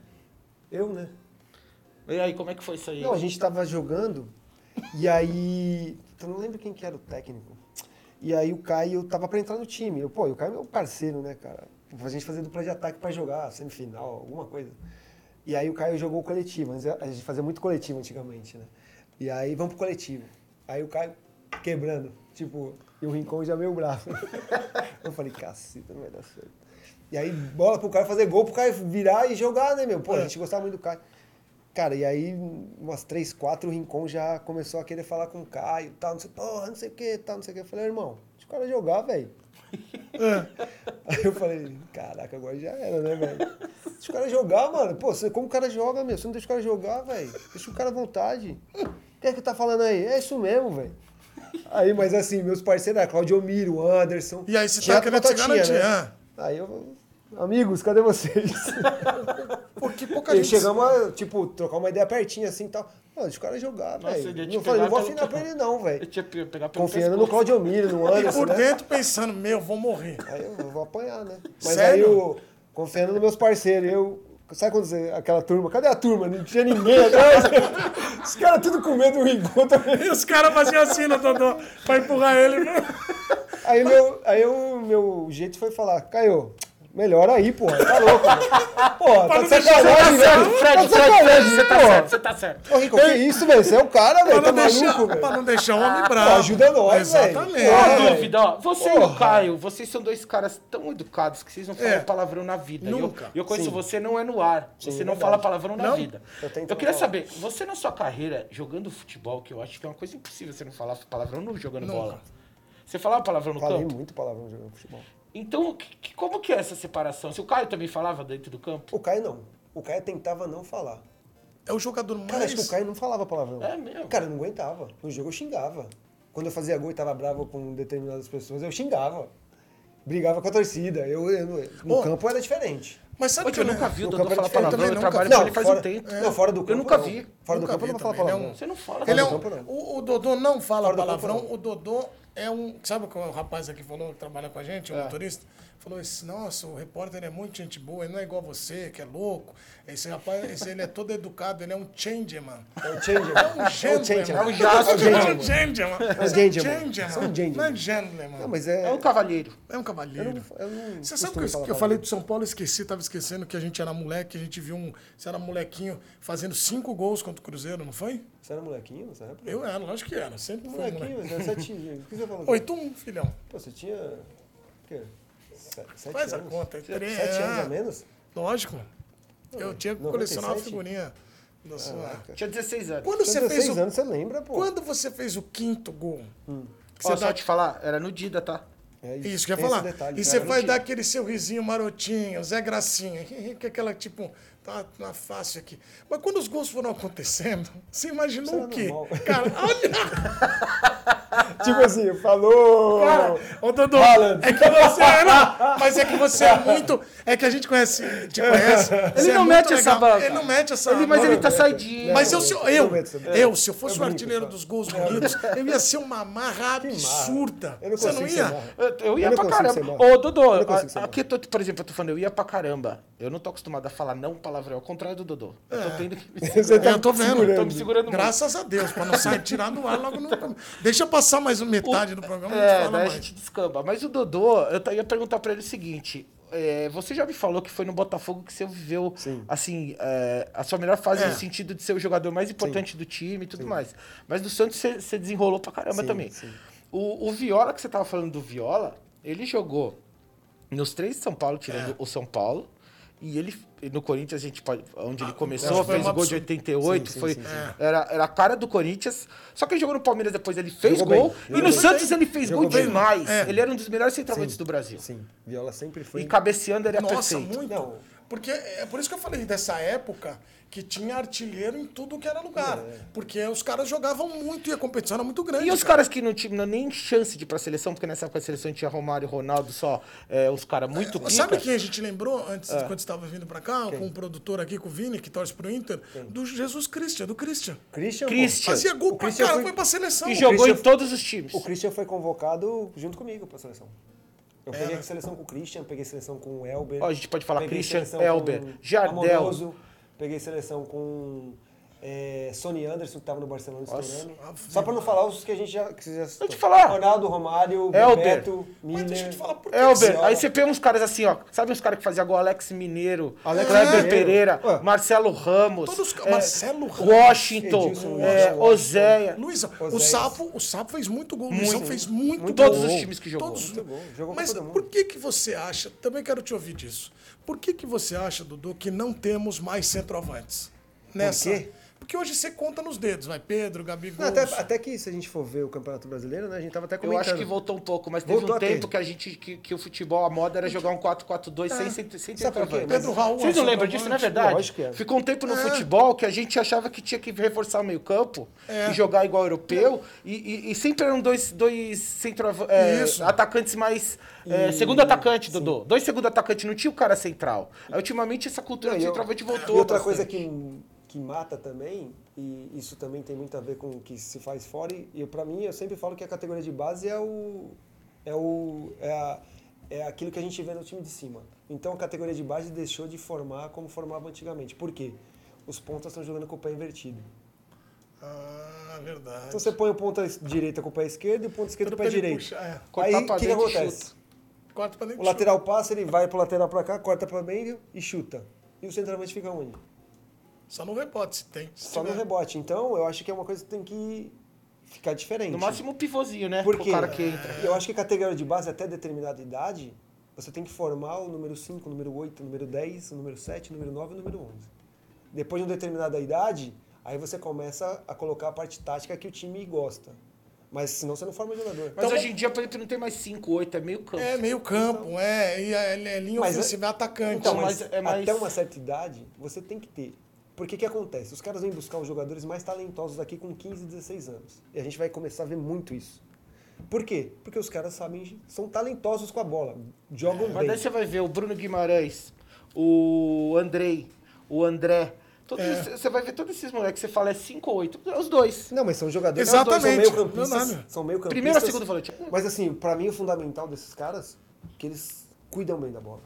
Speaker 3: Eu, né?
Speaker 2: E aí, como é que foi isso aí?
Speaker 3: Não, a gente tava jogando e aí. Eu não lembro quem que era o técnico. E aí o Caio tava pra entrar no time. Eu, pô, e o Caio é meu parceiro, né, cara? A gente fazer dupla de ataque pra jogar, semifinal, alguma coisa. E aí o Caio jogou o coletivo. antes A gente fazia muito coletivo antigamente, né? E aí vamos pro coletivo. Aí o Caio quebrando. Tipo, e o Rincon já meio bravo. Eu falei, caceta, não vai dar certo. E aí bola pro Caio fazer gol, pro Caio virar e jogar, né, meu? Pô,
Speaker 2: É.
Speaker 3: a gente gostava muito do Caio. Cara, e aí, umas três, quatro, o Rincon já começou a querer falar com o Caio e tal, não sei, porra, não sei o que, tal, não sei o que. Eu falei, irmão, deixa o cara jogar, velho.
Speaker 1: É.
Speaker 3: aí eu falei, caraca, agora já era, né, velho? Deixa o cara jogar, mano. Pô, você, como o cara joga, meu? Você não deixa o cara jogar, velho. Deixa o cara à vontade. O que é que tá falando aí? É isso mesmo, velho. Aí, mas assim, meus parceiros, ah, Claudio Miro, Anderson.
Speaker 1: E aí você tá
Speaker 3: Thiago
Speaker 1: querendo se
Speaker 3: Patotinha,
Speaker 1: garantir, ah.
Speaker 3: né? Aí eu. Amigos, cadê vocês?
Speaker 1: Porque pouca
Speaker 3: E
Speaker 1: gente.
Speaker 3: chegamos a, tipo, trocar uma ideia pertinha assim e tal. Mano, deixa o cara jogar,
Speaker 2: Nossa,
Speaker 3: velho.
Speaker 2: ele ia te
Speaker 3: Não falei, não vou
Speaker 2: pegar pelo-
Speaker 3: afinar pra ele não,
Speaker 2: Eu
Speaker 3: velho.
Speaker 2: tinha que pegar pelo
Speaker 3: Confiando no
Speaker 2: pescoço.
Speaker 3: Claudio Miro, no
Speaker 1: E
Speaker 3: Anderson,
Speaker 1: por
Speaker 3: né?
Speaker 1: dentro pensando, meu, vou morrer.
Speaker 3: Aí eu vou apanhar, né? Mas
Speaker 1: Sério?
Speaker 3: aí eu, confiando nos meus parceiros, eu... Sabe quando você, aquela turma? Cadê a turma? Não tinha ninguém atrás. Os caras tudo com medo um do Rincon também.
Speaker 1: E os caras faziam assim no Dodô, pra empurrar ele.
Speaker 3: Aí meu, aí eu, meu jeito foi falar, Caio, melhor aí, porra. Tá louco, mano. Pô, Pô, tá
Speaker 2: Pra
Speaker 3: de
Speaker 2: não deixar você tá
Speaker 3: sacanagem,
Speaker 2: certo,
Speaker 3: velho.
Speaker 2: Fred,
Speaker 3: Tá
Speaker 2: Fred,
Speaker 3: de
Speaker 2: Fred,
Speaker 3: sacanagem,
Speaker 2: você tá
Speaker 3: pô.
Speaker 2: certo, você tá certo.
Speaker 3: Ô, Rico, que isso, velho? Você é o cara,
Speaker 1: Pra
Speaker 3: velho. Tá
Speaker 1: não, deixar,
Speaker 3: maluco,
Speaker 1: pra
Speaker 3: velho.
Speaker 1: não deixar o homem bravo.
Speaker 3: ajuda nós, velho.
Speaker 1: Exatamente.
Speaker 3: É,
Speaker 2: Não há
Speaker 3: velho.
Speaker 2: dúvida, ó. Você e o
Speaker 3: Porra.
Speaker 2: Caio, vocês são dois caras tão educados que vocês não falam
Speaker 1: É.
Speaker 2: palavrão na vida. E eu-
Speaker 1: Nunca.
Speaker 2: E eu, conheço você, não é no ar. você não fala palavrão na
Speaker 1: Não.
Speaker 2: vida.
Speaker 3: Eu tento
Speaker 2: Eu queria
Speaker 3: não falar.
Speaker 2: saber, você na sua carreira, jogando futebol, que eu acho que é uma coisa impossível você não falar palavrão no jogando bola. Você falava palavrão no
Speaker 3: Falei
Speaker 2: campo?
Speaker 3: muito palavrão jogando futebol.
Speaker 2: Então, que- que- como que é essa separação? Se o Caio também falava dentro do campo?
Speaker 3: O Caio não. O Caio tentava não falar.
Speaker 1: É o jogador
Speaker 3: Cara, acho que o
Speaker 1: mais.
Speaker 3: Caio não falava palavrão.
Speaker 2: É mesmo?
Speaker 3: Cara, eu não aguentava. No jogo eu xingava. Quando eu fazia gol e tava bravo com determinadas pessoas, eu xingava. Brigava com a torcida. Eu, eu- no
Speaker 1: Ô.
Speaker 3: campo era diferente.
Speaker 1: Mas sabe
Speaker 2: Pô,
Speaker 1: que eu
Speaker 2: eu nunca
Speaker 1: nunca
Speaker 2: vi o
Speaker 3: No
Speaker 2: Dodô
Speaker 3: campo
Speaker 2: falar
Speaker 3: ele- ele
Speaker 2: palavrão,
Speaker 1: também
Speaker 2: eu
Speaker 1: nunca-
Speaker 2: trabalho com ele faz um
Speaker 3: fora,
Speaker 2: tempo.
Speaker 3: não, fora do campo.
Speaker 2: Eu nunca
Speaker 3: não.
Speaker 2: vi. né?
Speaker 3: Fora
Speaker 1: Nunca
Speaker 3: do
Speaker 1: vi
Speaker 3: campo ele não fala
Speaker 1: também,
Speaker 3: palavrão.
Speaker 1: não.
Speaker 2: Você não fala
Speaker 1: Ele é
Speaker 2: palavrão.
Speaker 1: um-
Speaker 3: campo, não.
Speaker 1: o, o Dodô não fala
Speaker 3: Fora do campo,
Speaker 1: palavrão.
Speaker 3: não.
Speaker 1: O Dodô é um. Sabe qual é o rapaz aqui falou que trabalha com a gente, o
Speaker 3: É.
Speaker 1: motorista? Falou assim: nossa, o repórter é muito gente boa, ele não é igual você, que é louco. Esse rapaz, esse, ele é todo educado, ele é um changeman.
Speaker 3: É o changer.
Speaker 1: É um gentleman.
Speaker 3: changeman.
Speaker 2: É um jaspe.
Speaker 1: Ele É um
Speaker 3: gentleman.
Speaker 1: gentleman.
Speaker 3: É um
Speaker 1: Você
Speaker 3: gentleman. Você é um gentleman.
Speaker 1: Não é gentleman.
Speaker 3: Não, mas é...
Speaker 2: É um cavalheiro.
Speaker 1: É um
Speaker 3: eu
Speaker 1: cavalheiro.
Speaker 3: não- eu não
Speaker 1: Você sabe que
Speaker 3: costumo
Speaker 1: eu, que
Speaker 3: falar
Speaker 1: eu
Speaker 3: palavrão.
Speaker 1: falei do São Paulo, eu esqueci, tava esquecendo que a gente era moleque, a gente viu um. Você era molequinho fazendo cinco gols contra o Cruzeiro, não foi?
Speaker 3: Você era molequinho? Você era
Speaker 1: Eu era, lógico que era. Sempre foi
Speaker 3: molequinho,
Speaker 1: moleque.
Speaker 3: você era sete anos. O que você falou?
Speaker 1: 8-1, filhão.
Speaker 3: Pô, você tinha... O quê? Se- Sete
Speaker 1: Faz a
Speaker 3: anos?
Speaker 1: conta. aí. Três,
Speaker 3: Sete anos
Speaker 1: é.
Speaker 3: a menos?
Speaker 1: Lógico. Eu tinha que colecionar uma
Speaker 3: 97?
Speaker 1: figurinha da sua.
Speaker 2: Tinha 16 anos.
Speaker 1: Quando você
Speaker 3: Você
Speaker 1: fez
Speaker 3: fez
Speaker 1: o,
Speaker 3: anos, você lembra, pô. Hum.
Speaker 1: quando você fez o quinto gol, que
Speaker 2: Ó,
Speaker 1: você
Speaker 2: só
Speaker 1: dá
Speaker 2: te falar, era no Dida, tá?
Speaker 3: É
Speaker 1: Isso que eu ia
Speaker 3: tem esse
Speaker 1: falar.
Speaker 3: detalhe,
Speaker 1: e
Speaker 3: tá?
Speaker 1: você
Speaker 3: Eu
Speaker 1: vai
Speaker 3: não
Speaker 1: dar aquele seu risinho marotinho, Zé Gracinha, que é aquela tipo, tá na face aqui. Mas quando os gols foram acontecendo, você imaginou
Speaker 3: Isso
Speaker 1: o
Speaker 3: era
Speaker 1: quê?
Speaker 3: normal.
Speaker 1: Cara, olha!
Speaker 3: tinha. Tipo assim, falou...
Speaker 1: Cara, ô Dodô,
Speaker 3: Haaland.
Speaker 1: é que você era. Mas é que você é muito. É que a gente conhece, te conhece. você é
Speaker 2: não
Speaker 1: muito
Speaker 2: mete essa
Speaker 1: legal.
Speaker 2: banca.
Speaker 1: Ele não mete essa
Speaker 2: Ele- mas
Speaker 1: banca.
Speaker 2: ele tá saidinho.
Speaker 1: Mas eu, se eu, eu,
Speaker 3: Roberto, Roberto.
Speaker 1: eu, se eu fosse o
Speaker 3: Eu brinco,
Speaker 1: artilheiro
Speaker 3: tá?
Speaker 1: dos gols bonitos, eu ia ser uma marra absurda.
Speaker 3: Eu não
Speaker 1: Você não
Speaker 3: consigo
Speaker 1: ia?
Speaker 3: ser marra.
Speaker 2: Eu, eu ia
Speaker 3: Eu não
Speaker 2: pra
Speaker 3: consigo ser
Speaker 2: caramba.
Speaker 3: mal.
Speaker 2: Ô, Dodô,
Speaker 3: Eu não consigo ser
Speaker 2: a-
Speaker 3: mal.
Speaker 2: aqui eu tô, por exemplo, eu tô falando, eu ia pra caramba. Eu não tô acostumado a falar não palavrão, ao contrário do Dodô. Eu tô tendo que me segurar.
Speaker 3: Você tá
Speaker 1: eu tô vendo.
Speaker 3: segurando.
Speaker 2: Tô me segurando muito.
Speaker 1: Graças a Deus, pra não sair tirar do ar logo no começo. Deixa eu passar mais uma metade do programa, não
Speaker 2: É,
Speaker 1: fala
Speaker 2: daí a
Speaker 1: mais.
Speaker 2: gente descamba. Mas o Dodô, eu ta- ia perguntar pra ele o seguinte. é, você já me falou que foi no Botafogo que você viveu, assim, é, a sua melhor fase
Speaker 1: É.
Speaker 2: no sentido de ser o jogador mais importante do time e tudo mais. Mas do Santos você, você desenrolou pra caramba
Speaker 3: Sim,
Speaker 2: também.
Speaker 3: sim.
Speaker 2: O, o Viola, que você tava falando do Viola, ele jogou nos três de São Paulo,
Speaker 1: É.
Speaker 2: tirando o São Paulo. E ele, no Corinthians, a gente pode, onde ele começou,
Speaker 1: acho que foi
Speaker 2: fez
Speaker 1: um
Speaker 2: o gol de
Speaker 1: absurdo.
Speaker 2: 88,
Speaker 3: Sim, sim,
Speaker 2: foi,
Speaker 3: sim,
Speaker 2: Era, era a cara do Corinthians. Só que ele jogou no Palmeiras depois, ele fez
Speaker 3: Jogou
Speaker 2: gol.
Speaker 3: bem,
Speaker 2: e
Speaker 3: jogou
Speaker 2: no
Speaker 3: bem.
Speaker 2: Santos ele fez
Speaker 3: Jogou
Speaker 2: gol
Speaker 3: bem.
Speaker 2: demais.
Speaker 1: É.
Speaker 2: Ele era um dos melhores centroavantes do Brasil.
Speaker 3: Sim, Viola sempre foi...
Speaker 2: E cabeceando ele é
Speaker 1: Nossa,
Speaker 2: perfeito.
Speaker 1: muito.
Speaker 3: Não.
Speaker 1: Porque é por isso que eu falei dessa época que tinha artilheiro em tudo que era lugar. Porque os caras jogavam muito e a competição era muito grande.
Speaker 2: É. E os
Speaker 1: cara.
Speaker 2: caras que não tinham nem chance de ir pra seleção, porque nessa época a seleção tinha Romário e Ronaldo só, é, uns caras É. muito pica.
Speaker 1: Sabe quem a gente lembrou antes, quando estava vindo pra cá, com um produtor aqui, com o Vini, que torce pro Inter, do Jesus Christian, do Christian.
Speaker 3: Christian, pô.
Speaker 2: Christian.
Speaker 1: Fazia gol
Speaker 3: O
Speaker 1: pra
Speaker 3: Christian
Speaker 1: cara, foi...
Speaker 3: foi-
Speaker 1: pra seleção.
Speaker 2: E jogou em
Speaker 3: Christian-
Speaker 2: todos os times.
Speaker 3: O Christian foi convocado junto comigo pra seleção. Eu peguei a seleção com o Christian, peguei seleção com o Elber.
Speaker 2: Ó, a gente pode falar
Speaker 3: peguei
Speaker 2: Christian,
Speaker 3: seleção
Speaker 2: Elber,
Speaker 3: com
Speaker 2: Jardel.
Speaker 3: Amoroso, peguei seleção com é, Sony Anderson, que tava no Barcelona estourando.
Speaker 1: ah,
Speaker 3: Só pra não falar os que a gente já... Que você já citou.
Speaker 2: te falar.
Speaker 3: Ronaldo, Romário,
Speaker 2: Elber.
Speaker 3: Bebeto, Miller.
Speaker 1: Mas deixa eu te falar por que que
Speaker 2: Elber,
Speaker 1: você-
Speaker 2: É, aí você pega uns caras assim, ó. Sabe uns caras que fazia gol? Alex Mineiro,
Speaker 3: Alex
Speaker 2: Kleber
Speaker 3: Mineiro.
Speaker 2: Pereira,
Speaker 3: Ué.
Speaker 2: Marcelo Ramos. é,
Speaker 1: Todos os ca- Marcelo Ramos.
Speaker 2: Washington,
Speaker 3: Edilson
Speaker 2: é,
Speaker 3: Washington.
Speaker 2: Oséia.
Speaker 1: Luizão, o
Speaker 3: Oséias.
Speaker 1: Sapo, o Sapo fez muito gol. O Luizão fez muito, gol.
Speaker 2: Todos os times que jogou.
Speaker 1: Todos.
Speaker 3: Muito bom, jogou com
Speaker 1: né? Mas
Speaker 3: todo mundo.
Speaker 1: por que que você acha, também quero te ouvir disso, por que que você acha, Dudu, que não temos mais centroavantes? Nessa.
Speaker 3: quê?
Speaker 1: Porque hoje você conta nos dedos, vai Pedro, Gabigol...
Speaker 3: Não, até, até que se a gente for ver o Campeonato Brasileiro, né? A gente tava até
Speaker 2: Eu
Speaker 3: comentando.
Speaker 2: acho que voltou um pouco, mas teve
Speaker 3: Voltou
Speaker 2: um
Speaker 3: a ter.
Speaker 2: tempo que a gente que, que o futebol, a moda era jogar um 4-4-2 sem, sem, sem
Speaker 3: É. Sabe por quê?
Speaker 2: centroavante.
Speaker 1: Pedro Raul,
Speaker 2: Vocês
Speaker 3: Então,
Speaker 2: não
Speaker 3: assim,
Speaker 1: centroavante.
Speaker 2: lembram disso, não é verdade?
Speaker 3: Lógico que é.
Speaker 2: Ficou um tempo no futebol que a gente achava que tinha que reforçar o meio-campo
Speaker 1: É.
Speaker 2: e jogar igual europeu. E, e- e sempre eram dois, dois centroav- é,
Speaker 1: Isso.
Speaker 2: atacantes mais. é, segundo atacante, Dodô. Dois segundo atacantes, não tinha o cara central. Aí, ultimamente essa cultura de
Speaker 3: E eu-
Speaker 2: centroavante voltou.
Speaker 3: E outra
Speaker 2: bastante.
Speaker 3: coisa que, que mata também, e isso também tem muito a ver com o que se faz fora, e, e para mim eu sempre falo que a categoria de base é o. É, o é, a- é aquilo que a gente vê no time de cima. Então a categoria de base deixou de formar como formava antigamente. Por quê? Os pontas estão jogando com o pé invertido.
Speaker 1: Ah, verdade.
Speaker 3: Então você põe o ponta direita com o pé esquerdo e o ponta esquerdo com o pé
Speaker 1: Pra ele
Speaker 3: direito.
Speaker 1: puxar, é.
Speaker 3: Aí
Speaker 2: Cortar
Speaker 3: o
Speaker 2: pra
Speaker 3: que, que
Speaker 2: dentro e
Speaker 3: acontece?
Speaker 2: chuta.
Speaker 1: Corta pra dentro.
Speaker 3: O lateral passa, ele vai pro lateral pra cá, corta pra meio e chuta. E o centroavante fica onde?
Speaker 1: Só no rebote se tem. Se
Speaker 3: Só no
Speaker 1: tiver.
Speaker 3: rebote. Então, eu acho que é uma coisa que tem que ficar diferente.
Speaker 2: No máximo um pivôzinho, né?
Speaker 3: é Por
Speaker 2: Pro
Speaker 3: quê?
Speaker 2: cara que entra.
Speaker 3: Eu acho que categoria de base, até determinada idade, você tem que formar o número 5, o número 8, o número 10, o número 7, o número 9 e o número 11. Depois de uma determinada idade, aí você começa a colocar a parte tática que o time gosta. Mas senão você não forma jogador.
Speaker 2: Mas
Speaker 3: Então,
Speaker 2: hoje em dia, por exemplo, não tem mais 5, 8, é meio campo.
Speaker 1: É meio campo, é. E é, é linha
Speaker 3: Mas é-
Speaker 1: ofensiva e atacante.
Speaker 3: então,
Speaker 2: mas
Speaker 3: mas
Speaker 2: é mais-
Speaker 3: até uma certa idade, você tem que ter. Porque que acontece? Os caras vêm buscar os jogadores mais talentosos aqui com 15, 16 anos. E a gente vai começar a ver muito isso. Por quê? Porque os caras sabem, são talentosos com a bola, jogam
Speaker 2: Mas
Speaker 3: bem.
Speaker 2: daí você vai ver o Bruno Guimarães, o Andrei, o André. Todos
Speaker 1: É.
Speaker 2: esses- você vai ver todos esses moleques, você fala é 5 ou 8, os dois.
Speaker 3: Não, mas são jogadores.
Speaker 1: Exatamente.
Speaker 3: São meio campistas.
Speaker 1: Leonardo.
Speaker 3: São meio campistas.
Speaker 2: Primeiro ou segundo volante?
Speaker 3: Mas assim, pra mim o fundamental desses caras é que eles cuidam bem da bola.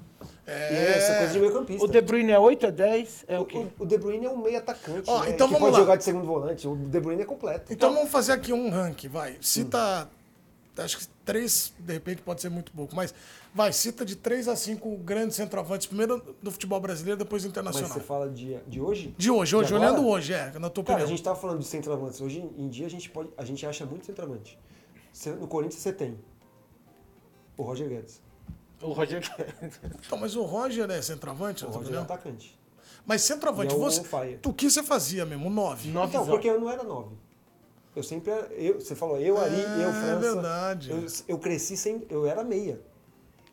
Speaker 1: É.
Speaker 3: E é essa coisa de meio campista.
Speaker 2: O De Bruyne é 8, é 10, é o quê?
Speaker 3: O- o De Bruyne é um meio atacante,
Speaker 1: Ó,
Speaker 3: né?
Speaker 1: então
Speaker 3: que
Speaker 1: vamos
Speaker 3: pode
Speaker 1: lá.
Speaker 3: jogar de segundo volante. O De Bruyne é completo.
Speaker 1: Então vamos fazer aqui um ranking, vai. Cita. Acho que três, de repente, pode ser muito pouco, mas vai, cita de três a cinco grandes centroavantes, primeiro do futebol brasileiro, depois do
Speaker 3: Mas
Speaker 1: internacional.
Speaker 3: você fala de, de hoje?
Speaker 1: De hoje, hoje,
Speaker 3: agora?
Speaker 1: olhando hoje, é, na tua opinião.
Speaker 3: Cara, a gente tava falando de centroavantes. Hoje em dia a gente, pode, a gente acha muito centroavante. Você- No Corinthians você tem o Roger Guedes.
Speaker 2: O Roger
Speaker 1: Então, mas o Roger é centroavante,
Speaker 3: O
Speaker 1: na tua
Speaker 3: Roger é
Speaker 1: opinião?
Speaker 3: atacante.
Speaker 1: Mas centroavante,
Speaker 3: E é um
Speaker 1: você.
Speaker 3: fire.
Speaker 1: O que você fazia mesmo? Um Nove.
Speaker 2: 9
Speaker 3: Então, porque eu não era nove. Eu sempre era. Eu, você falou, eu, Ari,
Speaker 1: É
Speaker 3: eu, França.
Speaker 1: verdade.
Speaker 3: Eu, eu cresci sem. Eu era meia.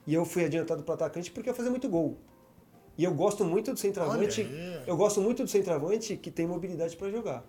Speaker 3: E eu fui adiantado para atacante porque eu fazia muito gol. E eu gosto muito do centroavante.
Speaker 1: Olha aí.
Speaker 3: Eu gosto muito do centroavante que tem mobilidade para jogar.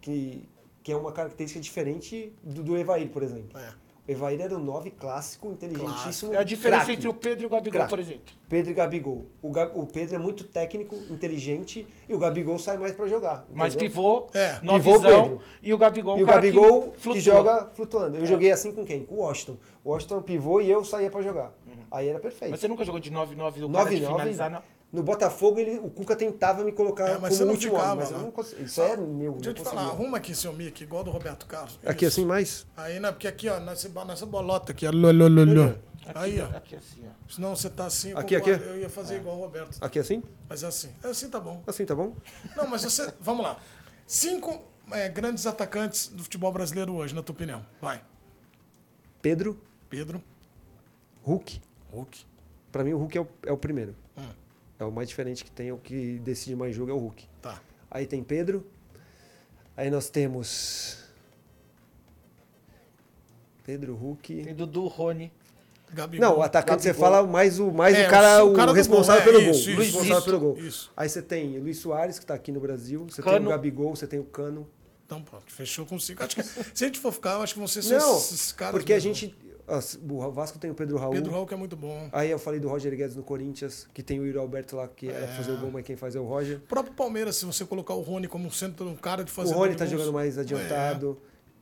Speaker 3: Que, que é uma característica diferente do, do Evair, por exemplo.
Speaker 1: É.
Speaker 3: O Evair era um nove clássico, inteligentíssimo.
Speaker 2: É a diferença
Speaker 3: craque.
Speaker 2: entre o Pedro e o Gabigol,
Speaker 3: Craque.
Speaker 2: por exemplo.
Speaker 3: Pedro e Gabigol. O, Ga- o Pedro é muito técnico, inteligente, e o Gabigol sai mais para jogar.
Speaker 2: Mas
Speaker 3: entendeu?
Speaker 2: pivô,
Speaker 1: É.
Speaker 2: novizão,
Speaker 3: Pivô, Pedro.
Speaker 2: e o Gabigol,
Speaker 3: E
Speaker 2: um
Speaker 3: o
Speaker 2: cara que
Speaker 3: Gabigol que,
Speaker 2: flutua. É.
Speaker 3: joga flutuando. Eu joguei assim com quem? Com o Washington. O Washington é um pivô e eu saía pra jogar. Aí era
Speaker 2: Uhum. Mas
Speaker 3: perfeito.
Speaker 2: você nunca jogou de 9-9 o cara de
Speaker 3: 9
Speaker 2: finalizar, não?
Speaker 3: 9 No Botafogo, ele, o Cuca tentava me colocar
Speaker 1: É, mas você
Speaker 3: como
Speaker 1: não
Speaker 3: último
Speaker 1: ficava,
Speaker 3: homem, mas eu
Speaker 1: né?
Speaker 3: não consegui. Isso é meu,
Speaker 1: Deixa eu
Speaker 3: não
Speaker 1: te falar,
Speaker 3: conseguia.
Speaker 1: arruma aqui seu mic, igual do Roberto Carlos.
Speaker 3: Aqui
Speaker 1: Isso.
Speaker 3: assim mais?
Speaker 1: Aí, né? Porque aqui, ó, nessa, nessa bolota aqui, ó. lô, lô, lô, lô.
Speaker 2: Aqui,
Speaker 1: Aí, ó.
Speaker 2: Aqui assim, ó.
Speaker 1: Senão você tá assim.
Speaker 3: Aqui,
Speaker 1: com-
Speaker 3: aqui?
Speaker 1: Eu ia fazer igual o Roberto.
Speaker 3: Aqui assim?
Speaker 1: Mas é assim. É assim tá bom.
Speaker 3: Assim, tá bom?
Speaker 1: Não, mas você. Vamos lá. Cinco é, grandes atacantes do futebol brasileiro hoje, na tua opinião. Vai.
Speaker 3: Pedro,
Speaker 1: Pedro,
Speaker 3: Hulk.
Speaker 1: Hulk.
Speaker 3: Pra mim, o Hulk é o, é o primeiro.
Speaker 1: Hum,
Speaker 3: É o mais diferente que tem, é o que decide mais jogo é o Hulk.
Speaker 1: tá.
Speaker 3: Aí tem Pedro. Aí nós temos. Pedro, Hulk.
Speaker 2: Tem Dudu, Rony.
Speaker 1: Gabigol.
Speaker 3: Não, o atacante você
Speaker 2: Gabigol.
Speaker 3: fala mais o, mais
Speaker 1: É,
Speaker 3: o cara,
Speaker 1: o
Speaker 3: o,
Speaker 1: cara do
Speaker 3: responsável
Speaker 1: gol, é,
Speaker 3: pelo gol.
Speaker 1: isso,
Speaker 3: o
Speaker 1: isso,
Speaker 3: responsável
Speaker 1: isso,
Speaker 3: pelo gol.
Speaker 1: isso.
Speaker 3: Aí você tem Luiz Soares, que tá aqui no Brasil, você tem
Speaker 2: Cano.
Speaker 3: o Gabigol, você tem o Cano.
Speaker 1: Então pronto, fechou com cinco. Acho que, se a gente for ficar, eu acho que vão ser só
Speaker 3: Não,
Speaker 1: esses caras.
Speaker 3: porque a
Speaker 1: mesmo.
Speaker 3: gente. as- O Vasco tem o Pedro Raul.
Speaker 1: Pedro Hulk é muito bom.
Speaker 3: Aí eu falei do Roger Guedes no Corinthians, que tem o Yuri Alberto lá, que era pra fazer o gol, mas quem faz é o Roger.
Speaker 1: O próprio Palmeiras, se você colocar o Rony como um centro, um cara de
Speaker 3: O
Speaker 1: fazer.
Speaker 3: Rony
Speaker 1: dois
Speaker 3: tá
Speaker 1: gols.
Speaker 3: jogando mais adiantado.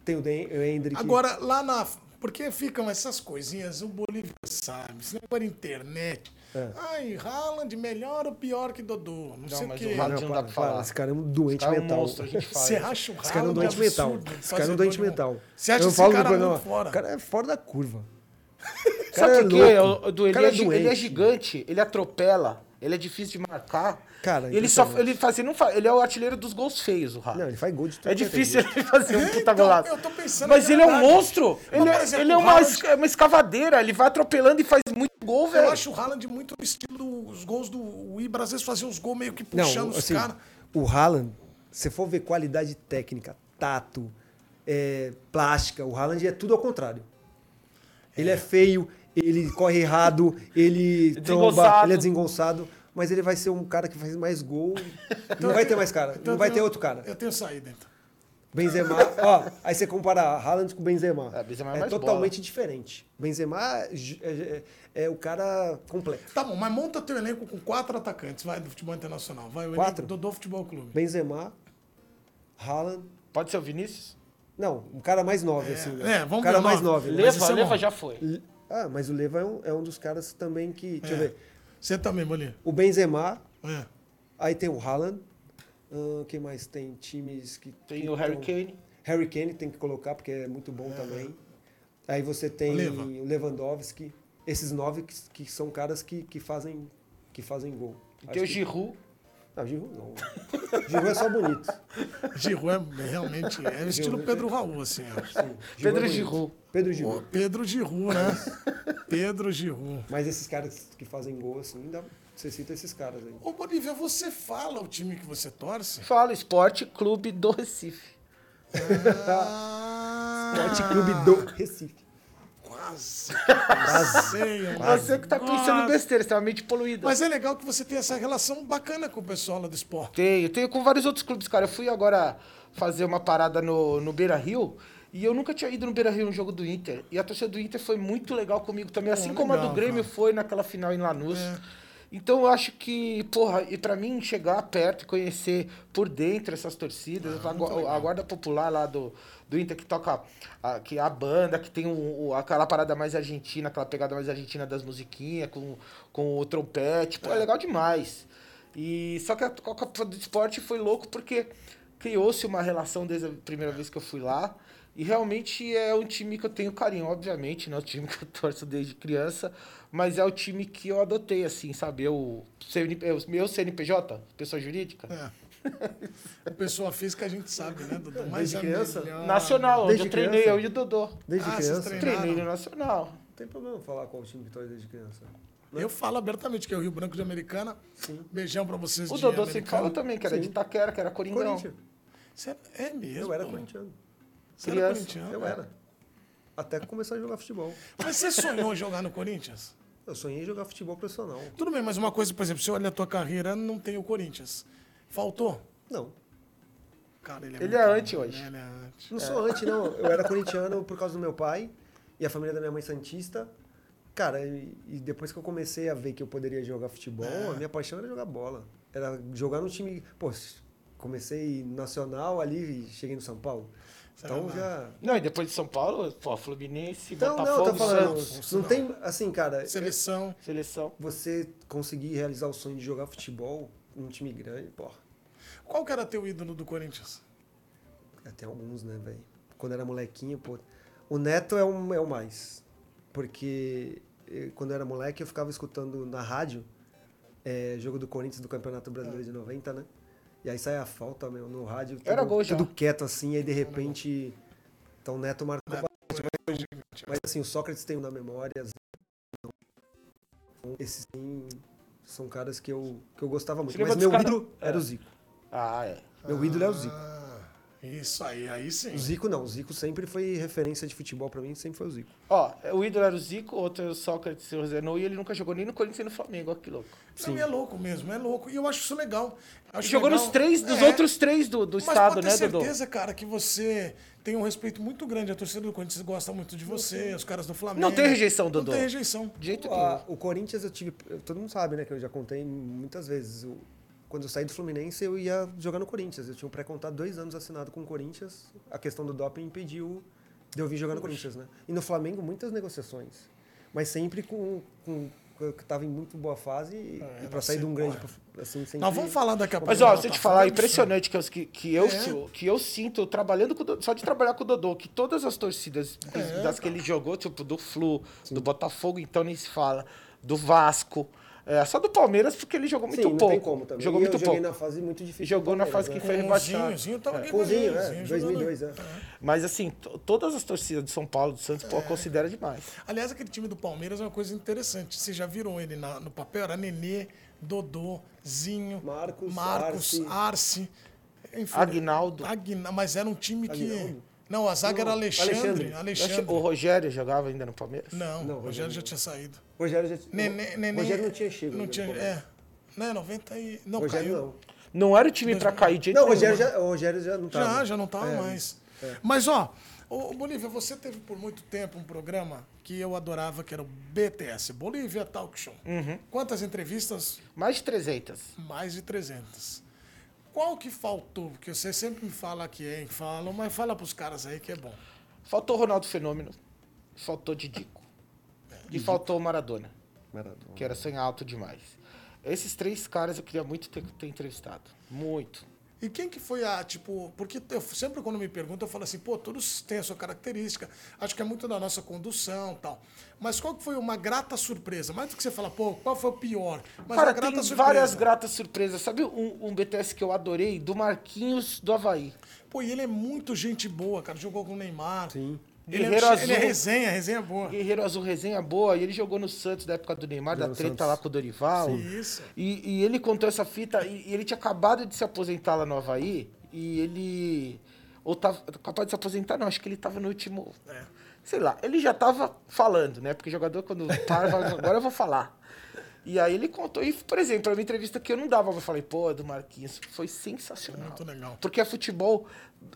Speaker 3: Tem o, Den o Hendrick.
Speaker 1: Agora, lá na. Porque ficam essas coisinhas, o Bolívia sabe, se não para internet.
Speaker 3: É.
Speaker 1: Ai, Haaland, melhor ou pior que Dodô? Não, sei o
Speaker 2: mas
Speaker 1: quê.
Speaker 2: o
Speaker 3: Não,
Speaker 2: Haaland- não dá
Speaker 3: para,
Speaker 2: pra
Speaker 3: para,
Speaker 2: falar.
Speaker 3: Esse cara é um doente
Speaker 2: Cara, é um
Speaker 3: mental.
Speaker 2: monstro, a gente fala.
Speaker 1: Você acha o Haaland
Speaker 3: Esse cara é um doente mental.
Speaker 1: absurdo
Speaker 3: Esse
Speaker 1: fazer
Speaker 3: cara é um
Speaker 1: gol
Speaker 3: doente
Speaker 1: de gol?
Speaker 3: mental.
Speaker 1: Você acha
Speaker 3: eu
Speaker 1: esse
Speaker 3: falo
Speaker 1: cara
Speaker 3: no
Speaker 1: muito
Speaker 3: programa,
Speaker 1: fora?
Speaker 3: O cara é fora da curva. O cara
Speaker 2: Sabe o
Speaker 3: é
Speaker 2: que
Speaker 3: louco.
Speaker 2: é? O do
Speaker 3: O
Speaker 2: ele,
Speaker 3: cara
Speaker 2: é,
Speaker 3: é
Speaker 2: gi- ele
Speaker 3: doente.
Speaker 2: é gigante, ele atropela, ele é difícil de marcar.
Speaker 3: Cara, é
Speaker 2: ele só
Speaker 3: impressionante.
Speaker 2: ele faz, ele não faz, ele é o artilheiro dos gols feios, o Rafa.
Speaker 3: Não, ele faz gol de tudo.
Speaker 2: É
Speaker 3: que
Speaker 2: difícil
Speaker 3: jeito.
Speaker 2: ele fazer um puta
Speaker 1: Então,
Speaker 2: golaço.
Speaker 1: eu tô pensando
Speaker 2: Mas
Speaker 1: que é
Speaker 2: ele é um
Speaker 1: verdade.
Speaker 2: monstro.
Speaker 1: Mas,
Speaker 2: Ele,
Speaker 1: por
Speaker 2: é-
Speaker 1: exemplo,
Speaker 2: ele é
Speaker 1: o
Speaker 2: uma,
Speaker 1: Haaland-
Speaker 2: esca- uma escavadeira. Ele vai atropelando e faz muito gol,
Speaker 3: é.
Speaker 2: velho.
Speaker 1: Eu acho o Haaland muito no estilo dos gols do. O Ibra às vezes fazia uns gols meio que puxando
Speaker 3: Não,
Speaker 1: os
Speaker 3: assim,
Speaker 1: caras.
Speaker 3: o Haaland, se for ver qualidade técnica, tato, é, plástica, o Haaland é tudo ao contrário. Ele é, feio, ele corre errado, ele tromba,
Speaker 2: Desengonçado.
Speaker 3: ele é desengonçado, mas ele vai ser um cara que faz mais gol. não vai ter mais cara,
Speaker 1: Então,
Speaker 3: não
Speaker 1: eu
Speaker 3: vai ter
Speaker 1: tenho-
Speaker 3: outro cara.
Speaker 1: Eu tenho saída, então.
Speaker 3: Benzema, ó, aí você compara Haaland com Benzema.
Speaker 2: É, Benzema é mais
Speaker 3: totalmente diferente. Benzema é, é- é o cara completo.
Speaker 1: Tá bom, mas monta teu elenco com quatro atacantes, vai, do futebol internacional. Vai, o elenco
Speaker 3: Quatro?
Speaker 1: do, do futebol clube.
Speaker 3: Benzema, Haaland,
Speaker 2: Pode ser o Vinícius?
Speaker 3: não, um cara mais nove assim. né?
Speaker 1: é, vamos
Speaker 3: um cara
Speaker 1: ver o
Speaker 3: mais
Speaker 1: nove.
Speaker 3: nove.
Speaker 1: Mas
Speaker 3: né?
Speaker 2: Leva,
Speaker 1: isso é
Speaker 2: Leva
Speaker 1: bom.
Speaker 2: já foi.
Speaker 3: Le- Ah, mas o Leva é um, é um dos caras também que, deixa eu
Speaker 1: É.
Speaker 3: ver.
Speaker 1: Você também, Bolinha.
Speaker 3: O Benzema,
Speaker 1: É.
Speaker 3: aí tem o Haaland, Ahn, quem mais tem times que
Speaker 2: Tem
Speaker 3: que
Speaker 2: o Harry
Speaker 3: tão-
Speaker 2: Kane.
Speaker 3: Harry Kane tem que colocar porque é muito bom também. Aí você tem
Speaker 1: Leva.
Speaker 3: o Lewandowski, esses nove que, que são caras que, que fazem que fazem gol.
Speaker 2: Tem o
Speaker 3: Acho que-
Speaker 2: Giroud.
Speaker 3: Não, Giru não. Giru é só bonito.
Speaker 1: Giru é realmente é estilo Pedro Raul, assim. ó.
Speaker 3: Giroud
Speaker 2: Pedro
Speaker 3: é bonito.
Speaker 2: Giroud.
Speaker 3: Pedro
Speaker 1: Pô,
Speaker 3: Giru.
Speaker 1: Pedro Giru, né? Pedro Giru.
Speaker 3: Mas esses caras que fazem gol assim, dá... você cita esses caras aí.
Speaker 1: Ô, Bolívia, você fala o time que você torce?
Speaker 2: Fala Esporte Clube do Recife.
Speaker 1: Ah,
Speaker 3: Esporte Clube do Recife.
Speaker 1: Quase. Quase.
Speaker 2: Você que tá pensando besteira, você tem uma mente poluída.
Speaker 1: Mas é legal que você tem essa relação bacana com o pessoal lá do esporte.
Speaker 2: Tenho, tenho com vários outros clubes, cara. Eu fui agora fazer uma parada no, no Beira Rio e eu nunca tinha ido no Beira Rio no jogo do Inter. E a torcida do Inter foi muito legal comigo também, assim como a
Speaker 1: legal,
Speaker 2: do Grêmio foi naquela final em Lanús. Então eu acho que, porra, e pra mim chegar perto e conhecer por dentro essas torcidas, a, gua- a guarda popular lá do, do Inter que toca a, que é a banda, que tem o- o- aquela parada mais argentina, aquela pegada mais argentina das musiquinhas, com, com o trompete, pô, é legal demais. E só que a Copa do Esporte foi louco porque criou-se uma relação desde a primeira vez que eu fui lá. E realmente é um time que eu tenho carinho, obviamente, não é o time que eu torço desde criança, mas é o time que eu adotei, assim, sabe? Eu, CNP, eu- meu CNPJ, pessoa jurídica,
Speaker 1: É. né? O pessoa física a gente sabe, né, Dudu? Mas
Speaker 3: Desde
Speaker 1: é
Speaker 3: criança?
Speaker 1: melhor.
Speaker 2: nacional, onde
Speaker 3: Ah, Desde
Speaker 2: eu treinei,
Speaker 3: criança?
Speaker 2: eu e o Dodô.
Speaker 3: Desde
Speaker 1: Ah, vocês
Speaker 3: criança.
Speaker 1: treinam.
Speaker 2: Treinei no Nacional.
Speaker 3: Não tem problema falar qual time que torce desde criança.
Speaker 1: né? Eu falo abertamente que é o Rio Branco de Americana. Beijão pra vocês
Speaker 2: O
Speaker 1: de
Speaker 2: Dodô sempre
Speaker 1: Americana.
Speaker 2: fala também, que era de Itaquera, que era Coringão.
Speaker 3: Corinthians.
Speaker 1: Você era- É mesmo.
Speaker 3: Eu era
Speaker 1: pô.
Speaker 3: corintiano.
Speaker 1: Você era
Speaker 2: criança.
Speaker 1: corintiano.
Speaker 3: Eu era. Até começar a jogar futebol.
Speaker 1: Mas você sonhou em jogar no Corinthians?
Speaker 3: Eu sonhei em jogar futebol profissional.
Speaker 1: Tudo bem, mas uma coisa, por exemplo, se eu olhar a tua carreira, não tem o Corinthians. Faltou?
Speaker 3: Não.
Speaker 1: Cara, ele é,
Speaker 2: Ele
Speaker 1: muito
Speaker 2: é
Speaker 1: bom,
Speaker 2: anti hoje.
Speaker 1: né? Ele é anti.
Speaker 3: Não sou anti, não. Eu era corintiano por causa do meu pai e a família da minha mãe santista. Cara, e, e depois que eu comecei a ver que eu poderia jogar futebol,
Speaker 2: É.
Speaker 3: a minha paixão era jogar bola. Era jogar no time. Pô, comecei nacional ali e cheguei no São Paulo. Então
Speaker 1: lá.
Speaker 3: já.
Speaker 2: Não, e depois de São Paulo, pô, Fluminense,
Speaker 3: Então, não, eu
Speaker 2: Botafogo,
Speaker 3: tô falando.
Speaker 2: Santos,
Speaker 3: Não tem. Assim, cara,
Speaker 1: Seleção.
Speaker 2: seleção.
Speaker 3: você conseguir realizar o sonho de jogar futebol num time grande, pô.
Speaker 1: Qual que era teu ídolo do Corinthians?
Speaker 3: Até alguns, né, velho? Quando era molequinho, pô. O Neto é, um, é o mais. Porque eh, quando eu era moleque, eu ficava escutando na rádio eh, jogo do Corinthians do Campeonato Brasileiro de 90, né? E aí sai a falta, meu, no rádio. Tudo,
Speaker 2: Era gol já.
Speaker 3: tudo quieto assim, aí de repente. Então o Neto marcou. bastante,
Speaker 2: é
Speaker 3: mas,
Speaker 2: né?
Speaker 3: mas, assim, o Sócrates tem um na memória. Zé não. Esses sim, são caras que eu, que eu gostava muito.
Speaker 2: Você lembra
Speaker 3: Mas meu
Speaker 2: dos cara-
Speaker 3: ídolo era o Zico.
Speaker 2: Ah, é.
Speaker 3: Meu ídolo é o Zico.
Speaker 1: Ah, isso aí, aí sim.
Speaker 3: O Zico não, o Zico sempre foi referência de futebol pra mim, sempre foi o Zico.
Speaker 2: Ó, o ídolo era o Zico, outro era o Sócrates e o Zenou, e ele nunca jogou nem no Corinthians nem no Flamengo, ó, que louco.
Speaker 1: Não, e é louco mesmo, é louco. E eu acho isso legal. Acho
Speaker 2: jogou
Speaker 1: legal-
Speaker 2: nos três, dos
Speaker 1: É.
Speaker 2: outros três do, do estado,
Speaker 1: pode ter
Speaker 2: né, Dodô?
Speaker 1: certeza, cara, que você tem um respeito muito grande. A torcida do Corinthians gosta muito de você, os caras do Flamengo.
Speaker 2: Não tem rejeição, Dodô.
Speaker 1: Não tem rejeição.
Speaker 2: De jeito nenhum.
Speaker 3: Ah, o Corinthians eu tive, todo mundo sabe, né, que eu já contei muitas vezes. O- quando eu saí do Fluminense, eu ia jogar no Corinthians. Eu tinha um pré-contrato dois anos assinado com o Corinthians. A questão do doping impediu de eu vir jogar no Corinthians, né? E no Flamengo, muitas negociações. Mas sempre com... com que tava em muito boa fase e, e pra sair de um grande... Assim, sempre...
Speaker 1: Nós vamos falar daqui a pouco.
Speaker 2: Mas, ó,
Speaker 1: do
Speaker 2: se eu te
Speaker 1: Botafogo,
Speaker 2: falar, é
Speaker 1: absurdo.
Speaker 2: impressionante que eu, que, que
Speaker 3: né?
Speaker 2: eu, si- que eu sinto, trabalhando com o Dodô, só de trabalhar com o Dodô, que todas as torcidas
Speaker 3: É,
Speaker 2: das que ele jogou, tipo, do Flu, do Botafogo, então nem se fala, do Vasco, é, só do Palmeiras, porque ele jogou muito
Speaker 3: Sim, não
Speaker 2: pouco.
Speaker 3: tem como também.
Speaker 2: Jogou
Speaker 3: E
Speaker 2: muito
Speaker 3: eu joguei
Speaker 2: pouco.
Speaker 3: na fase muito difícil.
Speaker 2: Jogou
Speaker 3: do
Speaker 2: na
Speaker 3: Palmeiras,
Speaker 2: fazem que
Speaker 3: né?
Speaker 2: foi
Speaker 1: Com o
Speaker 2: rebaixado.
Speaker 1: Zinho, o Zinho tava aqui
Speaker 3: Com o Zinho,
Speaker 1: o
Speaker 3: é,
Speaker 1: Zinho jogando-
Speaker 3: 2002, é.
Speaker 2: Mas assim, to- todas as torcidas de São Paulo, do Santos, pô, considera demais.
Speaker 1: Aliás, aquele time do Palmeiras é uma coisa interessante. Vocês já viram ele na- no papel? Era Nenê, Dodô, Zinho,
Speaker 3: Marcos,
Speaker 1: Marcos,
Speaker 3: Arce.
Speaker 1: Arce. enfim,
Speaker 2: Aguinaldo.
Speaker 1: Agna- mas era um time que.
Speaker 3: Aguinaldo?
Speaker 1: Não, a zaga era
Speaker 3: Não,
Speaker 1: Alexandre.
Speaker 3: Alexandre.
Speaker 1: Alexandre.
Speaker 2: O Rogério jogava ainda no Palmeiras?
Speaker 1: Não,
Speaker 3: Não,
Speaker 1: o Rogério
Speaker 3: Rogério
Speaker 1: já tinha saído.
Speaker 3: Rogério já
Speaker 1: Nenê, Nenê,
Speaker 3: Rogério não tinha chego.
Speaker 1: Não
Speaker 3: ainda
Speaker 1: tinha,
Speaker 3: no Palmeiras.
Speaker 1: é. Não, 90 e. Não,
Speaker 3: Rogério
Speaker 1: caiu.
Speaker 3: não.
Speaker 2: Não era o time pra cair de jeito
Speaker 3: Não, o
Speaker 2: nenhum,
Speaker 3: Rogério
Speaker 2: né?
Speaker 3: já, o Rogério já não tava.
Speaker 1: Já, já não tava
Speaker 2: É.
Speaker 1: mais. Mas, ó, ô, ô, Bolívia, você teve por muito tempo um programa que eu adorava, que era o BTS, Bolívia Talk Show.
Speaker 2: Uhum.
Speaker 1: Quantas entrevistas?
Speaker 2: Mais de 300.
Speaker 1: Mais de 300. Qual que faltou? Porque você sempre me fala que é, falam, mas fala pros caras aí que é bom.
Speaker 2: Faltou Ronaldo Fenômeno, faltou Didico.
Speaker 1: É,
Speaker 2: E faltou Maradona,
Speaker 3: Maradona.
Speaker 2: que era sonho alto demais. Esses três caras eu queria muito ter, ter entrevistado. Muito.
Speaker 1: E quem que foi a, tipo, porque eu sempre quando me perguntam, eu falo assim, pô, todos têm a sua característica, acho que é muito da nossa condução tal. Mas qual que foi uma grata surpresa? Mais do que você fala, pô, qual foi o pior? Mas
Speaker 2: Cara,
Speaker 1: a grata
Speaker 2: tem várias gratas surpresas. Sabe um, um BTS que eu adorei? Do Marquinhos do Havaí.
Speaker 1: Pô, e ele é muito gente boa, cara, jogou com o Neymar.
Speaker 3: Sim.
Speaker 1: Ele, é,
Speaker 2: Guerreiro
Speaker 1: um- ele é
Speaker 2: Azul.
Speaker 1: resenha, resenha é boa.
Speaker 2: Guerreiro Azul resenha boa, e ele jogou no Santos da época do Neymar, da
Speaker 3: no
Speaker 2: treta
Speaker 3: Santos.
Speaker 2: lá com o Dorival.
Speaker 1: Isso.
Speaker 2: E, e ele contou essa fita, e, e ele tinha acabado de se aposentar lá no Havaí, e ele. Ou tava. Capaz de se aposentar, não, acho que ele tava no último.
Speaker 1: É.
Speaker 2: Sei lá, ele já tava falando, né? Porque jogador, quando para, fala, agora eu vou falar. E aí ele contou, e, por exemplo, uma entrevista que eu não dava, eu falei, pô, do Marquinhos, foi sensacional.
Speaker 1: Muito legal.
Speaker 2: Porque é futebol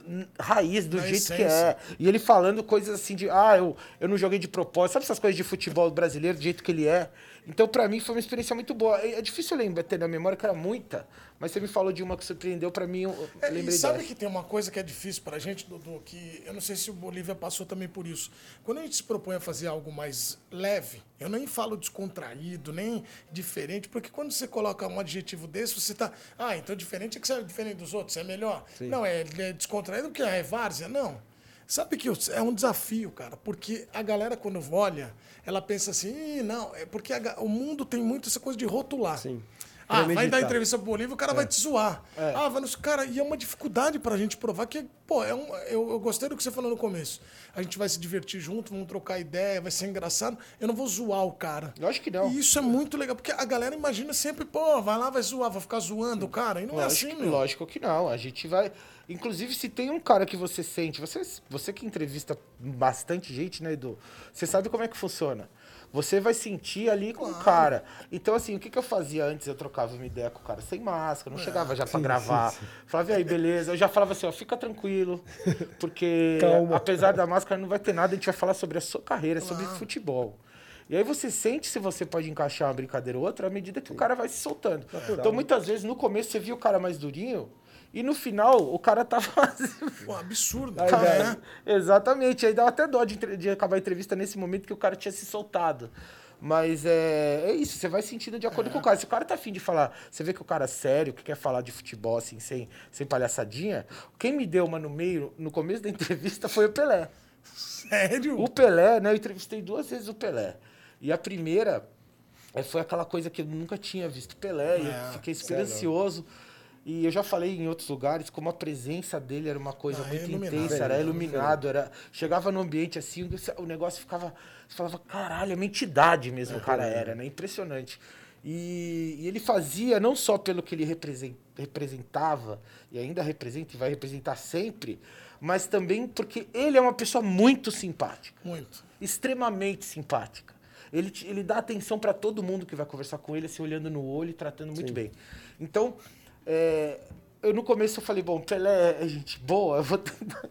Speaker 2: hum, raiz, do
Speaker 1: Na
Speaker 2: jeito que
Speaker 1: essência.
Speaker 2: é. E ele falando coisas assim de, ah, eu, eu não joguei de propósito. Sabe essas coisas de futebol brasileiro, do jeito que ele é? Então, pra mim, foi uma experiência muito boa. É é difícil lembrar, ter na memória, que era muita, mas você me falou de uma que surpreendeu, pra mim, eu eu
Speaker 1: É, e
Speaker 2: lembrei
Speaker 1: sabe
Speaker 2: dessa.
Speaker 1: que tem uma coisa que é difícil pra gente, Dudu, que eu não sei se o Bolívia passou também por isso. Quando a gente se propõe a fazer algo mais leve, eu nem falo descontraído, nem diferente, porque quando você coloca um adjetivo desse, você tá. Ah, então diferente é que você é diferente dos outros, você é melhor. Não, é, é descontraído porque é várzea. Não. Sabe que eu- é um desafio, cara, porque a galera, quando olha, ela pensa assim, Ih, não, é porque a ga- o mundo tem muito essa coisa de rotular.
Speaker 3: Sim.
Speaker 1: Ah, vai dar
Speaker 3: Premeditar.
Speaker 1: entrevista entrevista pro Bolívia, o
Speaker 2: É.
Speaker 1: cara vai te zoar. Ah, vai nos... Cara, e é uma dificuldade pra gente provar que, pô, é um... eu, eu gostei do que você falou no começo. A gente vai se divertir junto, vamos trocar ideia, vai ser engraçado. Eu não vou zoar o cara.
Speaker 2: Lógico que não.
Speaker 1: E isso é muito legal, porque a galera imagina sempre, pô, vai lá, vai zoar, vai ficar zoando o cara. E não
Speaker 2: Lógico,
Speaker 1: é assim,
Speaker 2: que-
Speaker 1: meu.
Speaker 2: lógico que não. A gente vai. Inclusive, se tem um cara que você sente, você, você que entrevista bastante gente, né, Edu? Você sabe como é que funciona. Você vai sentir ali com o cara. Então, assim, o que, que eu fazia antes? Eu trocava uma ideia com o cara sem máscara, não
Speaker 1: Ah,
Speaker 2: chegava já pra gravar. Falava, e aí, beleza? Eu já falava assim, ó, fica tranquilo, porque
Speaker 3: Calma.
Speaker 2: apesar da máscara não vai ter nada, a gente vai falar sobre a sua carreira, sobre futebol. E aí você sente se você pode encaixar uma brincadeira ou outra à medida que o cara vai se soltando. Então, muitas vezes, no começo, você viu o cara mais durinho e no final o cara tava.
Speaker 1: Pô, é um absurdo.
Speaker 3: Aí,
Speaker 1: cara,
Speaker 3: velho.
Speaker 1: né?
Speaker 2: Exatamente. Aí dava até dó de, entre- de acabar a entrevista nesse momento que o cara tinha se soltado. Mas é, é isso, você vai sentindo de acordo com o cara. Se o cara tá afim de falar, você vê que o cara é sério, que quer falar de futebol, assim, sem, sem palhaçadinha, quem me deu uma no meio, no começo da entrevista, foi o Pelé.
Speaker 1: Sério?
Speaker 2: O Pelé, né? Eu entrevistei duas vezes o Pelé. E a primeira eh, foi aquela coisa que eu nunca tinha visto o Pelé, e eu fiquei esperançoso. E eu já falei em outros lugares como a presença dele era uma coisa
Speaker 1: Ah, é
Speaker 2: muito
Speaker 1: iluminado,
Speaker 2: intensa,
Speaker 1: né?
Speaker 2: era iluminado, era chegava no ambiente assim, o negócio ficava, você falava, caralho, é uma entidade mesmo o cara era, né? Impressionante. E, e ele fazia não só pelo que ele represen- representava e ainda representa e vai representar sempre, mas também porque ele é uma pessoa muito simpática
Speaker 1: Muito.
Speaker 2: extremamente simpática. Ele, te- ele dá atenção para todo mundo que vai conversar com ele, se olhando no olho e tratando muito bem. Então, é, eu no começo eu falei, bom, Pelé é gente boa, eu vou tentar.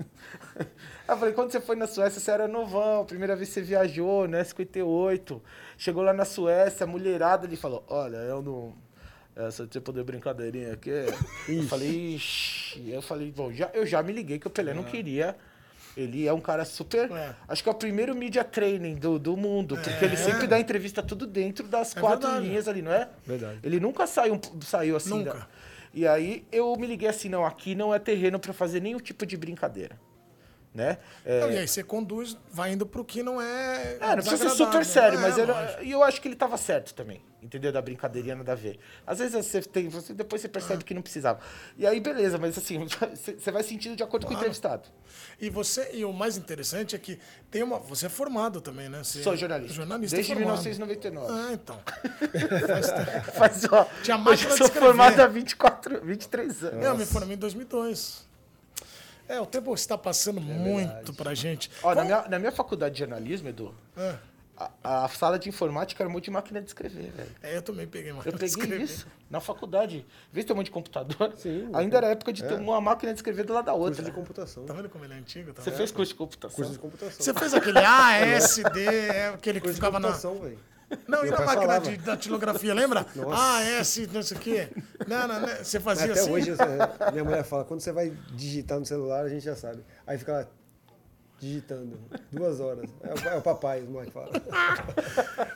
Speaker 2: Aí eu falei, quando você foi na Suécia, você era novão, primeira vez que você viajou, né, 58. Chegou lá na Suécia, mulherada, ele falou, olha, eu não... Essa tipo de brincadeirinha aqui. Eu falei, ixi. Eu falei, bom, já, eu já me liguei que o Pelé não queria. Ele é um cara super.
Speaker 1: É.
Speaker 2: Acho que é o primeiro media training do, do mundo, porque ele sempre dá entrevista tudo dentro das
Speaker 1: É
Speaker 2: quatro
Speaker 1: verdade.
Speaker 2: linhas ali, não é?
Speaker 3: Verdade.
Speaker 2: Ele nunca saiu, saiu assim.
Speaker 1: Nunca.
Speaker 2: da- E aí eu me liguei assim, não, aqui não é terreno pra fazer nenhum tipo de brincadeira. Né? É,
Speaker 1: Então, e aí você conduz, vai indo pro que não é.
Speaker 2: é, não precisa ser
Speaker 1: desagradável.
Speaker 2: super sério,
Speaker 1: É,
Speaker 2: mas
Speaker 1: lógico.
Speaker 2: era- e eu acho que ele tava certo também. Entendeu? Da brincadeirinha nada a ver. Às vezes você tem, você, depois você percebe que não precisava. E aí, beleza, mas assim, você você vai sentindo de acordo com o entrevistado.
Speaker 1: E você, e o mais interessante é que tem uma. Você é formado também, né? Você
Speaker 2: Sou jornalista.
Speaker 1: Jornalista.
Speaker 2: Desde
Speaker 1: formado.
Speaker 2: 1999.
Speaker 1: Ah, então.
Speaker 2: Mas, ó,
Speaker 1: Tinha
Speaker 2: hoje
Speaker 1: máquina
Speaker 2: eu
Speaker 1: de
Speaker 2: sou
Speaker 1: escrever.
Speaker 2: formado há 24, 23 anos.
Speaker 1: É, Eu me formei em 2002. É, o tempo está passando muito pra gente.
Speaker 2: Ó, na, minha, na minha faculdade de jornalismo, Edu,
Speaker 1: Ah,
Speaker 2: a, a sala de informática armou de máquina de escrever, velho.
Speaker 1: é, eu também peguei uma
Speaker 2: Eu peguei
Speaker 1: escrevi.
Speaker 2: isso na faculdade. Em vez de ter um monte de computador,
Speaker 3: Sim,
Speaker 2: ainda era época de ter uma máquina de escrever do lado da
Speaker 3: Curso
Speaker 2: outra.
Speaker 3: de computação.
Speaker 1: Tá vendo como ele é antigo? Tá
Speaker 2: Você
Speaker 1: vendo?
Speaker 2: fez curso de computação?
Speaker 3: Curso de computação.
Speaker 1: Você fez aquele A, S, D, é aquele que
Speaker 3: Curso de
Speaker 1: ficava na.
Speaker 3: computação, velho.
Speaker 1: Não, e
Speaker 3: Meu
Speaker 1: na
Speaker 3: pai
Speaker 1: máquina
Speaker 3: falava.
Speaker 1: de datilografia, lembra? A, S, não sei o quê. Não, não, não, Você fazia
Speaker 3: Até
Speaker 1: assim.
Speaker 3: hoje, essa- minha mulher fala, quando você vai digitar no celular, a gente já sabe. Aí fica lá, digitando, duas horas. É o, é o papai, os moleques falam.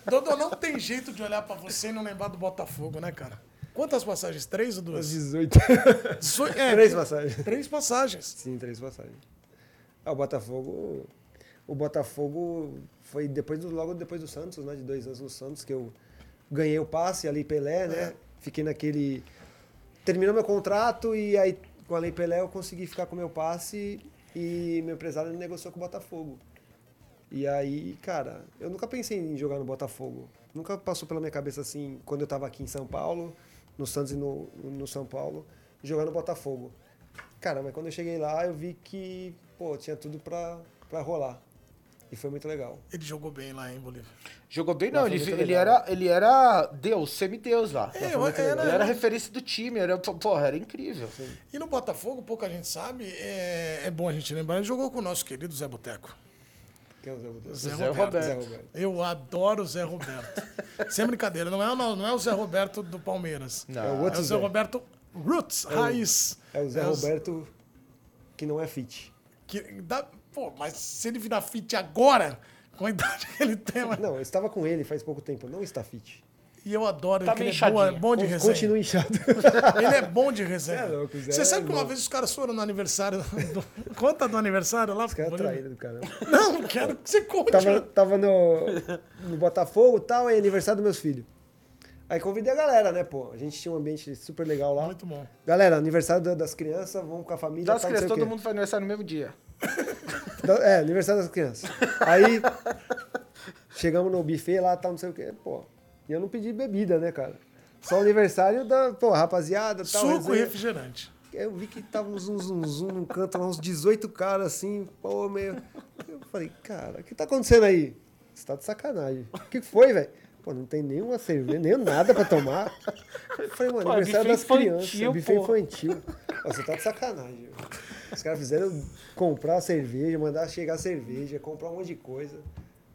Speaker 1: Dodô, não tem jeito de olhar pra você e não lembrar do Botafogo, né, cara? Quantas passagens? Três ou
Speaker 3: Às
Speaker 1: duas?
Speaker 3: 18.
Speaker 1: Dezo- é,
Speaker 3: Três passagens.
Speaker 1: Três passagens.
Speaker 3: Sim, três passagens. Ah, o Botafogo. O Botafogo foi depois do, logo depois do Santos, né? De dois anos no Santos, que eu ganhei o passe, a Lei Pelé, né? Fiquei naquele. Terminou meu contrato e aí com a Lei Pelé eu consegui ficar com meu passe e meu empresário negociou com o Botafogo. E aí, cara, eu nunca pensei em jogar no Botafogo. Nunca passou pela minha cabeça assim, quando eu tava aqui em São Paulo, no Santos e no, no São Paulo, jogar no Botafogo. Cara, mas quando eu cheguei lá, eu vi que, pô, tinha tudo pra, pra rolar. E foi muito legal.
Speaker 1: Ele jogou bem lá em Bolívia.
Speaker 2: Jogou bem, não.
Speaker 3: Nossa,
Speaker 2: Ele,
Speaker 3: muito
Speaker 2: ele,
Speaker 3: legal.
Speaker 2: era, ele era Deus, semideus lá.
Speaker 1: É, eu- era-
Speaker 2: ele era referência do time, era, porra, era incrível.
Speaker 1: E no Botafogo, pouca gente sabe, é, é bom a gente lembrar, ele jogou com o nosso querido Zé Boteco.
Speaker 3: Quem é o Zé Roberto?
Speaker 1: Zé,
Speaker 2: Zé
Speaker 1: Roberto.
Speaker 2: Roberto.
Speaker 3: Zé Roberto.
Speaker 1: Eu adoro o Zé Roberto. Sem brincadeira, não é, o- não, não é o Zé Roberto do Palmeiras.
Speaker 2: Não.
Speaker 3: É o
Speaker 1: É o
Speaker 3: outro
Speaker 1: Zé
Speaker 3: Zé.
Speaker 1: Roberto Roots, raiz.
Speaker 3: É o Zé
Speaker 1: o-
Speaker 3: Roberto que não é fit.
Speaker 1: que dá- pô, mas se ele virar fit agora, com a idade que ele tem... mas-
Speaker 3: Não, eu estava com ele faz pouco tempo, não está fit.
Speaker 1: E eu adoro
Speaker 2: Tá
Speaker 1: ele,
Speaker 2: meio
Speaker 1: que ele é, boa, é
Speaker 2: inchadinho.
Speaker 1: bom de
Speaker 3: Con-
Speaker 1: resenha.
Speaker 3: Continua inchado.
Speaker 1: Ele é bom de resenha.
Speaker 3: Você é louco, Zé
Speaker 1: Você sabe
Speaker 3: é
Speaker 1: que uma
Speaker 3: bom.
Speaker 1: vez os caras foram no aniversário. do- Conta do aniversário lá. Os
Speaker 3: Cara, traíra do caramba.
Speaker 1: Não, quero que você conte.
Speaker 3: Tava, tava no, no Botafogo e tal, é aniversário dos meus filhos. Aí convidei a galera, né, pô? A gente tinha um ambiente super legal lá.
Speaker 1: Muito bom.
Speaker 3: Galera, aniversário da- das crianças, vamos com a família.
Speaker 2: Das
Speaker 3: tal, não sei
Speaker 2: Então, crianças,
Speaker 3: o quê.
Speaker 2: todo mundo faz aniversário no mesmo dia.
Speaker 3: Da- É, aniversário das crianças. Aí chegamos no buffet lá, tal, não sei o quê, pô. E eu não pedi bebida, né, cara? Só aniversário da, pô, rapaziada, tal.
Speaker 1: Suco e
Speaker 3: resenha.
Speaker 1: refrigerante.
Speaker 3: Eu vi que tava um zum, zum, zum num canto lá, uns 18 caras assim, pô, meio. Eu falei, cara, o que tá acontecendo aí? Você tá de sacanagem. O que foi, velho? Pô, não tem nenhuma cerveja, nem nada pra tomar. Eu falei, mano,
Speaker 2: Pô, é
Speaker 3: aniversário das
Speaker 2: buffet
Speaker 3: crianças,
Speaker 2: infantil,
Speaker 3: buffet
Speaker 2: pô.
Speaker 3: infantil. Ó, Você tá de sacanagem. velho. Os caras fizeram eu comprar cerveja, mandar chegar cerveja, comprar um monte de coisa.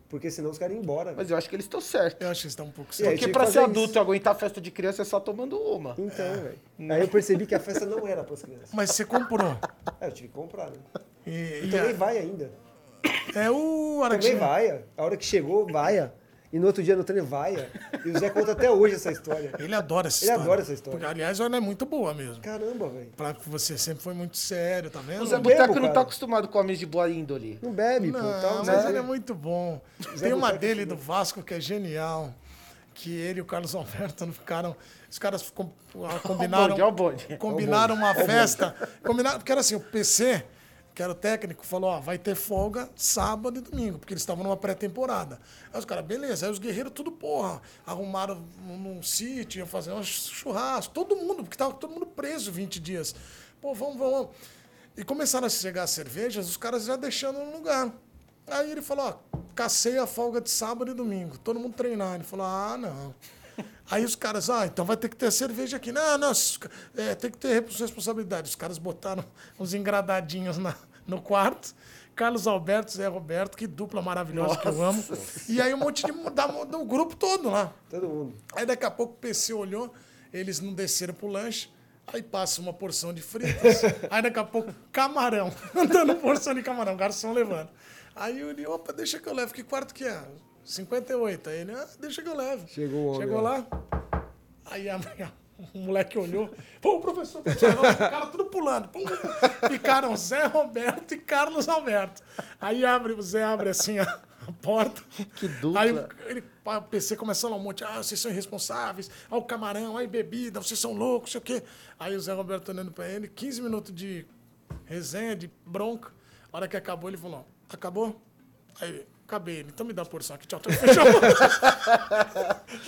Speaker 3: Porque senão os caras iam embora. velho.
Speaker 2: Mas eu acho que eles estão certos.
Speaker 1: Eu acho que está um pouco
Speaker 3: E aí,
Speaker 1: certo.
Speaker 2: Porque
Speaker 3: É, tinha que
Speaker 2: pra
Speaker 3: fazer
Speaker 2: ser
Speaker 3: isso.
Speaker 2: adulto e aguentar festa de criança é só tomando uma.
Speaker 3: Então, velho. Aí eu percebi que a festa não era pras crianças.
Speaker 1: Mas você comprou.
Speaker 3: Aí eu tive que comprar, né?
Speaker 1: E, e
Speaker 3: E também
Speaker 1: a-
Speaker 3: vai ainda.
Speaker 1: é o
Speaker 3: Também
Speaker 1: Aratinho.
Speaker 3: vaia. A hora que chegou, vaia. E no outro dia no treino, vaia. E o Zé conta até hoje essa história.
Speaker 1: Ele adora essa
Speaker 3: Ele
Speaker 1: história.
Speaker 3: adora essa história.
Speaker 1: Porque, aliás, ela é muito boa mesmo.
Speaker 3: Caramba, velho.
Speaker 1: Pra você sempre foi muito sério, tá vendo?
Speaker 2: O Zé
Speaker 3: não bebo,
Speaker 2: Boteco não
Speaker 3: é cara.
Speaker 2: tá acostumado com homens de boa índole.
Speaker 3: Não bebe, pô. Tal,
Speaker 1: Não, mas
Speaker 3: mas
Speaker 1: ele é muito bom.
Speaker 3: Zé
Speaker 1: Tem uma
Speaker 3: Boteco
Speaker 1: dele do Vasco que é genial. Que ele e o Carlos Alberto não ficaram. Os caras com- combinaram.
Speaker 2: bonde, ó É o bonde.
Speaker 1: Combinaram uma festa. Combinaram, porque era assim, o PC, que era o técnico, falou: ó, vai ter folga sábado e domingo, porque eles estavam numa pré-temporada. Aí os caras, beleza. Aí os guerreiros, tudo porra. Arrumaram num num sítio, iam fazer um churrasco. Todo mundo, porque tava todo mundo preso 20 dias. Pô, vamos, vamos. vamos. E começaram a chegar as cervejas, os caras já deixando no lugar. Aí ele falou, ó, cacei a folga de sábado e domingo, todo mundo treinar. Ele falou, ah, não. Aí os caras, ah, então vai ter que ter cerveja aqui. Não, não, esses ca- é, tem que ter repos- responsabilidade. Os caras botaram uns engradadinhos na- no quarto. Carlos Alberto, Zé Roberto, que dupla maravilhosa que eu amo. E aí um monte de mu- da, mu- do grupo todo lá.
Speaker 3: Todo mundo.
Speaker 1: Aí daqui a pouco o PC olhou, eles não desceram pro lanche. Aí passa uma porção de fritas. aí daqui a pouco, camarão. Andando porção de camarão, garçom levando. Aí eu li, opa, deixa que eu levo. Que quarto que é? 58. Aí ele, ah, deixa que eu levo.
Speaker 3: Chegou o homem
Speaker 1: Chegou
Speaker 3: lá.
Speaker 1: lá. Aí a minha- o moleque olhou. Pô, o professor, tá o professor, o cara tudo pulando. Pum, pum, pum. Ficaram Zé Roberto e Carlos Alberto. Aí abre, o Zé abre assim a a porta.
Speaker 2: Que dupla.
Speaker 1: Aí o- ele, o PC começou lá um monte. Ah, vocês são irresponsáveis. Ah, o camarão, aí bebida, vocês são loucos, não sei o quê. Aí o Zé Roberto olhando pra ele, 15 minutos de resenha, de bronca. A hora que acabou, ele falou, acabou? Aí ele, acabei. Ele, então me dá a porção aqui, tchau, tchau. Fechou.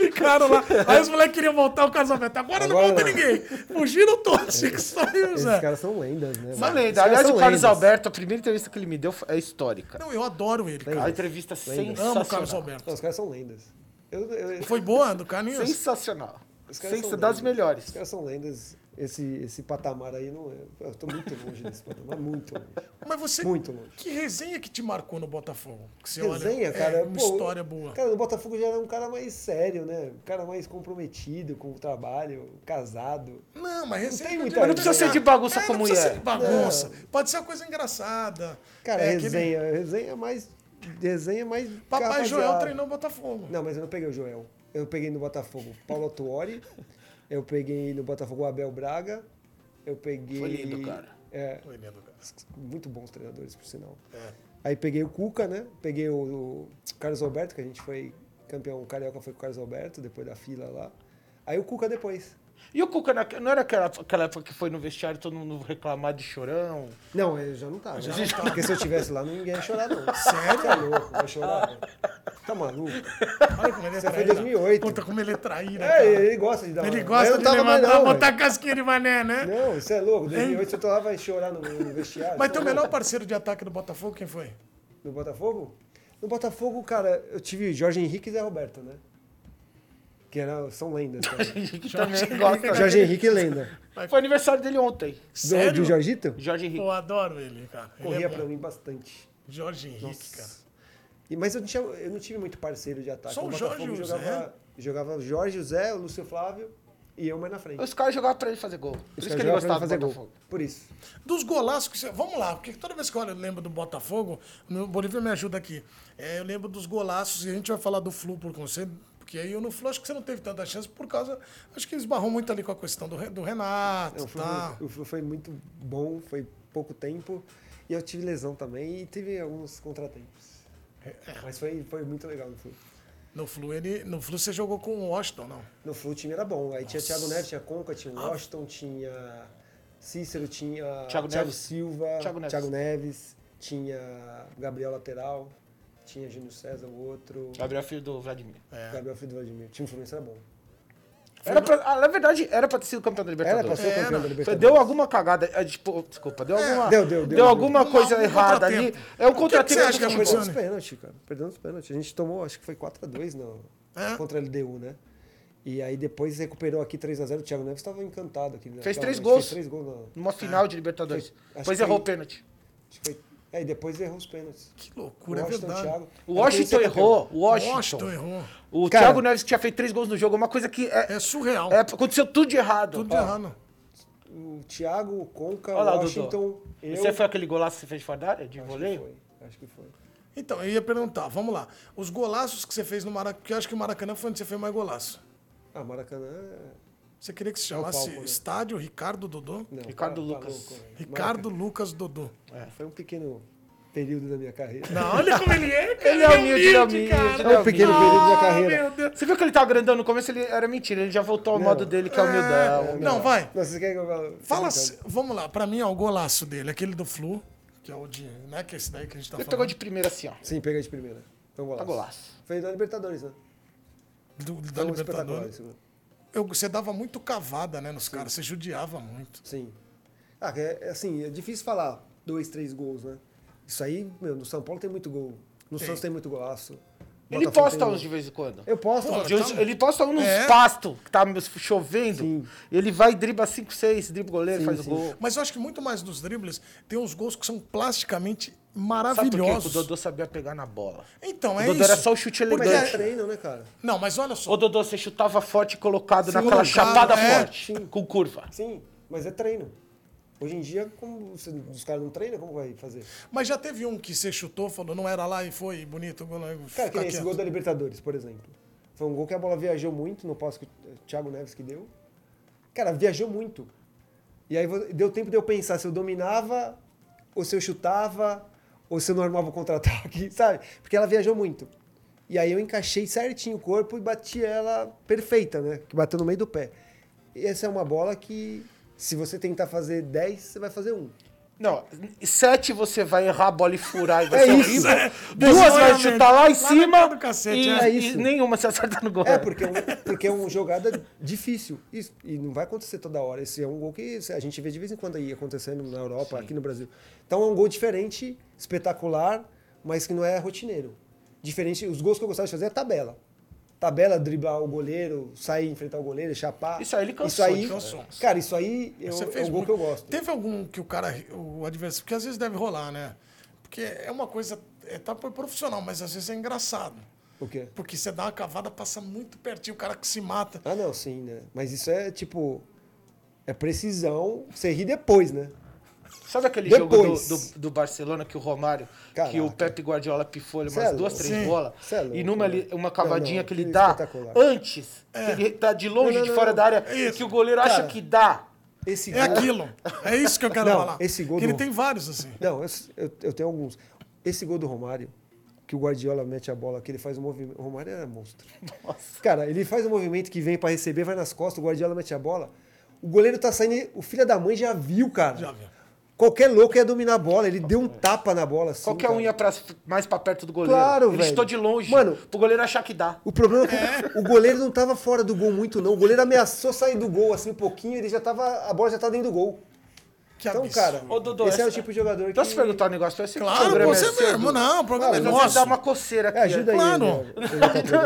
Speaker 1: Ficaram lá. Aí os moleques queriam voltar o casamento. Agora, não
Speaker 3: Agora
Speaker 1: volta
Speaker 3: não. É.
Speaker 1: ninguém. Fugiram todos. Fica só aí o
Speaker 3: Esses
Speaker 1: Zé.
Speaker 3: caras são lendas, né?
Speaker 2: Uma
Speaker 3: velho? Esses
Speaker 2: lenda.
Speaker 3: caras
Speaker 2: Aliás,
Speaker 3: são
Speaker 2: o Carlos
Speaker 3: lendas.
Speaker 2: Alberto, a primeira entrevista que ele me deu é histórica.
Speaker 1: Não, eu adoro ele, cara.
Speaker 2: A entrevista é
Speaker 1: Amo o Carlos
Speaker 2: sensacional.
Speaker 1: Alberto.
Speaker 3: Não, os caras são lendas. Eu, eu-
Speaker 1: Foi boa do Carlinhos?
Speaker 2: Sensacional.
Speaker 3: os caras
Speaker 2: Sensa-
Speaker 3: são
Speaker 2: das
Speaker 3: lendas. Os
Speaker 2: melhores.
Speaker 3: caras são lendas. Esse, esse patamar aí não é. Eu tô muito longe desse patamar, muito longe.
Speaker 1: Mas você.
Speaker 3: Muito longe.
Speaker 1: Que resenha que te marcou no Botafogo? Que você
Speaker 3: Resenha,
Speaker 1: olha,
Speaker 3: cara.
Speaker 1: É, uma
Speaker 3: pô,
Speaker 1: história boa.
Speaker 3: Cara, no Botafogo já era um cara mais sério, né? Um cara mais comprometido com o trabalho, casado.
Speaker 1: Não, mas resenha.
Speaker 3: tem
Speaker 1: que eu digo,
Speaker 3: muita resenha.
Speaker 2: Não precisa ser de bagunça
Speaker 1: é,
Speaker 2: com
Speaker 1: não Precisa
Speaker 2: mulher.
Speaker 1: ser de bagunça. Pode ser uma coisa engraçada.
Speaker 3: Cara,
Speaker 1: É, aquele-
Speaker 3: resenha, resenha mais. Resenha mais.
Speaker 1: Papai
Speaker 3: rapaziada.
Speaker 1: Joel treinou o Botafogo.
Speaker 3: Não, mas eu não peguei o Joel. Eu peguei no Botafogo Paulo Tuori, Eu peguei no Botafogo o Abel Braga. Eu peguei.
Speaker 2: Foi lindo, cara.
Speaker 3: É,
Speaker 1: Foi lindo, cara.
Speaker 3: muito bons treinadores, por sinal.
Speaker 1: É.
Speaker 3: Aí peguei o Cuca, né? Peguei o, o Carlos Alberto, que a gente foi campeão carioca, foi com o Carlos Alberto, depois da fila lá. Aí o Cuca depois.
Speaker 2: E o Cuca, naque- não era aquela, aquela época que foi no vestiário todo mundo reclamar de chorão?
Speaker 3: Não, eu já não tava. né? Porque se eu tivesse lá, ninguém ia chorar, não.
Speaker 1: tá. Sério? Ah.
Speaker 3: Você é louco, vai chorar. né? Tá maluco?
Speaker 1: Olha como ele é
Speaker 3: Você foi
Speaker 1: traíra.
Speaker 3: 2008.
Speaker 1: Puta, como ele é traíra,
Speaker 3: É,
Speaker 1: cara.
Speaker 3: ele ele gosta de dar
Speaker 1: Ele
Speaker 3: uma- Mas
Speaker 1: gosta
Speaker 3: né? eu
Speaker 1: de
Speaker 3: tava mais
Speaker 1: levantar,
Speaker 3: não,
Speaker 1: botar a casquinha de mané, né?
Speaker 3: velho. Não, você é louco. 2008 você tava vai chorar no, no vestiário.
Speaker 1: Mas
Speaker 3: você é
Speaker 1: teu
Speaker 3: louco.
Speaker 1: melhor parceiro de ataque do Botafogo, quem foi?
Speaker 3: No Botafogo? No Botafogo, cara, eu tive Jorge Henrique e Zé Roberto, né? Que era, são lendas. cara.
Speaker 2: Henrique também gosta. né?
Speaker 3: Jorge Henrique é lenda.
Speaker 2: Foi aniversário dele ontem.
Speaker 3: Do,
Speaker 1: Sério?
Speaker 3: do Jorgito?
Speaker 2: Jorge Henrique.
Speaker 1: Eu adoro ele, cara. Ele
Speaker 3: Corria
Speaker 1: é bom.
Speaker 3: pra mim bastante.
Speaker 1: Jorge Henrique,
Speaker 3: E, mas eu não, tinha, eu não tive muito parceiro de ataque.
Speaker 1: Só
Speaker 3: No
Speaker 1: o Jorge
Speaker 3: Botafogo
Speaker 1: e o
Speaker 3: jogava, jogava Jorge, o Zé, o Lúcio Flávio e eu mais na frente.
Speaker 2: Os caras jogavam pra ele fazer gol. Por
Speaker 3: Os
Speaker 2: isso
Speaker 3: caras
Speaker 2: que ele
Speaker 3: jogavam pra
Speaker 2: gostava
Speaker 3: fazer
Speaker 2: do Botafogo.
Speaker 3: gol. Por isso.
Speaker 1: cara. Dos golaços que você... Vamos lá, porque toda vez que eu olho, eu lembro do Botafogo, o Bolívia me ajuda aqui. É, eu lembro dos golaços, e a gente vai falar do Flu por conselho, porque aí eu no Flu acho que você não teve tanta chance por causa... Acho que esbarrou muito ali com a questão do, Re- do Renato tá?
Speaker 3: Não,
Speaker 1: e
Speaker 3: foi,
Speaker 1: tal.
Speaker 3: É, o Flu um foi muito bom, foi pouco tempo. E eu tive lesão também e teve alguns contratempos.
Speaker 2: É,
Speaker 3: Mas foi, foi muito legal no Flu.
Speaker 1: No Flu, ele, no Flu você jogou com o Washington, não?
Speaker 3: No Flu o time era bom. Aí tinha Thiago Neves, tinha Conca, tinha Washington, tinha Cícero, tinha
Speaker 2: Ah. Thiago
Speaker 3: Thiago,
Speaker 2: Neves.
Speaker 3: Silva,
Speaker 2: Thiago
Speaker 3: Thiago
Speaker 2: Neves.
Speaker 3: Neves. tinha Gabriel Lateral, tinha Júnior César, o outro,
Speaker 2: Gabriel Filho do Vladimir.
Speaker 3: Gabriel Frido Vladimir. O time Fluminense era bom.
Speaker 2: Era pra, ah, na verdade, era pra ter sido campeão da
Speaker 3: Era
Speaker 2: Libertadores.
Speaker 3: pra ser o campeão da
Speaker 2: Foi-
Speaker 3: Libertadores.
Speaker 2: Deu alguma cagada, é, tipo, desculpa, deu alguma,
Speaker 3: deu, deu, deu,
Speaker 2: alguma
Speaker 1: deu.
Speaker 2: coisa
Speaker 1: Um- um
Speaker 2: errada ali.
Speaker 1: contratempo.
Speaker 2: É um
Speaker 1: O que que você
Speaker 2: contratempo.
Speaker 1: acha que
Speaker 2: do futebol.
Speaker 1: aconteceu?
Speaker 3: Perdemos os pênaltis, cara. Perdemos os pênaltis. A gente tomou, acho que foi 4x2 no,
Speaker 1: É.
Speaker 3: contra a LDU, né? E aí depois recuperou aqui 3x0. O Thiago Neves estava encantado aqui. né?
Speaker 2: Fez três
Speaker 3: Claramente,
Speaker 2: gols.
Speaker 3: Fez três gols. Não.
Speaker 2: Numa final de Libertadores.
Speaker 3: Foi- acho
Speaker 2: Depois
Speaker 3: que
Speaker 2: errou
Speaker 3: foi-
Speaker 2: o pênalti.
Speaker 3: Acho que foi... É, e depois errou os pênaltis.
Speaker 1: Que loucura, é
Speaker 3: Washington,
Speaker 1: verdade.
Speaker 3: Thiago.
Speaker 2: O
Speaker 3: Era pra ele ser
Speaker 2: Washington
Speaker 3: campeão.
Speaker 2: errou. O Washington.
Speaker 1: Washington errou.
Speaker 2: O
Speaker 3: Cara-
Speaker 2: Thiago Neves tinha feito três gols no jogo. É uma coisa que é,
Speaker 1: É surreal.
Speaker 2: é- aconteceu tudo de errado.
Speaker 1: Tudo
Speaker 2: Ó,
Speaker 1: errado.
Speaker 3: um. O Thiago, o Conca,
Speaker 2: Olha lá,
Speaker 3: o
Speaker 2: Dudu. é
Speaker 3: Washington, eu...
Speaker 2: Você foi aquele golaço que você fez fora da área de
Speaker 3: Acho que
Speaker 2: voleio?
Speaker 3: foi, Acho que foi.
Speaker 1: Então, eu ia perguntar, vamos lá. Os golaços que você fez no Maracanã, porque eu acho que o Maracanã foi onde você fez mais golaço.
Speaker 3: Ah, Maracanã...
Speaker 1: Você queria que se
Speaker 3: o
Speaker 1: chamasse
Speaker 3: palco, né?
Speaker 1: Estádio Ricardo Dodô?
Speaker 3: Não, tá,
Speaker 2: Ricardo Lucas.
Speaker 3: velho.
Speaker 1: Ricardo Lucas Dodô.
Speaker 3: né? Maracanã Foi um pequeno período da minha carreira.
Speaker 1: Não, olha como ele é, cara.
Speaker 2: Ele é humilde, ele é humilde.
Speaker 1: cara.
Speaker 2: ele é
Speaker 3: Foi um pequeno
Speaker 2: humilde.
Speaker 3: período da minha
Speaker 1: Ah,
Speaker 3: carreira.
Speaker 1: meu Deus.
Speaker 2: Você viu que ele tava grandão no começo, ele era mentira, ele já voltou ao
Speaker 3: Não.
Speaker 2: modo dele, que é humildão.
Speaker 1: É, Não, vai.
Speaker 3: Não, vocês querem que eu fale? Então,
Speaker 1: Fala, assim.
Speaker 3: Tô
Speaker 1: se- vamos lá, pra mim é o golaço dele, aquele do Flu, que é o de, né, que é esse daí que a gente tá
Speaker 2: Ele pegou
Speaker 1: falando.
Speaker 2: de primeira assim, ó.
Speaker 3: brincando. Sim, peguei de primeira. Foi um
Speaker 2: Tá
Speaker 3: golaço.
Speaker 2: golaço.
Speaker 3: Foi da Libertadores, né?
Speaker 1: Do, da
Speaker 3: Foi um espetacular.
Speaker 1: Libertadores.
Speaker 3: esse gol.
Speaker 1: Eu- você dava muito cavada, né, nos caras, você judiava muito.
Speaker 3: Sim. Ah, é, é assim, é difícil falar dois, três gols, né? Isso aí, meu, no São Paulo tem muito gol. No Santos tem muito golaço.
Speaker 2: Ele
Speaker 3: Botafogo
Speaker 2: posta
Speaker 3: tem-
Speaker 2: uns de vez em quando.
Speaker 3: Eu posto.
Speaker 1: Pô,
Speaker 3: mas-
Speaker 1: eu-
Speaker 2: Deus,
Speaker 1: tá-
Speaker 2: Ele posta um nos
Speaker 1: É.
Speaker 2: pastos, que tá chovendo.
Speaker 3: Sim.
Speaker 2: Ele vai, dribla 5, 6, dribla o goleiro,
Speaker 3: Sim,
Speaker 2: faz o
Speaker 3: sim.
Speaker 2: gol.
Speaker 1: Mas eu acho que muito mais dos dribles, tem uns gols que são plasticamente
Speaker 2: Sabe por quê? Porque
Speaker 1: maravilhosos.
Speaker 2: o Dodô sabia pegar na bola.
Speaker 1: Então,
Speaker 2: O
Speaker 1: é
Speaker 2: Dodô
Speaker 1: isso.
Speaker 2: era só o chute
Speaker 1: Porque-
Speaker 3: Mas eles
Speaker 2: elegante.
Speaker 3: treinam, né, cara?
Speaker 1: Não, mas olha só.
Speaker 2: Ô, Dodô, você chutava forte colocado
Speaker 1: Sim,
Speaker 2: naquela
Speaker 1: colocado,
Speaker 2: chapada
Speaker 1: é.
Speaker 2: forte, com curva.
Speaker 3: Sim, mas é treino. Hoje em dia, como você- os caras não treinam, como vai fazer?
Speaker 1: Mas já teve um que você chutou, falou, não era lá e foi bonito. gol, né?
Speaker 3: Cara, que
Speaker 1: Fica
Speaker 3: nem esse
Speaker 1: quieto.
Speaker 3: gol da Libertadores, por exemplo. Foi um gol que a bola viajou muito no passo que o eh, Thiago Neves que deu. Cara, viajou muito. E aí vo- deu tempo de eu pensar se eu dominava, ou se eu chutava, ou se eu não armava o contra-ataque, sabe? Porque ela viajou muito. E aí eu encaixei certinho o corpo e bati ela perfeita, né? Que bateu no meio do pé. E essa é uma bola que, se você tentar fazer 10, você vai fazer um.
Speaker 2: Não, sete você vai errar a bola e furar e vai
Speaker 3: É
Speaker 2: ser
Speaker 3: isso.
Speaker 2: horrível.
Speaker 1: É.
Speaker 2: Duas vai
Speaker 1: Desmaiamento.
Speaker 2: chutar lá em
Speaker 1: Lá na
Speaker 2: cima
Speaker 1: cara do cacete,
Speaker 2: e,
Speaker 1: é.
Speaker 3: É isso.
Speaker 2: e nenhuma se acertar no gol.
Speaker 3: É, porque é, um, porque é uma jogada difícil. Isso- e não vai acontecer toda hora. Esse é um gol que a gente vê de vez em quando aí acontecendo na Europa, aqui no Brasil. Então é um gol diferente, espetacular, mas que não é rotineiro. Diferente, os gols que eu gostava de fazer é tabela. Tabela, driblar o goleiro, sair, enfrentar o goleiro, chapar.
Speaker 2: Isso aí ele cansou
Speaker 3: Isso aí,
Speaker 2: de
Speaker 1: fazer.
Speaker 3: Cara, isso aí eu-
Speaker 1: Você
Speaker 3: é
Speaker 1: fez
Speaker 3: um gol
Speaker 1: muito.
Speaker 3: que eu gosto.
Speaker 1: Teve algum que o cara, o adversário, porque às vezes deve rolar, né? Porque é uma coisa, é tá por profissional, mas às vezes é engraçado.
Speaker 3: O quê?
Speaker 1: Porque você dá uma cavada, passa muito pertinho, o cara que se mata.
Speaker 3: Ah, não, sim, né? Mas isso é tipo. É precisão, você ri depois, né?
Speaker 2: Sabe aquele jogo do,
Speaker 3: Depois.
Speaker 2: do, do Barcelona que o Romário, que
Speaker 3: Caraca.
Speaker 2: o Pepe Guardiola pifou ele
Speaker 3: Cê é
Speaker 2: umas duas,
Speaker 3: louco.
Speaker 2: três
Speaker 1: Sim.
Speaker 2: bolas?
Speaker 3: Cê é louco,
Speaker 2: e numa ali-
Speaker 3: mano.
Speaker 2: uma cavadinha
Speaker 3: Não, não,
Speaker 2: que ele
Speaker 3: que
Speaker 2: dá
Speaker 3: espetacular.
Speaker 2: antes, que ele tá de longe,
Speaker 3: Não, não,
Speaker 2: de
Speaker 3: não,
Speaker 2: fora
Speaker 3: não.
Speaker 2: da área,
Speaker 1: Isso.
Speaker 2: que o goleiro acha
Speaker 3: Cara.
Speaker 2: que dá.
Speaker 3: Esse
Speaker 1: É aquilo. É isso que eu quero
Speaker 3: Não,
Speaker 1: falar.
Speaker 3: esse gol
Speaker 1: que ele
Speaker 3: do-
Speaker 1: tem vários, assim.
Speaker 3: Não, eu, eu- eu tenho alguns. Esse gol do Romário, que o Guardiola mete a bola, que ele faz um movimento. O Romário era monstro. Cara, ele faz um movimento que vem pra receber, vai nas costas, o Guardiola mete a bola. O goleiro tá saindo, o filho da mãe já viu, cara.
Speaker 1: Já viu.
Speaker 3: Qualquer louco ia dominar a bola, ele deu um tapa na bola assim.
Speaker 2: Qualquer
Speaker 3: cara.
Speaker 2: um ia pra, mais pra perto do goleiro.
Speaker 3: Claro,
Speaker 2: ele
Speaker 3: velho.
Speaker 2: estou de longe,
Speaker 3: Mano.
Speaker 2: pro goleiro achar que dá.
Speaker 3: O problema é que o goleiro não tava fora do gol muito, não. O goleiro ameaçou sair do gol assim um pouquinho, ele já tava. A bola já tá dentro do gol.
Speaker 1: Que é
Speaker 3: Então,
Speaker 1: absurdo.
Speaker 3: cara,
Speaker 2: Ô, Dodô,
Speaker 3: esse é o
Speaker 2: essa-
Speaker 3: tipo de jogador que.
Speaker 2: Posso te perguntar um negócio? Eu sei que o
Speaker 1: Claro,
Speaker 2: programa
Speaker 1: você
Speaker 2: é cedo,
Speaker 1: mesmo. Não, o programa é
Speaker 2: Mas você
Speaker 1: nosso.
Speaker 2: dá uma coceira aqui.
Speaker 3: É, ajuda aí.
Speaker 1: Claro.
Speaker 3: né?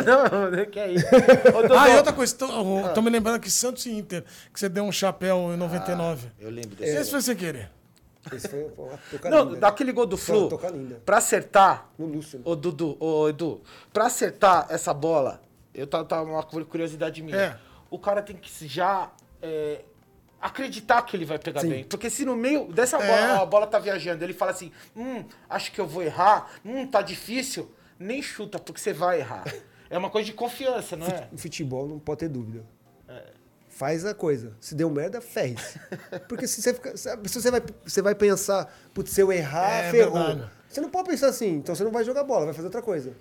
Speaker 2: não, não, que é isso. Ô, Dodô,
Speaker 1: Ah, e outra coisa, tô, tô me lembrando que Santos e Inter, que você deu um
Speaker 3: Ah.
Speaker 1: chapéu em 99.
Speaker 2: Eu lembro
Speaker 3: É.
Speaker 2: desse.
Speaker 1: Esse foi sem querer.
Speaker 3: Esse foi foi uma toca
Speaker 2: Não,
Speaker 3: linda.
Speaker 2: daquele gol do
Speaker 3: Foi
Speaker 2: Flu,
Speaker 3: uma toca linda.
Speaker 2: pra acertar,
Speaker 3: No Lúcio.
Speaker 2: ô Dudu, ô Edu, pra acertar essa bola, eu tava, tava uma curiosidade minha.
Speaker 1: É.
Speaker 2: O cara tem que se já é, acreditar que ele vai pegar bem. Porque se no meio dessa
Speaker 1: É.
Speaker 2: bola, a bola tá viajando, ele fala assim, hum, acho que eu vou errar, hum, tá difícil, nem chuta, porque você vai errar. É uma coisa de confiança, não é?
Speaker 3: O futebol não pode ter dúvida.
Speaker 1: É.
Speaker 3: Faz a coisa. Se deu merda, ferre-se. Porque se você, fica, sabe, se você, vai, você vai pensar, putz, se eu errar,
Speaker 1: É,
Speaker 3: ferrou.
Speaker 1: verdade.
Speaker 3: Você não pode pensar assim, então você não vai jogar bola, vai fazer outra coisa.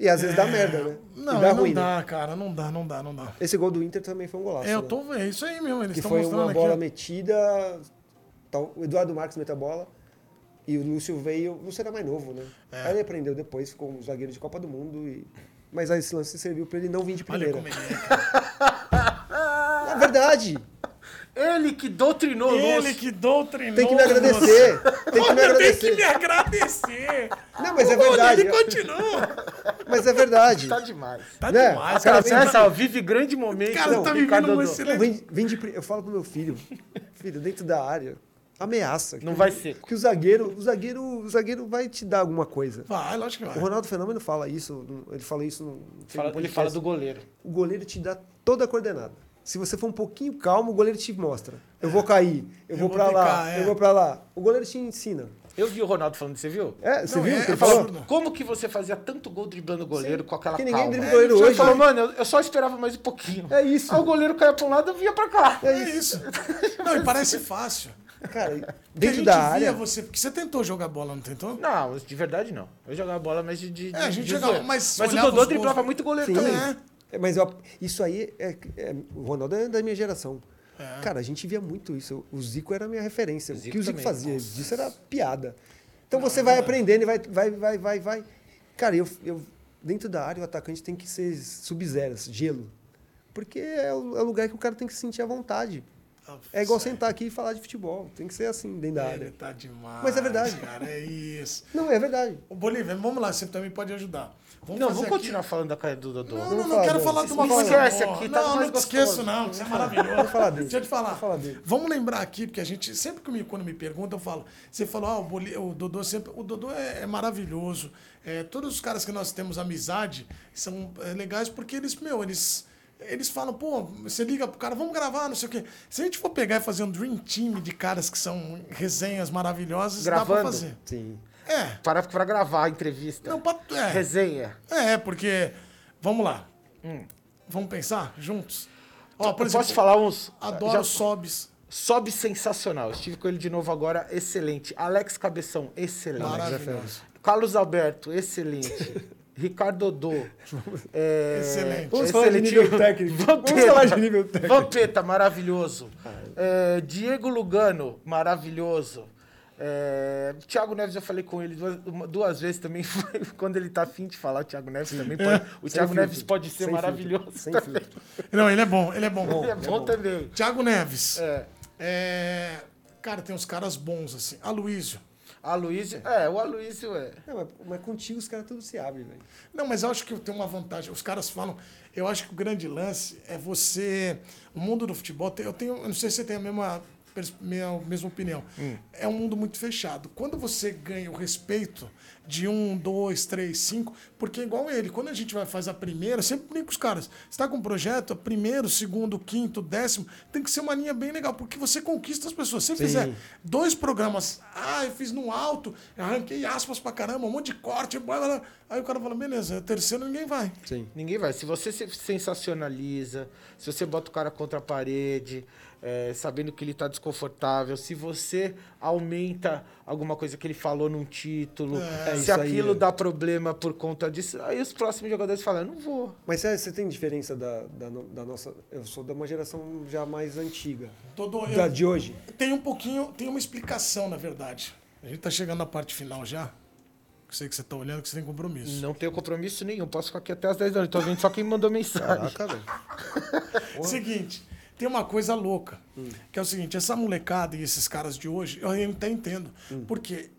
Speaker 3: E às vezes dá merda, né? E
Speaker 1: É. Não,
Speaker 3: dá
Speaker 1: não
Speaker 3: ruim, né?
Speaker 1: dá, cara. Não dá, não dá, não dá.
Speaker 3: Esse gol do Inter também foi um golaço.
Speaker 1: É, eu
Speaker 3: né?
Speaker 1: tô vendo. É isso aí mesmo. Eles
Speaker 3: Que
Speaker 1: estão
Speaker 3: foi
Speaker 1: mostrando
Speaker 3: uma
Speaker 1: aqui.
Speaker 3: bola
Speaker 1: ó.
Speaker 3: metida. tal, o Eduardo Marques meteu a bola. E o Lúcio veio. O Lúcio era mais novo, né?
Speaker 1: É.
Speaker 3: Aí ele aprendeu depois, ficou um zagueiro de Copa do Mundo. E... Mas aí esse lance serviu pra ele não vir de
Speaker 1: Olha
Speaker 3: primeira.
Speaker 1: como ele é.
Speaker 3: É verdade!
Speaker 2: Ele que doutrinou o
Speaker 1: Ele
Speaker 2: Lúcio.
Speaker 1: que doutrinou.
Speaker 3: Tem que me agradecer! Tem que me
Speaker 1: Tem que
Speaker 3: agradecer!
Speaker 1: me agradecer.
Speaker 3: Não, mas
Speaker 1: Olha,
Speaker 3: é verdade!
Speaker 1: Ele continua.
Speaker 3: Mas é verdade!
Speaker 2: Tá demais.
Speaker 1: Tá
Speaker 3: Né?
Speaker 1: demais,
Speaker 2: Cara,
Speaker 1: cara.
Speaker 2: essa,
Speaker 1: Você tá-
Speaker 2: essa, vive grande momento.
Speaker 1: Cara,
Speaker 2: não,
Speaker 1: tá
Speaker 2: Ricardo
Speaker 1: vivendo um
Speaker 2: Dodô.
Speaker 1: excelente.
Speaker 3: Vem, vem de, pri- eu falo pro meu filho, filho, dentro da área, ameaça.
Speaker 2: Não vai ser.
Speaker 3: Que o zagueiro, o zagueiro, o zagueiro vai te dar alguma coisa.
Speaker 1: Vai, lógico que
Speaker 3: O
Speaker 1: vai.
Speaker 3: Ronaldo Fenômeno fala isso, no- ele fala isso no. no um
Speaker 2: Fala- ele
Speaker 3: podcast.
Speaker 2: fala do goleiro.
Speaker 3: O goleiro te dá toda a coordenada. Se você for um pouquinho calmo, o goleiro te mostra. Eu vou cair, eu, vou,
Speaker 1: vou
Speaker 3: pra lá,
Speaker 1: ficar, é.
Speaker 3: eu vou pra lá. O goleiro te ensina.
Speaker 2: Eu vi o Ronaldo falando, você viu?
Speaker 3: É, você
Speaker 1: Não,
Speaker 3: viu?
Speaker 1: é
Speaker 3: o que ele
Speaker 1: absurdo.
Speaker 3: falou?
Speaker 2: Como que você fazia tanto gol driblando o goleiro com aquela
Speaker 3: que
Speaker 2: calma?
Speaker 3: ninguém dribla o goleiro
Speaker 2: Ele
Speaker 3: hoje,
Speaker 2: falou,
Speaker 3: né?
Speaker 2: mano, eu, eu só esperava mais um pouquinho.
Speaker 3: É isso.
Speaker 2: Aí o goleiro caía pra um lado, eu vinha pra cá.
Speaker 1: É isso. Não, e parece fácil.
Speaker 3: Cara,
Speaker 1: Porque a
Speaker 3: dentro
Speaker 1: gente
Speaker 3: da
Speaker 1: via
Speaker 3: área.
Speaker 1: você, porque você tentou jogar bola, não tentou?
Speaker 2: Não, de verdade não. Eu jogava bola, mas de... de
Speaker 1: É, a gente
Speaker 2: de
Speaker 1: jogava,
Speaker 2: zoeira.
Speaker 1: mas
Speaker 2: Mas o
Speaker 1: olhava
Speaker 2: Dodô
Speaker 1: os
Speaker 2: driblava
Speaker 1: gols.
Speaker 2: muito o goleiro
Speaker 3: Sim.
Speaker 2: também.
Speaker 3: É, Mas eu- isso aí é, é- O Ronaldo é da minha geração.
Speaker 2: É.
Speaker 3: Cara, a gente via muito isso. O Zico era a minha referência. O,
Speaker 2: Zico
Speaker 3: que o Zico
Speaker 2: também,
Speaker 3: fazia? Isso era piada. Então você vai aprendendo e vai, vai, vai, vai, vai. Cara, eu, eu- dentro da área, o atacante tem que ser sub-zero, gelo. Porque é o, é o lugar que o cara tem que se sentir à vontade. É igual sentar aqui e falar de futebol. Tem que ser assim, dentro da
Speaker 1: Ele
Speaker 3: área.
Speaker 1: tá demais.
Speaker 3: Mas é verdade.
Speaker 1: Cara, é isso.
Speaker 3: Não, é verdade.
Speaker 1: Ô, Bolívia, vamos lá, você também pode ajudar. Vamos fazer
Speaker 2: Não, vamos
Speaker 1: aqui-
Speaker 2: continuar falando da carreira do Dodô.
Speaker 1: Não, não,
Speaker 3: Vamos
Speaker 1: não
Speaker 3: falar
Speaker 1: quero
Speaker 3: dele.
Speaker 1: falar de uma
Speaker 2: Não
Speaker 1: coisa
Speaker 2: esquece
Speaker 1: boa.
Speaker 2: aqui, tá
Speaker 3: um
Speaker 1: Não, não
Speaker 2: mais
Speaker 1: te
Speaker 2: gostoso.
Speaker 1: esqueço não, que você é maravilhoso.
Speaker 3: Vamos falar dele.
Speaker 1: Deixa eu te falar.
Speaker 3: Vamos falar dele.
Speaker 1: Vamos lembrar aqui, porque a gente sempre que me, quando me pergunta, eu falo, você falou, ah, o, Boli- o Dodô sempre, o Dodô é, é maravilhoso. É, todos os caras que nós temos amizade são é, legais porque eles, meu, eles eles falam, pô, você liga pro cara, vamos gravar, não sei o quê. Se a gente for pegar e fazer um dream team de caras que são resenhas maravilhosas, dá pra
Speaker 2: Gravando?
Speaker 1: fazer.
Speaker 3: Sim.
Speaker 1: É.
Speaker 2: Para, para gravar a entrevista.
Speaker 1: Não, pra, é.
Speaker 2: Resenha.
Speaker 1: É, porque. Vamos lá. Vamos pensar juntos? Ó, por exemplo,
Speaker 2: eu Hum. Então, posso falar uns...
Speaker 1: Adoro
Speaker 2: já-
Speaker 1: sobes.
Speaker 2: Sobe sensacional. Estive com ele de novo agora, excelente. Alex Cabeção, excelente.
Speaker 1: Maravilhoso.
Speaker 2: Carlos Alberto, excelente. Ricardo Dodô. é,
Speaker 1: Excelente.
Speaker 3: Vamos falar de nível técnico.
Speaker 2: Vampeta,
Speaker 3: Vamos falar de nível técnico.
Speaker 2: Vampeta, maravilhoso. É, Diego Lugano, maravilhoso. É, Thiago Neves, eu falei com ele duas, uma- duas vezes também. foi Quando ele tá afim de falar, o Thiago Neves também pode. O Thiago
Speaker 3: É, filtro.
Speaker 2: Neves pode ser
Speaker 3: Sem
Speaker 2: maravilhoso.
Speaker 3: filtro. Sem
Speaker 2: também.
Speaker 3: filtro.
Speaker 1: Não, ele é bom, ele é bom.
Speaker 2: Ele é bom também.
Speaker 1: Tiago Neves.
Speaker 2: É.
Speaker 1: É, Cara, tem uns caras bons, assim. Aloysio.
Speaker 2: Aloysio, é, o Aloysio é.
Speaker 3: Não, mas, mas contigo os caras tudo se abrem, velho.
Speaker 1: Não, mas eu acho que eu tenho uma vantagem. Os caras falam. Eu acho que o grande lance é você. O mundo do futebol. tem- Eu tenho. Eu não sei se você tem a mesma pers- minha mesma opinião. É um mundo muito fechado. Quando você ganha o respeito de um, dois, três, cinco, porque é igual ele, quando a gente vai fazer a primeira, eu sempre brinco com os caras. Você está com um projeto, primeiro, segundo, quinto, décimo, tem que ser uma linha bem legal, porque você conquista as pessoas. Se você fizer dois programas, ah, eu fiz no alto, arranquei aspas pra caramba, um monte de corte, blá, blá, blá. aí o cara fala, beleza, terceiro ninguém vai.
Speaker 3: Sim.
Speaker 2: Ninguém vai. Se você se sensacionaliza, se você bota o cara contra a parede, é, sabendo que ele tá desconfortável, se você aumenta alguma coisa que ele falou num título,
Speaker 3: É
Speaker 2: se
Speaker 3: isso aí,
Speaker 2: aquilo
Speaker 3: é.
Speaker 2: dá problema por conta disso, aí os próximos jogadores falam, eu não vou.
Speaker 3: Mas é, você, você tem diferença da, da, no- da nossa. Eu sou de uma geração já mais antiga.
Speaker 1: Todo, eu-
Speaker 3: Da de hoje.
Speaker 1: Tem um pouquinho, tem uma explicação, na verdade. A gente tá chegando na parte final já. Eu sei que você tá olhando, que você tem compromisso.
Speaker 2: Não tenho compromisso nenhum, posso ficar aqui até as 10 horas. Tô vendo só quem mandou mensagem.
Speaker 3: velho.
Speaker 1: É Seguinte, tem uma coisa louca, que é o seguinte, essa molecada e esses caras de hoje, eu até entendo,
Speaker 3: Hum.
Speaker 1: porque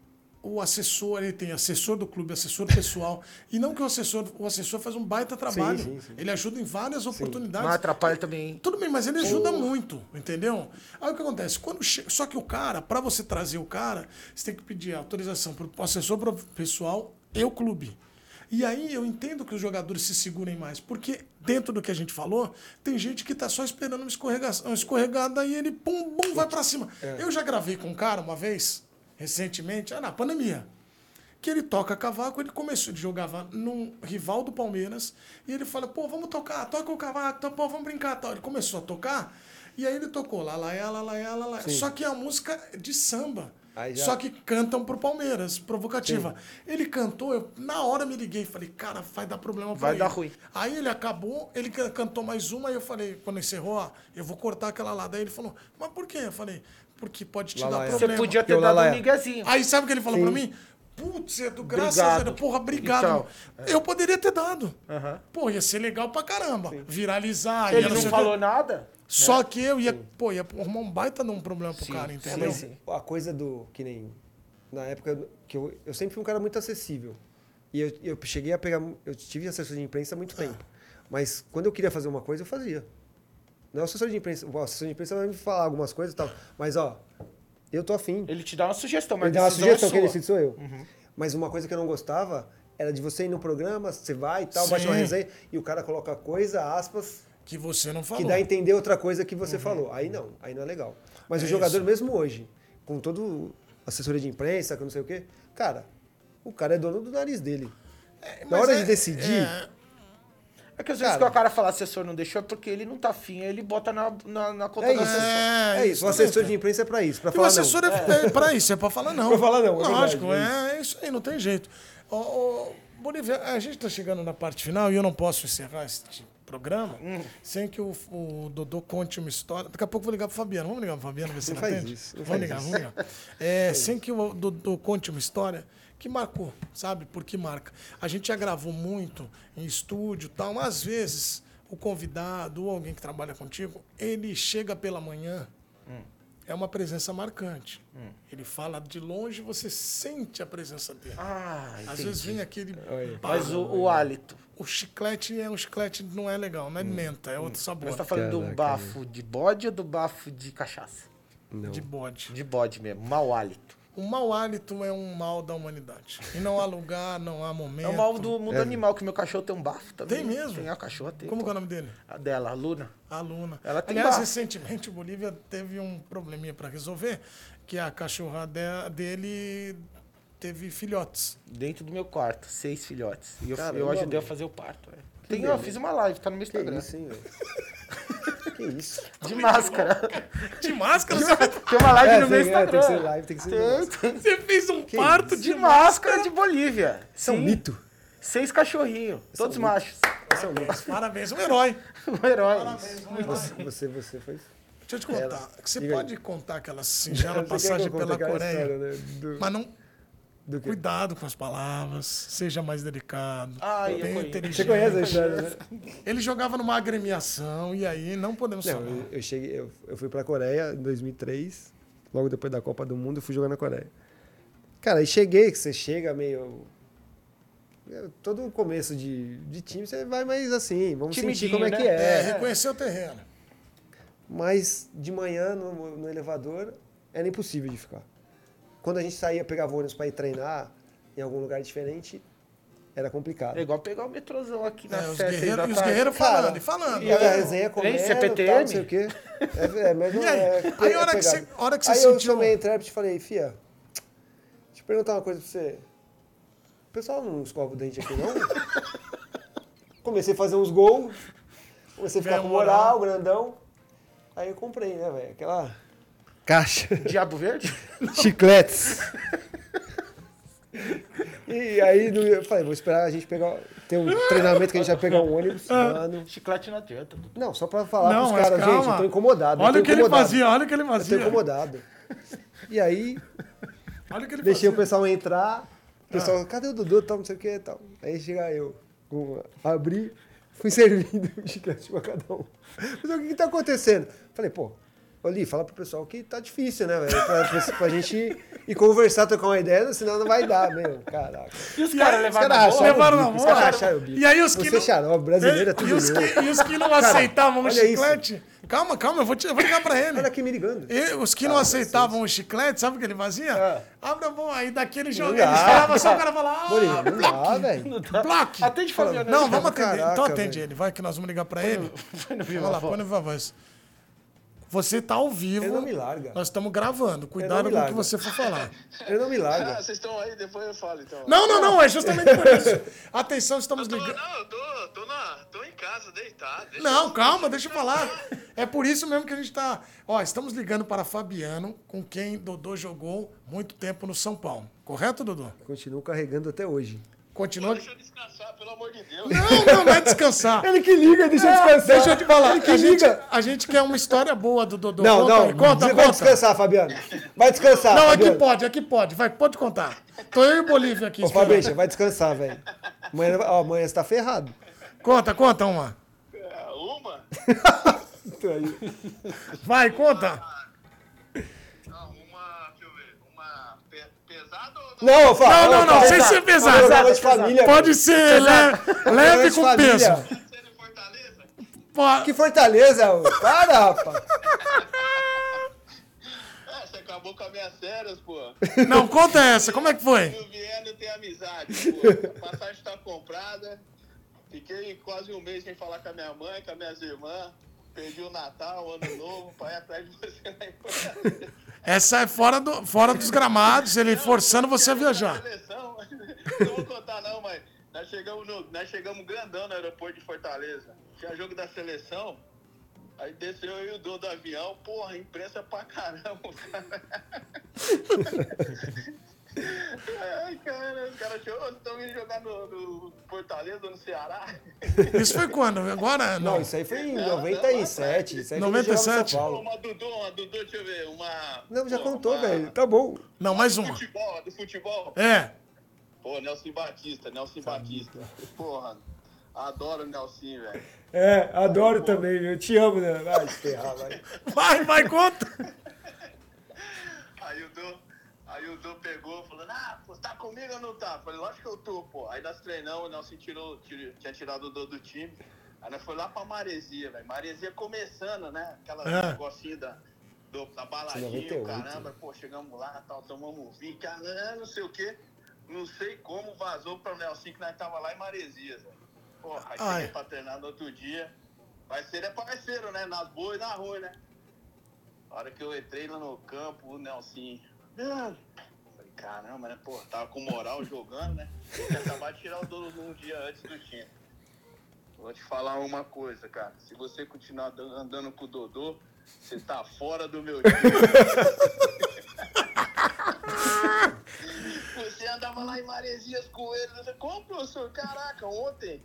Speaker 1: o assessor, ele tem assessor do clube, assessor pessoal, e não que o assessor, o assessor faz um baita trabalho,
Speaker 3: sim, sim.
Speaker 1: ele ajuda em várias oportunidades.
Speaker 2: Mas atrapalha também, hein?
Speaker 1: Tudo bem, mas ele ajuda muito, entendeu? Aí o que acontece? Quando che- Só que o cara, pra você trazer o cara, você tem que pedir autorização pro assessor pro pessoal e o clube. E aí eu entendo que os jogadores se segurem mais, porque dentro do que a gente falou, tem gente que tá só esperando uma, escorrega- uma escorregada e ele pum, bum, vai pra cima. Eu já gravei com um cara uma vez, recentemente, ah, na pandemia que ele toca cavaco, ele começou, ele jogava num rival do Palmeiras, e ele fala, pô, vamos tocar, toca o cavaco, tá, pô, vamos brincar, tal. Ele começou a tocar, e aí ele tocou lá, lá, lá, lá, lá, lá, lá. Só que é a música de samba.
Speaker 3: Aí já-
Speaker 1: Só que cantam pro Palmeiras, provocativa. Ele cantou, eu na hora me liguei, falei, cara, vai dar problema pra
Speaker 2: Vai
Speaker 1: ele.
Speaker 2: dar ruim.
Speaker 1: Aí ele acabou, ele can- cantou mais uma, aí eu falei, quando encerrou, ó, eu vou cortar aquela lá. Daí ele falou, mas por quê? Eu falei, porque pode te
Speaker 3: Lá,
Speaker 1: dar
Speaker 3: lá, é. Você
Speaker 2: Você
Speaker 1: problema.
Speaker 2: podia ter
Speaker 3: Eu,
Speaker 2: dado
Speaker 3: Lalaia.
Speaker 2: um miguezinho.
Speaker 1: Aí sabe o que ele falou pra mim? Putz, Edu, graças
Speaker 2: Obrigado.
Speaker 1: a Deus. Porra, obrigado.
Speaker 2: Então,
Speaker 3: É.
Speaker 1: Eu poderia ter dado. Pô, ia ser legal pra caramba.
Speaker 3: Ah,
Speaker 1: Viralizar.
Speaker 2: Ele
Speaker 1: ia
Speaker 2: não
Speaker 1: ser-
Speaker 2: falou nada?
Speaker 3: né?
Speaker 1: Só que eu ia, pô, ia arrumar um baita de um problema pro cara,
Speaker 3: É,
Speaker 1: entendeu?
Speaker 3: mas a coisa do. Que nem. Na época que eu. Eu sempre fui um cara muito acessível. E eu, eu cheguei a pegar. Eu tive assessor de imprensa há muito tempo. Mas quando eu queria fazer uma coisa, eu fazia. Não é o assessor de imprensa. O assessor de imprensa vai me falar algumas coisas e tal. Mas, ó, eu tô afim.
Speaker 2: Ele te dá uma sugestão, mas
Speaker 3: Ele dá uma
Speaker 2: decisão é
Speaker 3: Então, sugestão, quem
Speaker 2: sua.
Speaker 3: decide sou eu. Mas uma coisa que eu não gostava era de você ir no programa, você vai e tal, baixa uma
Speaker 1: Sim.
Speaker 3: resenha, e o cara coloca coisa, aspas,
Speaker 1: Que você não
Speaker 3: que
Speaker 1: falou.
Speaker 3: dá a entender outra coisa que você falou. Aí não, aí não é legal. Mas o jogador, mesmo hoje, com todo assessoria de imprensa, com não sei o quê, cara, o cara é dono do nariz dele.
Speaker 1: Mas
Speaker 3: Na hora
Speaker 1: é-
Speaker 3: de decidir,
Speaker 1: é,
Speaker 2: É que às vezes
Speaker 3: Cara.
Speaker 2: que o cara fala assessor não deixou é porque ele não tá afim, aí ele bota na, na, na conta
Speaker 3: é,
Speaker 2: do
Speaker 3: isso.
Speaker 2: assessor.
Speaker 1: É,
Speaker 3: É, isso. O
Speaker 1: isso
Speaker 3: assessor de imprensa é pra isso, pra
Speaker 1: E o
Speaker 3: falar
Speaker 1: assessor
Speaker 3: não.
Speaker 1: é, é pra isso, é pra falar não.
Speaker 3: Pra falar não, é
Speaker 1: Lógico,
Speaker 3: verdade,
Speaker 1: é, é isso aí, não tem jeito. Ô, ô, Bolívia, a gente tá chegando na parte final e eu não posso encerrar este programa
Speaker 3: Hum.
Speaker 1: sem que o, o Dodô conte uma história. Daqui a pouco eu vou ligar pro Fabiano. Vamos ligar pro Fabiano, ver se
Speaker 3: Não
Speaker 1: ele
Speaker 3: faz
Speaker 1: atende?
Speaker 3: isso, não
Speaker 1: vamos
Speaker 3: faz
Speaker 1: ligar, vamos ligar. É, sem que o Dodô conte uma história que marcou, sabe? Porque marca. A gente já gravou muito em estúdio e tal, mas às vezes o convidado ou alguém que trabalha contigo, ele chega pela manhã é uma presença marcante.
Speaker 2: Hum.
Speaker 1: Ele fala de longe, você sente a presença dele.
Speaker 2: Ah,
Speaker 1: Às
Speaker 2: entendi.
Speaker 1: vezes vem aquele. pá,
Speaker 2: Mas o, o hálito.
Speaker 1: o chiclete é um chiclete, não é legal, não é menta, é outro sabor
Speaker 2: Hum. Mas tá falando do
Speaker 3: Caraca,
Speaker 2: bafo de bode ou do bafo de cachaça?
Speaker 1: de bode.
Speaker 2: De bode mesmo, mau hálito.
Speaker 1: O mau hálito é um mal da humanidade. E não há lugar, não há momento.
Speaker 2: É o mal do mundo animal, que meu cachorro tem um bafo também.
Speaker 1: Tem mesmo?
Speaker 2: Tem a cachorra, tem.
Speaker 1: Como
Speaker 2: pô.
Speaker 1: que é o nome dele?
Speaker 2: A dela, a Luna.
Speaker 1: A Luna.
Speaker 2: Ela tem
Speaker 1: Aliás,
Speaker 2: bafo.
Speaker 1: recentemente o Bolívia teve um probleminha para resolver, que a cachorra de- dele teve filhotes.
Speaker 2: Dentro do meu quarto, seis filhotes. E eu,
Speaker 3: Caramba,
Speaker 2: eu ajudei a
Speaker 3: mano.
Speaker 2: fazer o parto. É. Tem, eu fiz uma live, tá no meu
Speaker 3: Que
Speaker 2: Instagram.
Speaker 3: É isso, hein, velho? que isso?
Speaker 2: De máscara.
Speaker 1: De máscara? você-
Speaker 2: tem uma live
Speaker 3: É,
Speaker 2: no meu
Speaker 3: tem- é,
Speaker 2: Instagram.
Speaker 3: tem que ser live, tem que ser live.
Speaker 2: tem.
Speaker 1: Você fez um parto
Speaker 2: De
Speaker 1: de
Speaker 2: máscara de Bolívia.
Speaker 3: Isso é um
Speaker 2: Sim.
Speaker 3: mito.
Speaker 2: Seis cachorrinhos, todos machos.
Speaker 3: Isso é um mito.
Speaker 1: Parabéns, um herói.
Speaker 2: Um herói.
Speaker 3: Você, você, você foi...
Speaker 1: Deixa eu te contar. Você
Speaker 3: Diga aí.
Speaker 1: pode contar aquela singela
Speaker 3: Você quer que
Speaker 1: passagem
Speaker 3: eu conte
Speaker 1: pela
Speaker 3: aquela
Speaker 1: Coreia,
Speaker 3: história, né? Do-
Speaker 1: mas não.
Speaker 3: do quê?
Speaker 1: Cuidado com as palavras, seja mais delicado.
Speaker 2: Ah, eu
Speaker 1: bem
Speaker 2: conheço.
Speaker 1: inteligente.
Speaker 3: Você conhece a história, né?
Speaker 1: Ele jogava numa agremiação e aí não podemos
Speaker 3: Não,
Speaker 1: falar.
Speaker 3: eu, eu cheguei, eu, eu fui pra Coreia em 2003, logo depois da Copa do Mundo, eu fui jogar na Coreia. Cara, aí cheguei, que você chega meio. é, Todo o começo de, de time, você vai mais assim, vamos sentir
Speaker 2: Timidinho,
Speaker 3: como é
Speaker 2: né?
Speaker 3: que é.
Speaker 1: É, reconhecer o terreno.
Speaker 3: Mas de manhã, no, no elevador, era impossível de ficar. Quando a gente saía, pegava ônibus para ir treinar em algum lugar diferente, era complicado.
Speaker 2: É igual pegar o metrôzão aqui na
Speaker 1: É, os
Speaker 2: sete aí da
Speaker 1: guerreiros, e os
Speaker 2: tarde.
Speaker 1: guerreiros
Speaker 3: Cara,
Speaker 1: falando, e falando. É.
Speaker 3: E a resenha comendo,
Speaker 2: Três
Speaker 3: tal,
Speaker 2: CPTM?
Speaker 3: não sei o quê. É, é mesmo,
Speaker 1: E aí?
Speaker 3: é,
Speaker 1: Aí,
Speaker 3: pe-
Speaker 1: a hora que
Speaker 3: pegado.
Speaker 1: você- a hora que você
Speaker 3: aí eu
Speaker 1: sentiu-
Speaker 3: chamei a intérprete e falei, Fia, deixa eu perguntar uma coisa pra você. O pessoal não escova o dente aqui, não? Comecei a fazer uns gols, comecei a ficar
Speaker 1: Ganhou
Speaker 3: com moral, grandão. Aí eu comprei, né, velho? Aquela caixa
Speaker 2: Diabo Verde?
Speaker 3: chicletes. E aí no- eu falei, vou esperar a gente pegar. Ter um treinamento que a gente vai pegar um ônibus,
Speaker 1: Ah.
Speaker 3: mano.
Speaker 2: Chiclete não adianta. Dudu.
Speaker 3: Não, só pra falar
Speaker 1: Não,
Speaker 3: pros
Speaker 1: mas
Speaker 3: caras,
Speaker 1: calma.
Speaker 3: gente, eu tô incomodado. eu
Speaker 1: Olha
Speaker 3: tô
Speaker 1: o que ele
Speaker 3: incomodado,
Speaker 1: fazia, olha o que ele
Speaker 3: Eu tô
Speaker 1: fazia.
Speaker 3: incomodado. E aí,
Speaker 1: Olha o que ele
Speaker 3: deixei o
Speaker 1: fazia.
Speaker 3: pessoal entrar. O
Speaker 1: Ah.
Speaker 3: pessoal, cadê o Dudu? Tal, não sei o que tal. Aí chega eu. com- Abri, fui servindo um chiclete pra cada um. Mas o que, que tá acontecendo? Falei, pô, Oli, fala pro pessoal que tá difícil, né, velho? Pra, pra- pra gente ir, ir conversar, trocar uma ideia, senão não vai dar, meu. Caraca.
Speaker 2: E os
Speaker 1: E
Speaker 2: caras
Speaker 1: aí,
Speaker 2: levaram
Speaker 3: os caras
Speaker 2: na
Speaker 3: acharam-
Speaker 2: boa?
Speaker 1: Levaram na
Speaker 3: bico, os
Speaker 1: mão.
Speaker 3: caras acharam o bico.
Speaker 1: E aí os que
Speaker 3: Você
Speaker 1: não...
Speaker 3: é xarope, brasileiro é
Speaker 1: E-
Speaker 3: tudo
Speaker 1: e, os que,
Speaker 3: louco.
Speaker 1: e os que não aceitavam o
Speaker 3: olha isso.
Speaker 1: chiclete... Calma, calma, eu vou, te- eu vou ligar pra ele.
Speaker 3: Olha aqui me ligando.
Speaker 1: E os que não aceitavam o chiclete, sabe o que ele fazia?
Speaker 3: Ah, É. Ah,
Speaker 1: Abre a mão aí, daquele jogo.
Speaker 3: dá.
Speaker 1: Ele esperava só o cara falar.
Speaker 3: Bolinho,
Speaker 1: Ah,
Speaker 3: não dá, velho.
Speaker 2: Não tá. dá.
Speaker 1: Block.
Speaker 2: Atende Fabiano.
Speaker 1: não,
Speaker 2: né?
Speaker 1: vamos atender.
Speaker 3: Caraca,
Speaker 1: então atende
Speaker 3: velho.
Speaker 1: ele, vai que nós vamos ligar pra ele.
Speaker 2: Foi no Viva
Speaker 1: Vamos lá,
Speaker 2: Voz.
Speaker 1: põe no Viva Voz. Você tá ao vivo.
Speaker 3: Ele não me larga.
Speaker 1: Nós estamos gravando.
Speaker 3: não
Speaker 1: Cuidado
Speaker 3: me
Speaker 1: com o que
Speaker 3: larga.
Speaker 1: você for falar.
Speaker 3: Eu não me
Speaker 4: Ah,
Speaker 3: largo.
Speaker 4: vocês estão aí, depois eu falo então.
Speaker 1: Não, não, não, é justamente por isso. Atenção, estamos
Speaker 4: Tô,
Speaker 1: ligando.
Speaker 4: não, eu tô, tô, na, tô em casa, deitado. deixa
Speaker 1: Não, calma, deixa eu falar. É por isso mesmo que a gente tá. Ó, estamos ligando para Fabiano, com quem Dodô jogou muito tempo no São Paulo. Correto, Dodô?
Speaker 3: Continuo carregando até hoje.
Speaker 4: eu-
Speaker 1: Continua.
Speaker 4: Deixa eu descansar, pelo amor de Deus.
Speaker 1: Não, não, vai descansar.
Speaker 3: Ele que liga, deixa eu descansar.
Speaker 1: Deixa eu te falar.
Speaker 3: Ele que
Speaker 1: A gente,
Speaker 3: liga.
Speaker 1: a gente quer uma história boa do Dodô.
Speaker 3: Não,
Speaker 1: conta
Speaker 3: não.
Speaker 1: aí, conta,
Speaker 3: Você
Speaker 1: conta.
Speaker 3: vai descansar, Fabiano. Vai descansar.
Speaker 1: Não, aqui
Speaker 3: Fabiano.
Speaker 1: pode, aqui pode. Vai, pode contar. Tô eu e Bolívia aqui.
Speaker 3: Ô,
Speaker 1: esperando.
Speaker 3: Fabrício, vai descansar, velho. Amanhã, ó, amanhã você tá ferrado.
Speaker 1: Conta, conta uma.
Speaker 4: É, Uma?
Speaker 3: Então
Speaker 1: Vai, conta.
Speaker 4: Não, uma, deixa eu ver, uma pe pesada ou não?
Speaker 3: Não, Fábio.
Speaker 1: Não, não, não, sem ser pesado.
Speaker 3: Fala de família.
Speaker 1: Pode
Speaker 3: velho.
Speaker 1: ser le- leve
Speaker 3: Fala de
Speaker 1: com
Speaker 3: família.
Speaker 1: peso.
Speaker 4: Pode ser em Fortaleza?
Speaker 1: Po-
Speaker 3: Que fortaleza, ô. Para, rapaz.
Speaker 4: É, você acabou com as minhas férias, pô.
Speaker 1: Não, conta essa. Como é que foi?
Speaker 4: Eu vier, não tem amizade, pô. A passagem tá comprada. Fiquei quase um mês sem falar com a minha mãe, com as minhas irmãs. Perdi o Natal, o Ano Novo, pra ir atrás de você lá em Fortaleza.
Speaker 1: Essa é fora, do, fora dos gramados, ele forçando você a viajar.
Speaker 4: Seleção, não vou contar não, mas nós chegamos, no, nós chegamos grandão no aeroporto de Fortaleza. Tinha jogo da seleção, aí desceu eu e o dono do avião, porra, imprensa pra caramba, cara. Ai, cara, os caras achou, "Ô, vocês estão indo jogar no, no Fortaleza ou no Ceará?
Speaker 1: Isso foi quando? Agora? Não.
Speaker 3: Não, isso aí foi em 97. Isso aí foi quando
Speaker 1: 97.
Speaker 3: eu jogava em São Paulo.
Speaker 4: Uma Dudu, uma Dudu, deixa eu ver, uma...
Speaker 3: Não, já
Speaker 4: pô,
Speaker 3: contou,
Speaker 4: uma-
Speaker 3: velho. Tá bom.
Speaker 1: Não, mais
Speaker 4: Do
Speaker 1: uma.
Speaker 4: futebol, do futebol.
Speaker 1: É.
Speaker 4: Pô, Nelson Batista, Nelson Batista. Porra, adoro o Nelson, velho.
Speaker 3: É, adoro também, viu? Te amo, né? Vai se ferrar, vai.
Speaker 1: Vai, vai, conta.
Speaker 4: Aí o Du, aí o Du pegou falando, ah, pô, tá comigo ou não tá? Falei, lógico que eu tô, pô. Aí nós treinamos, o Nelson tirou, tirou- tinha tirado o Du do time. Aí nós foi lá pra Maresia, velho. Maresia começando, né? Aquela
Speaker 1: É.
Speaker 4: negocinho da, do- da baladinha, o
Speaker 3: 98,
Speaker 4: caramba, pô, chegamos lá, tal, tomamos um vinho, caramba, não sei o quê. Não sei como vazou pro Nelson que nós tava lá em Maresia, velho. Porra, aí
Speaker 1: Ai.
Speaker 4: cheguei pra treinar no outro dia. Parceiro é parceiro, né? Nas boas e na ruim, né? A hora que eu entrei lá no campo, o Nelson. "Ah", Falei, caramba, né? Pô, tava com moral jogando, né? Eu tinha acabado de tirar o dono um dia antes do time. Vou te falar uma coisa, cara. Se você continuar dan- andando com o Dodô, você tá fora do meu time. você andava lá em Maresias com ele. Eu falei, Como, professor? Caraca, ontem.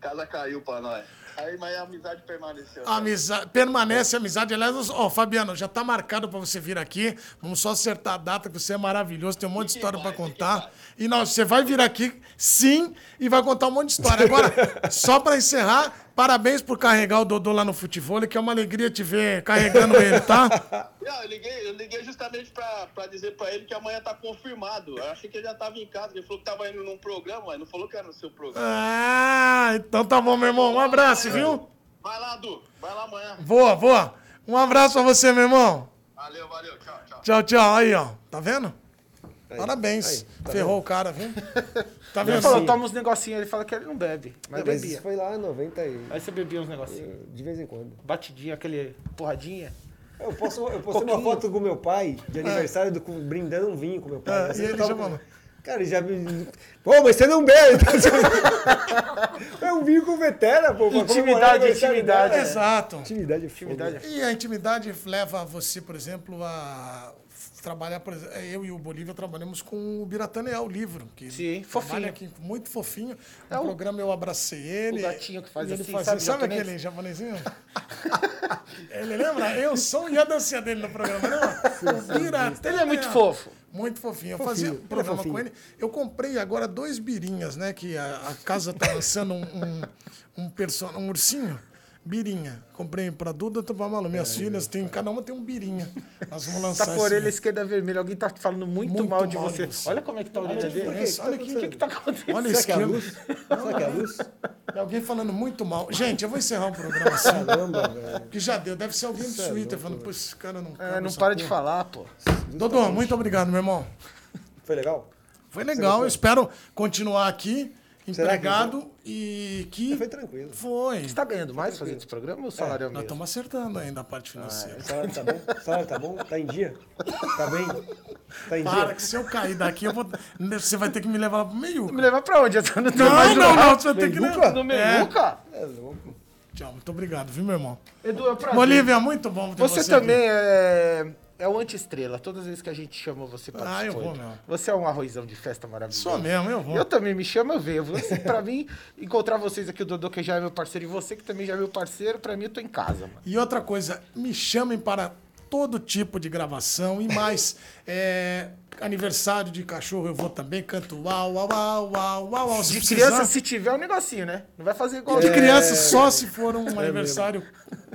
Speaker 4: Casa caiu pra nós. Aí, mas a amizade permaneceu. cara.
Speaker 1: Amizade, permanece a amizade. Aliás, ó, Fabiano, já tá marcado pra você vir aqui. Vamos só acertar a data, que você é maravilhoso, tem um monte de história pra contar. E nós, você vai vir aqui, sim, e vai contar um monte de história. Agora, só pra encerrar, parabéns por carregar o Dodô lá no futebol, que é uma alegria te ver carregando ele, tá?
Speaker 4: Não, eu liguei, eu liguei justamente pra, pra dizer pra ele que amanhã tá confirmado. Eu achei que ele já tava em casa, ele falou que tava indo
Speaker 1: É.
Speaker 4: num programa, mas não falou que era no seu programa.
Speaker 1: Ah, então tá bom, meu irmão. Um abraço, viu?
Speaker 4: Vai lá, Du. Vai lá amanhã.
Speaker 1: Boa, boa. Um abraço pra você, meu irmão.
Speaker 4: Valeu, valeu. Tchau, tchau.
Speaker 1: Tchau, tchau. Aí, ó. Tá vendo?
Speaker 3: Aí,
Speaker 1: Parabéns.
Speaker 3: aí, tá
Speaker 1: Ferrou o cara, viu? Tá
Speaker 2: Ele
Speaker 1: vendo?
Speaker 2: falou, toma uns negocinhos, ele fala que ele não bebe, mas
Speaker 3: Não, mas
Speaker 2: bebia.
Speaker 3: isso foi lá em 90 e...
Speaker 2: Aí você bebia uns negocinhos.
Speaker 3: De vez em quando.
Speaker 2: Batidinha, aquele porradinha.
Speaker 3: Eu, posso, eu postei uma
Speaker 2: Coquinho.
Speaker 3: foto com meu pai de aniversário, do, com- brindando um vinho com meu pai.
Speaker 1: É,
Speaker 3: Eu
Speaker 1: e ele
Speaker 3: tava
Speaker 1: já
Speaker 3: com-
Speaker 1: falou.
Speaker 3: Cara, ele já me. Pô, mas você não bebe! tá é um vinho com vetera, pô. pra
Speaker 2: Intimidade,
Speaker 3: comemorar o aniversário
Speaker 2: intimidade,
Speaker 3: dela.
Speaker 2: né?
Speaker 1: Exato.
Speaker 3: Intimidade, é foda.
Speaker 2: Intimidade é
Speaker 1: É. E a intimidade leva você, por exemplo, a trabalhar, por exemplo, eu e o Bolívia trabalhamos com o Biratanea, o livro. Que
Speaker 2: Sim,
Speaker 1: trabalha
Speaker 2: fofinho.
Speaker 1: Aqui, muito fofinho.
Speaker 2: É
Speaker 1: no
Speaker 2: o-
Speaker 1: programa eu abracei ele.
Speaker 2: o gatinho que faz
Speaker 1: e ele
Speaker 2: assim,
Speaker 1: fazia-
Speaker 2: sabe,
Speaker 1: sabe
Speaker 2: japonês?
Speaker 1: aquele japonesinho? ele lembra? Eu sou e a dancinha dele no programa, não? O Biratanea.
Speaker 2: Ele é muito fofo.
Speaker 1: Muito fofinho. Eu fazia
Speaker 3: Fofinho, ele é
Speaker 1: programa
Speaker 3: fofinho.
Speaker 1: com ele. Eu comprei agora dois birinhas, né? Que a, a casa tá lançando um, um, um, perso- um ursinho. Birinha. Comprei pra Duda e pra Malu. Minhas
Speaker 3: É,
Speaker 1: filhas, tem, cada uma tem um birinha. Nós vamos lançar
Speaker 2: Tá com a
Speaker 1: esse-
Speaker 2: orelha esquerda vermelha. Alguém tá falando muito,
Speaker 1: Muito
Speaker 2: mal de
Speaker 1: mal de
Speaker 2: você.
Speaker 1: você.
Speaker 2: Olha como é que tá a orelha dele.
Speaker 1: Olha isso, olha
Speaker 2: O
Speaker 1: aqui.
Speaker 3: é
Speaker 2: que que tá acontecendo?
Speaker 1: Olha
Speaker 3: Será que é
Speaker 1: esquerda.
Speaker 3: a luz? Será que é a luz?
Speaker 1: É alguém falando muito mal. Gente, eu vou encerrar o programa
Speaker 3: é
Speaker 1: assim.
Speaker 3: Caramba, velho.
Speaker 1: Que já deu. Deve ser alguém do
Speaker 3: é
Speaker 1: Twitter falando, pô, esse cara não.
Speaker 2: É,
Speaker 1: acaba
Speaker 2: não
Speaker 1: essa
Speaker 2: para de
Speaker 1: porra."
Speaker 2: falar, pô.
Speaker 1: Dodô, muito obrigado, meu irmão.
Speaker 3: Foi legal?
Speaker 1: Foi legal, eu espero continuar aqui,
Speaker 3: é Será que-
Speaker 1: empregado e que.
Speaker 3: Foi tranquilo.
Speaker 1: Foi.
Speaker 2: Você tá ganhando mais fazendo esse programa ou o salário é o
Speaker 1: Nós
Speaker 2: mesmo?
Speaker 1: estamos acertando ainda a parte financeira.
Speaker 3: O salário tá bom? O salário tá bom? Tá em dia? Tá bem? Tá
Speaker 2: Ah, é.
Speaker 3: em
Speaker 1: Para
Speaker 3: dia?
Speaker 1: que se eu cair daqui, eu vou- você vai ter que me levar pro meio.
Speaker 2: Me levar pra onde? Eu não tenho
Speaker 1: Não,
Speaker 2: mais
Speaker 1: não,
Speaker 2: lugar.
Speaker 1: não, você vai ter que levar.
Speaker 2: No
Speaker 1: É.
Speaker 2: Meluca?
Speaker 3: É louco.
Speaker 1: Tchau, muito obrigado, viu, meu irmão?
Speaker 2: Edu, é um prazer.
Speaker 1: Bolívia, muito bom ter
Speaker 2: Você,
Speaker 1: aqui.
Speaker 2: também é, é o anti-estrela. Todas as vezes que a gente chama você para
Speaker 1: Ah, eu vou mesmo.
Speaker 2: Você é um arrozão de festa maravilhoso.
Speaker 1: Sou mesmo, eu vou.
Speaker 2: Eu também me chamo, eu venho. Você, pra mim, encontrar vocês aqui, o Dodô, que já é meu parceiro, e você, que também já é meu parceiro, pra mim, eu tô em casa, mano.
Speaker 1: E outra coisa, me chamem para todo tipo de gravação e mais. é, aniversário de cachorro eu vou também, canto uau, uau, uau, uau, uau, uau. se
Speaker 2: De
Speaker 1: precisar.
Speaker 2: criança, se É. tiver, é um negocinho, né? Não vai fazer igual
Speaker 1: De criança só se for um aniversário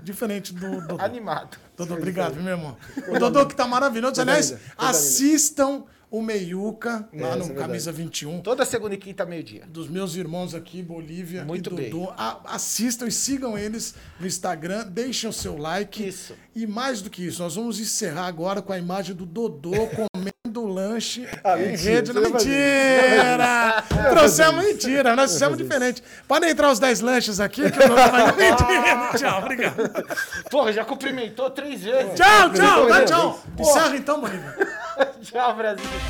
Speaker 1: diferente do, do,
Speaker 2: animado.
Speaker 1: Dodô, obrigado, viu, meu irmão. O Dodô que tá maravilhoso. Aliás,
Speaker 3: linda, coisa
Speaker 1: assistam o Meiuca lá
Speaker 3: É,
Speaker 1: no
Speaker 3: isso é
Speaker 1: Camisa 21.
Speaker 2: Toda segunda e quinta, meio-dia.
Speaker 1: Dos meus irmãos aqui, Bolívia
Speaker 2: Muito
Speaker 1: e
Speaker 2: bem.
Speaker 1: Dodô. A- assistam e sigam eles no Instagram, deixem o seu like.
Speaker 2: Isso.
Speaker 1: E mais do que isso, nós vamos encerrar agora com a imagem do Dodô comendo lanche
Speaker 3: Ah,
Speaker 1: em
Speaker 3: mentira,
Speaker 1: rede.
Speaker 3: você vai fazer
Speaker 1: Mentira! Trouxemos mentira, nós fizemos diferente. Podem entrar os 10 lanches aqui, que o Dodô vai mentir. Tchau, obrigado.
Speaker 2: Porra, já cumprimentou três vezes.
Speaker 1: Tchau, tchau, dá tchau. Encerra então, Bolívia.
Speaker 2: Tchau, Brasil.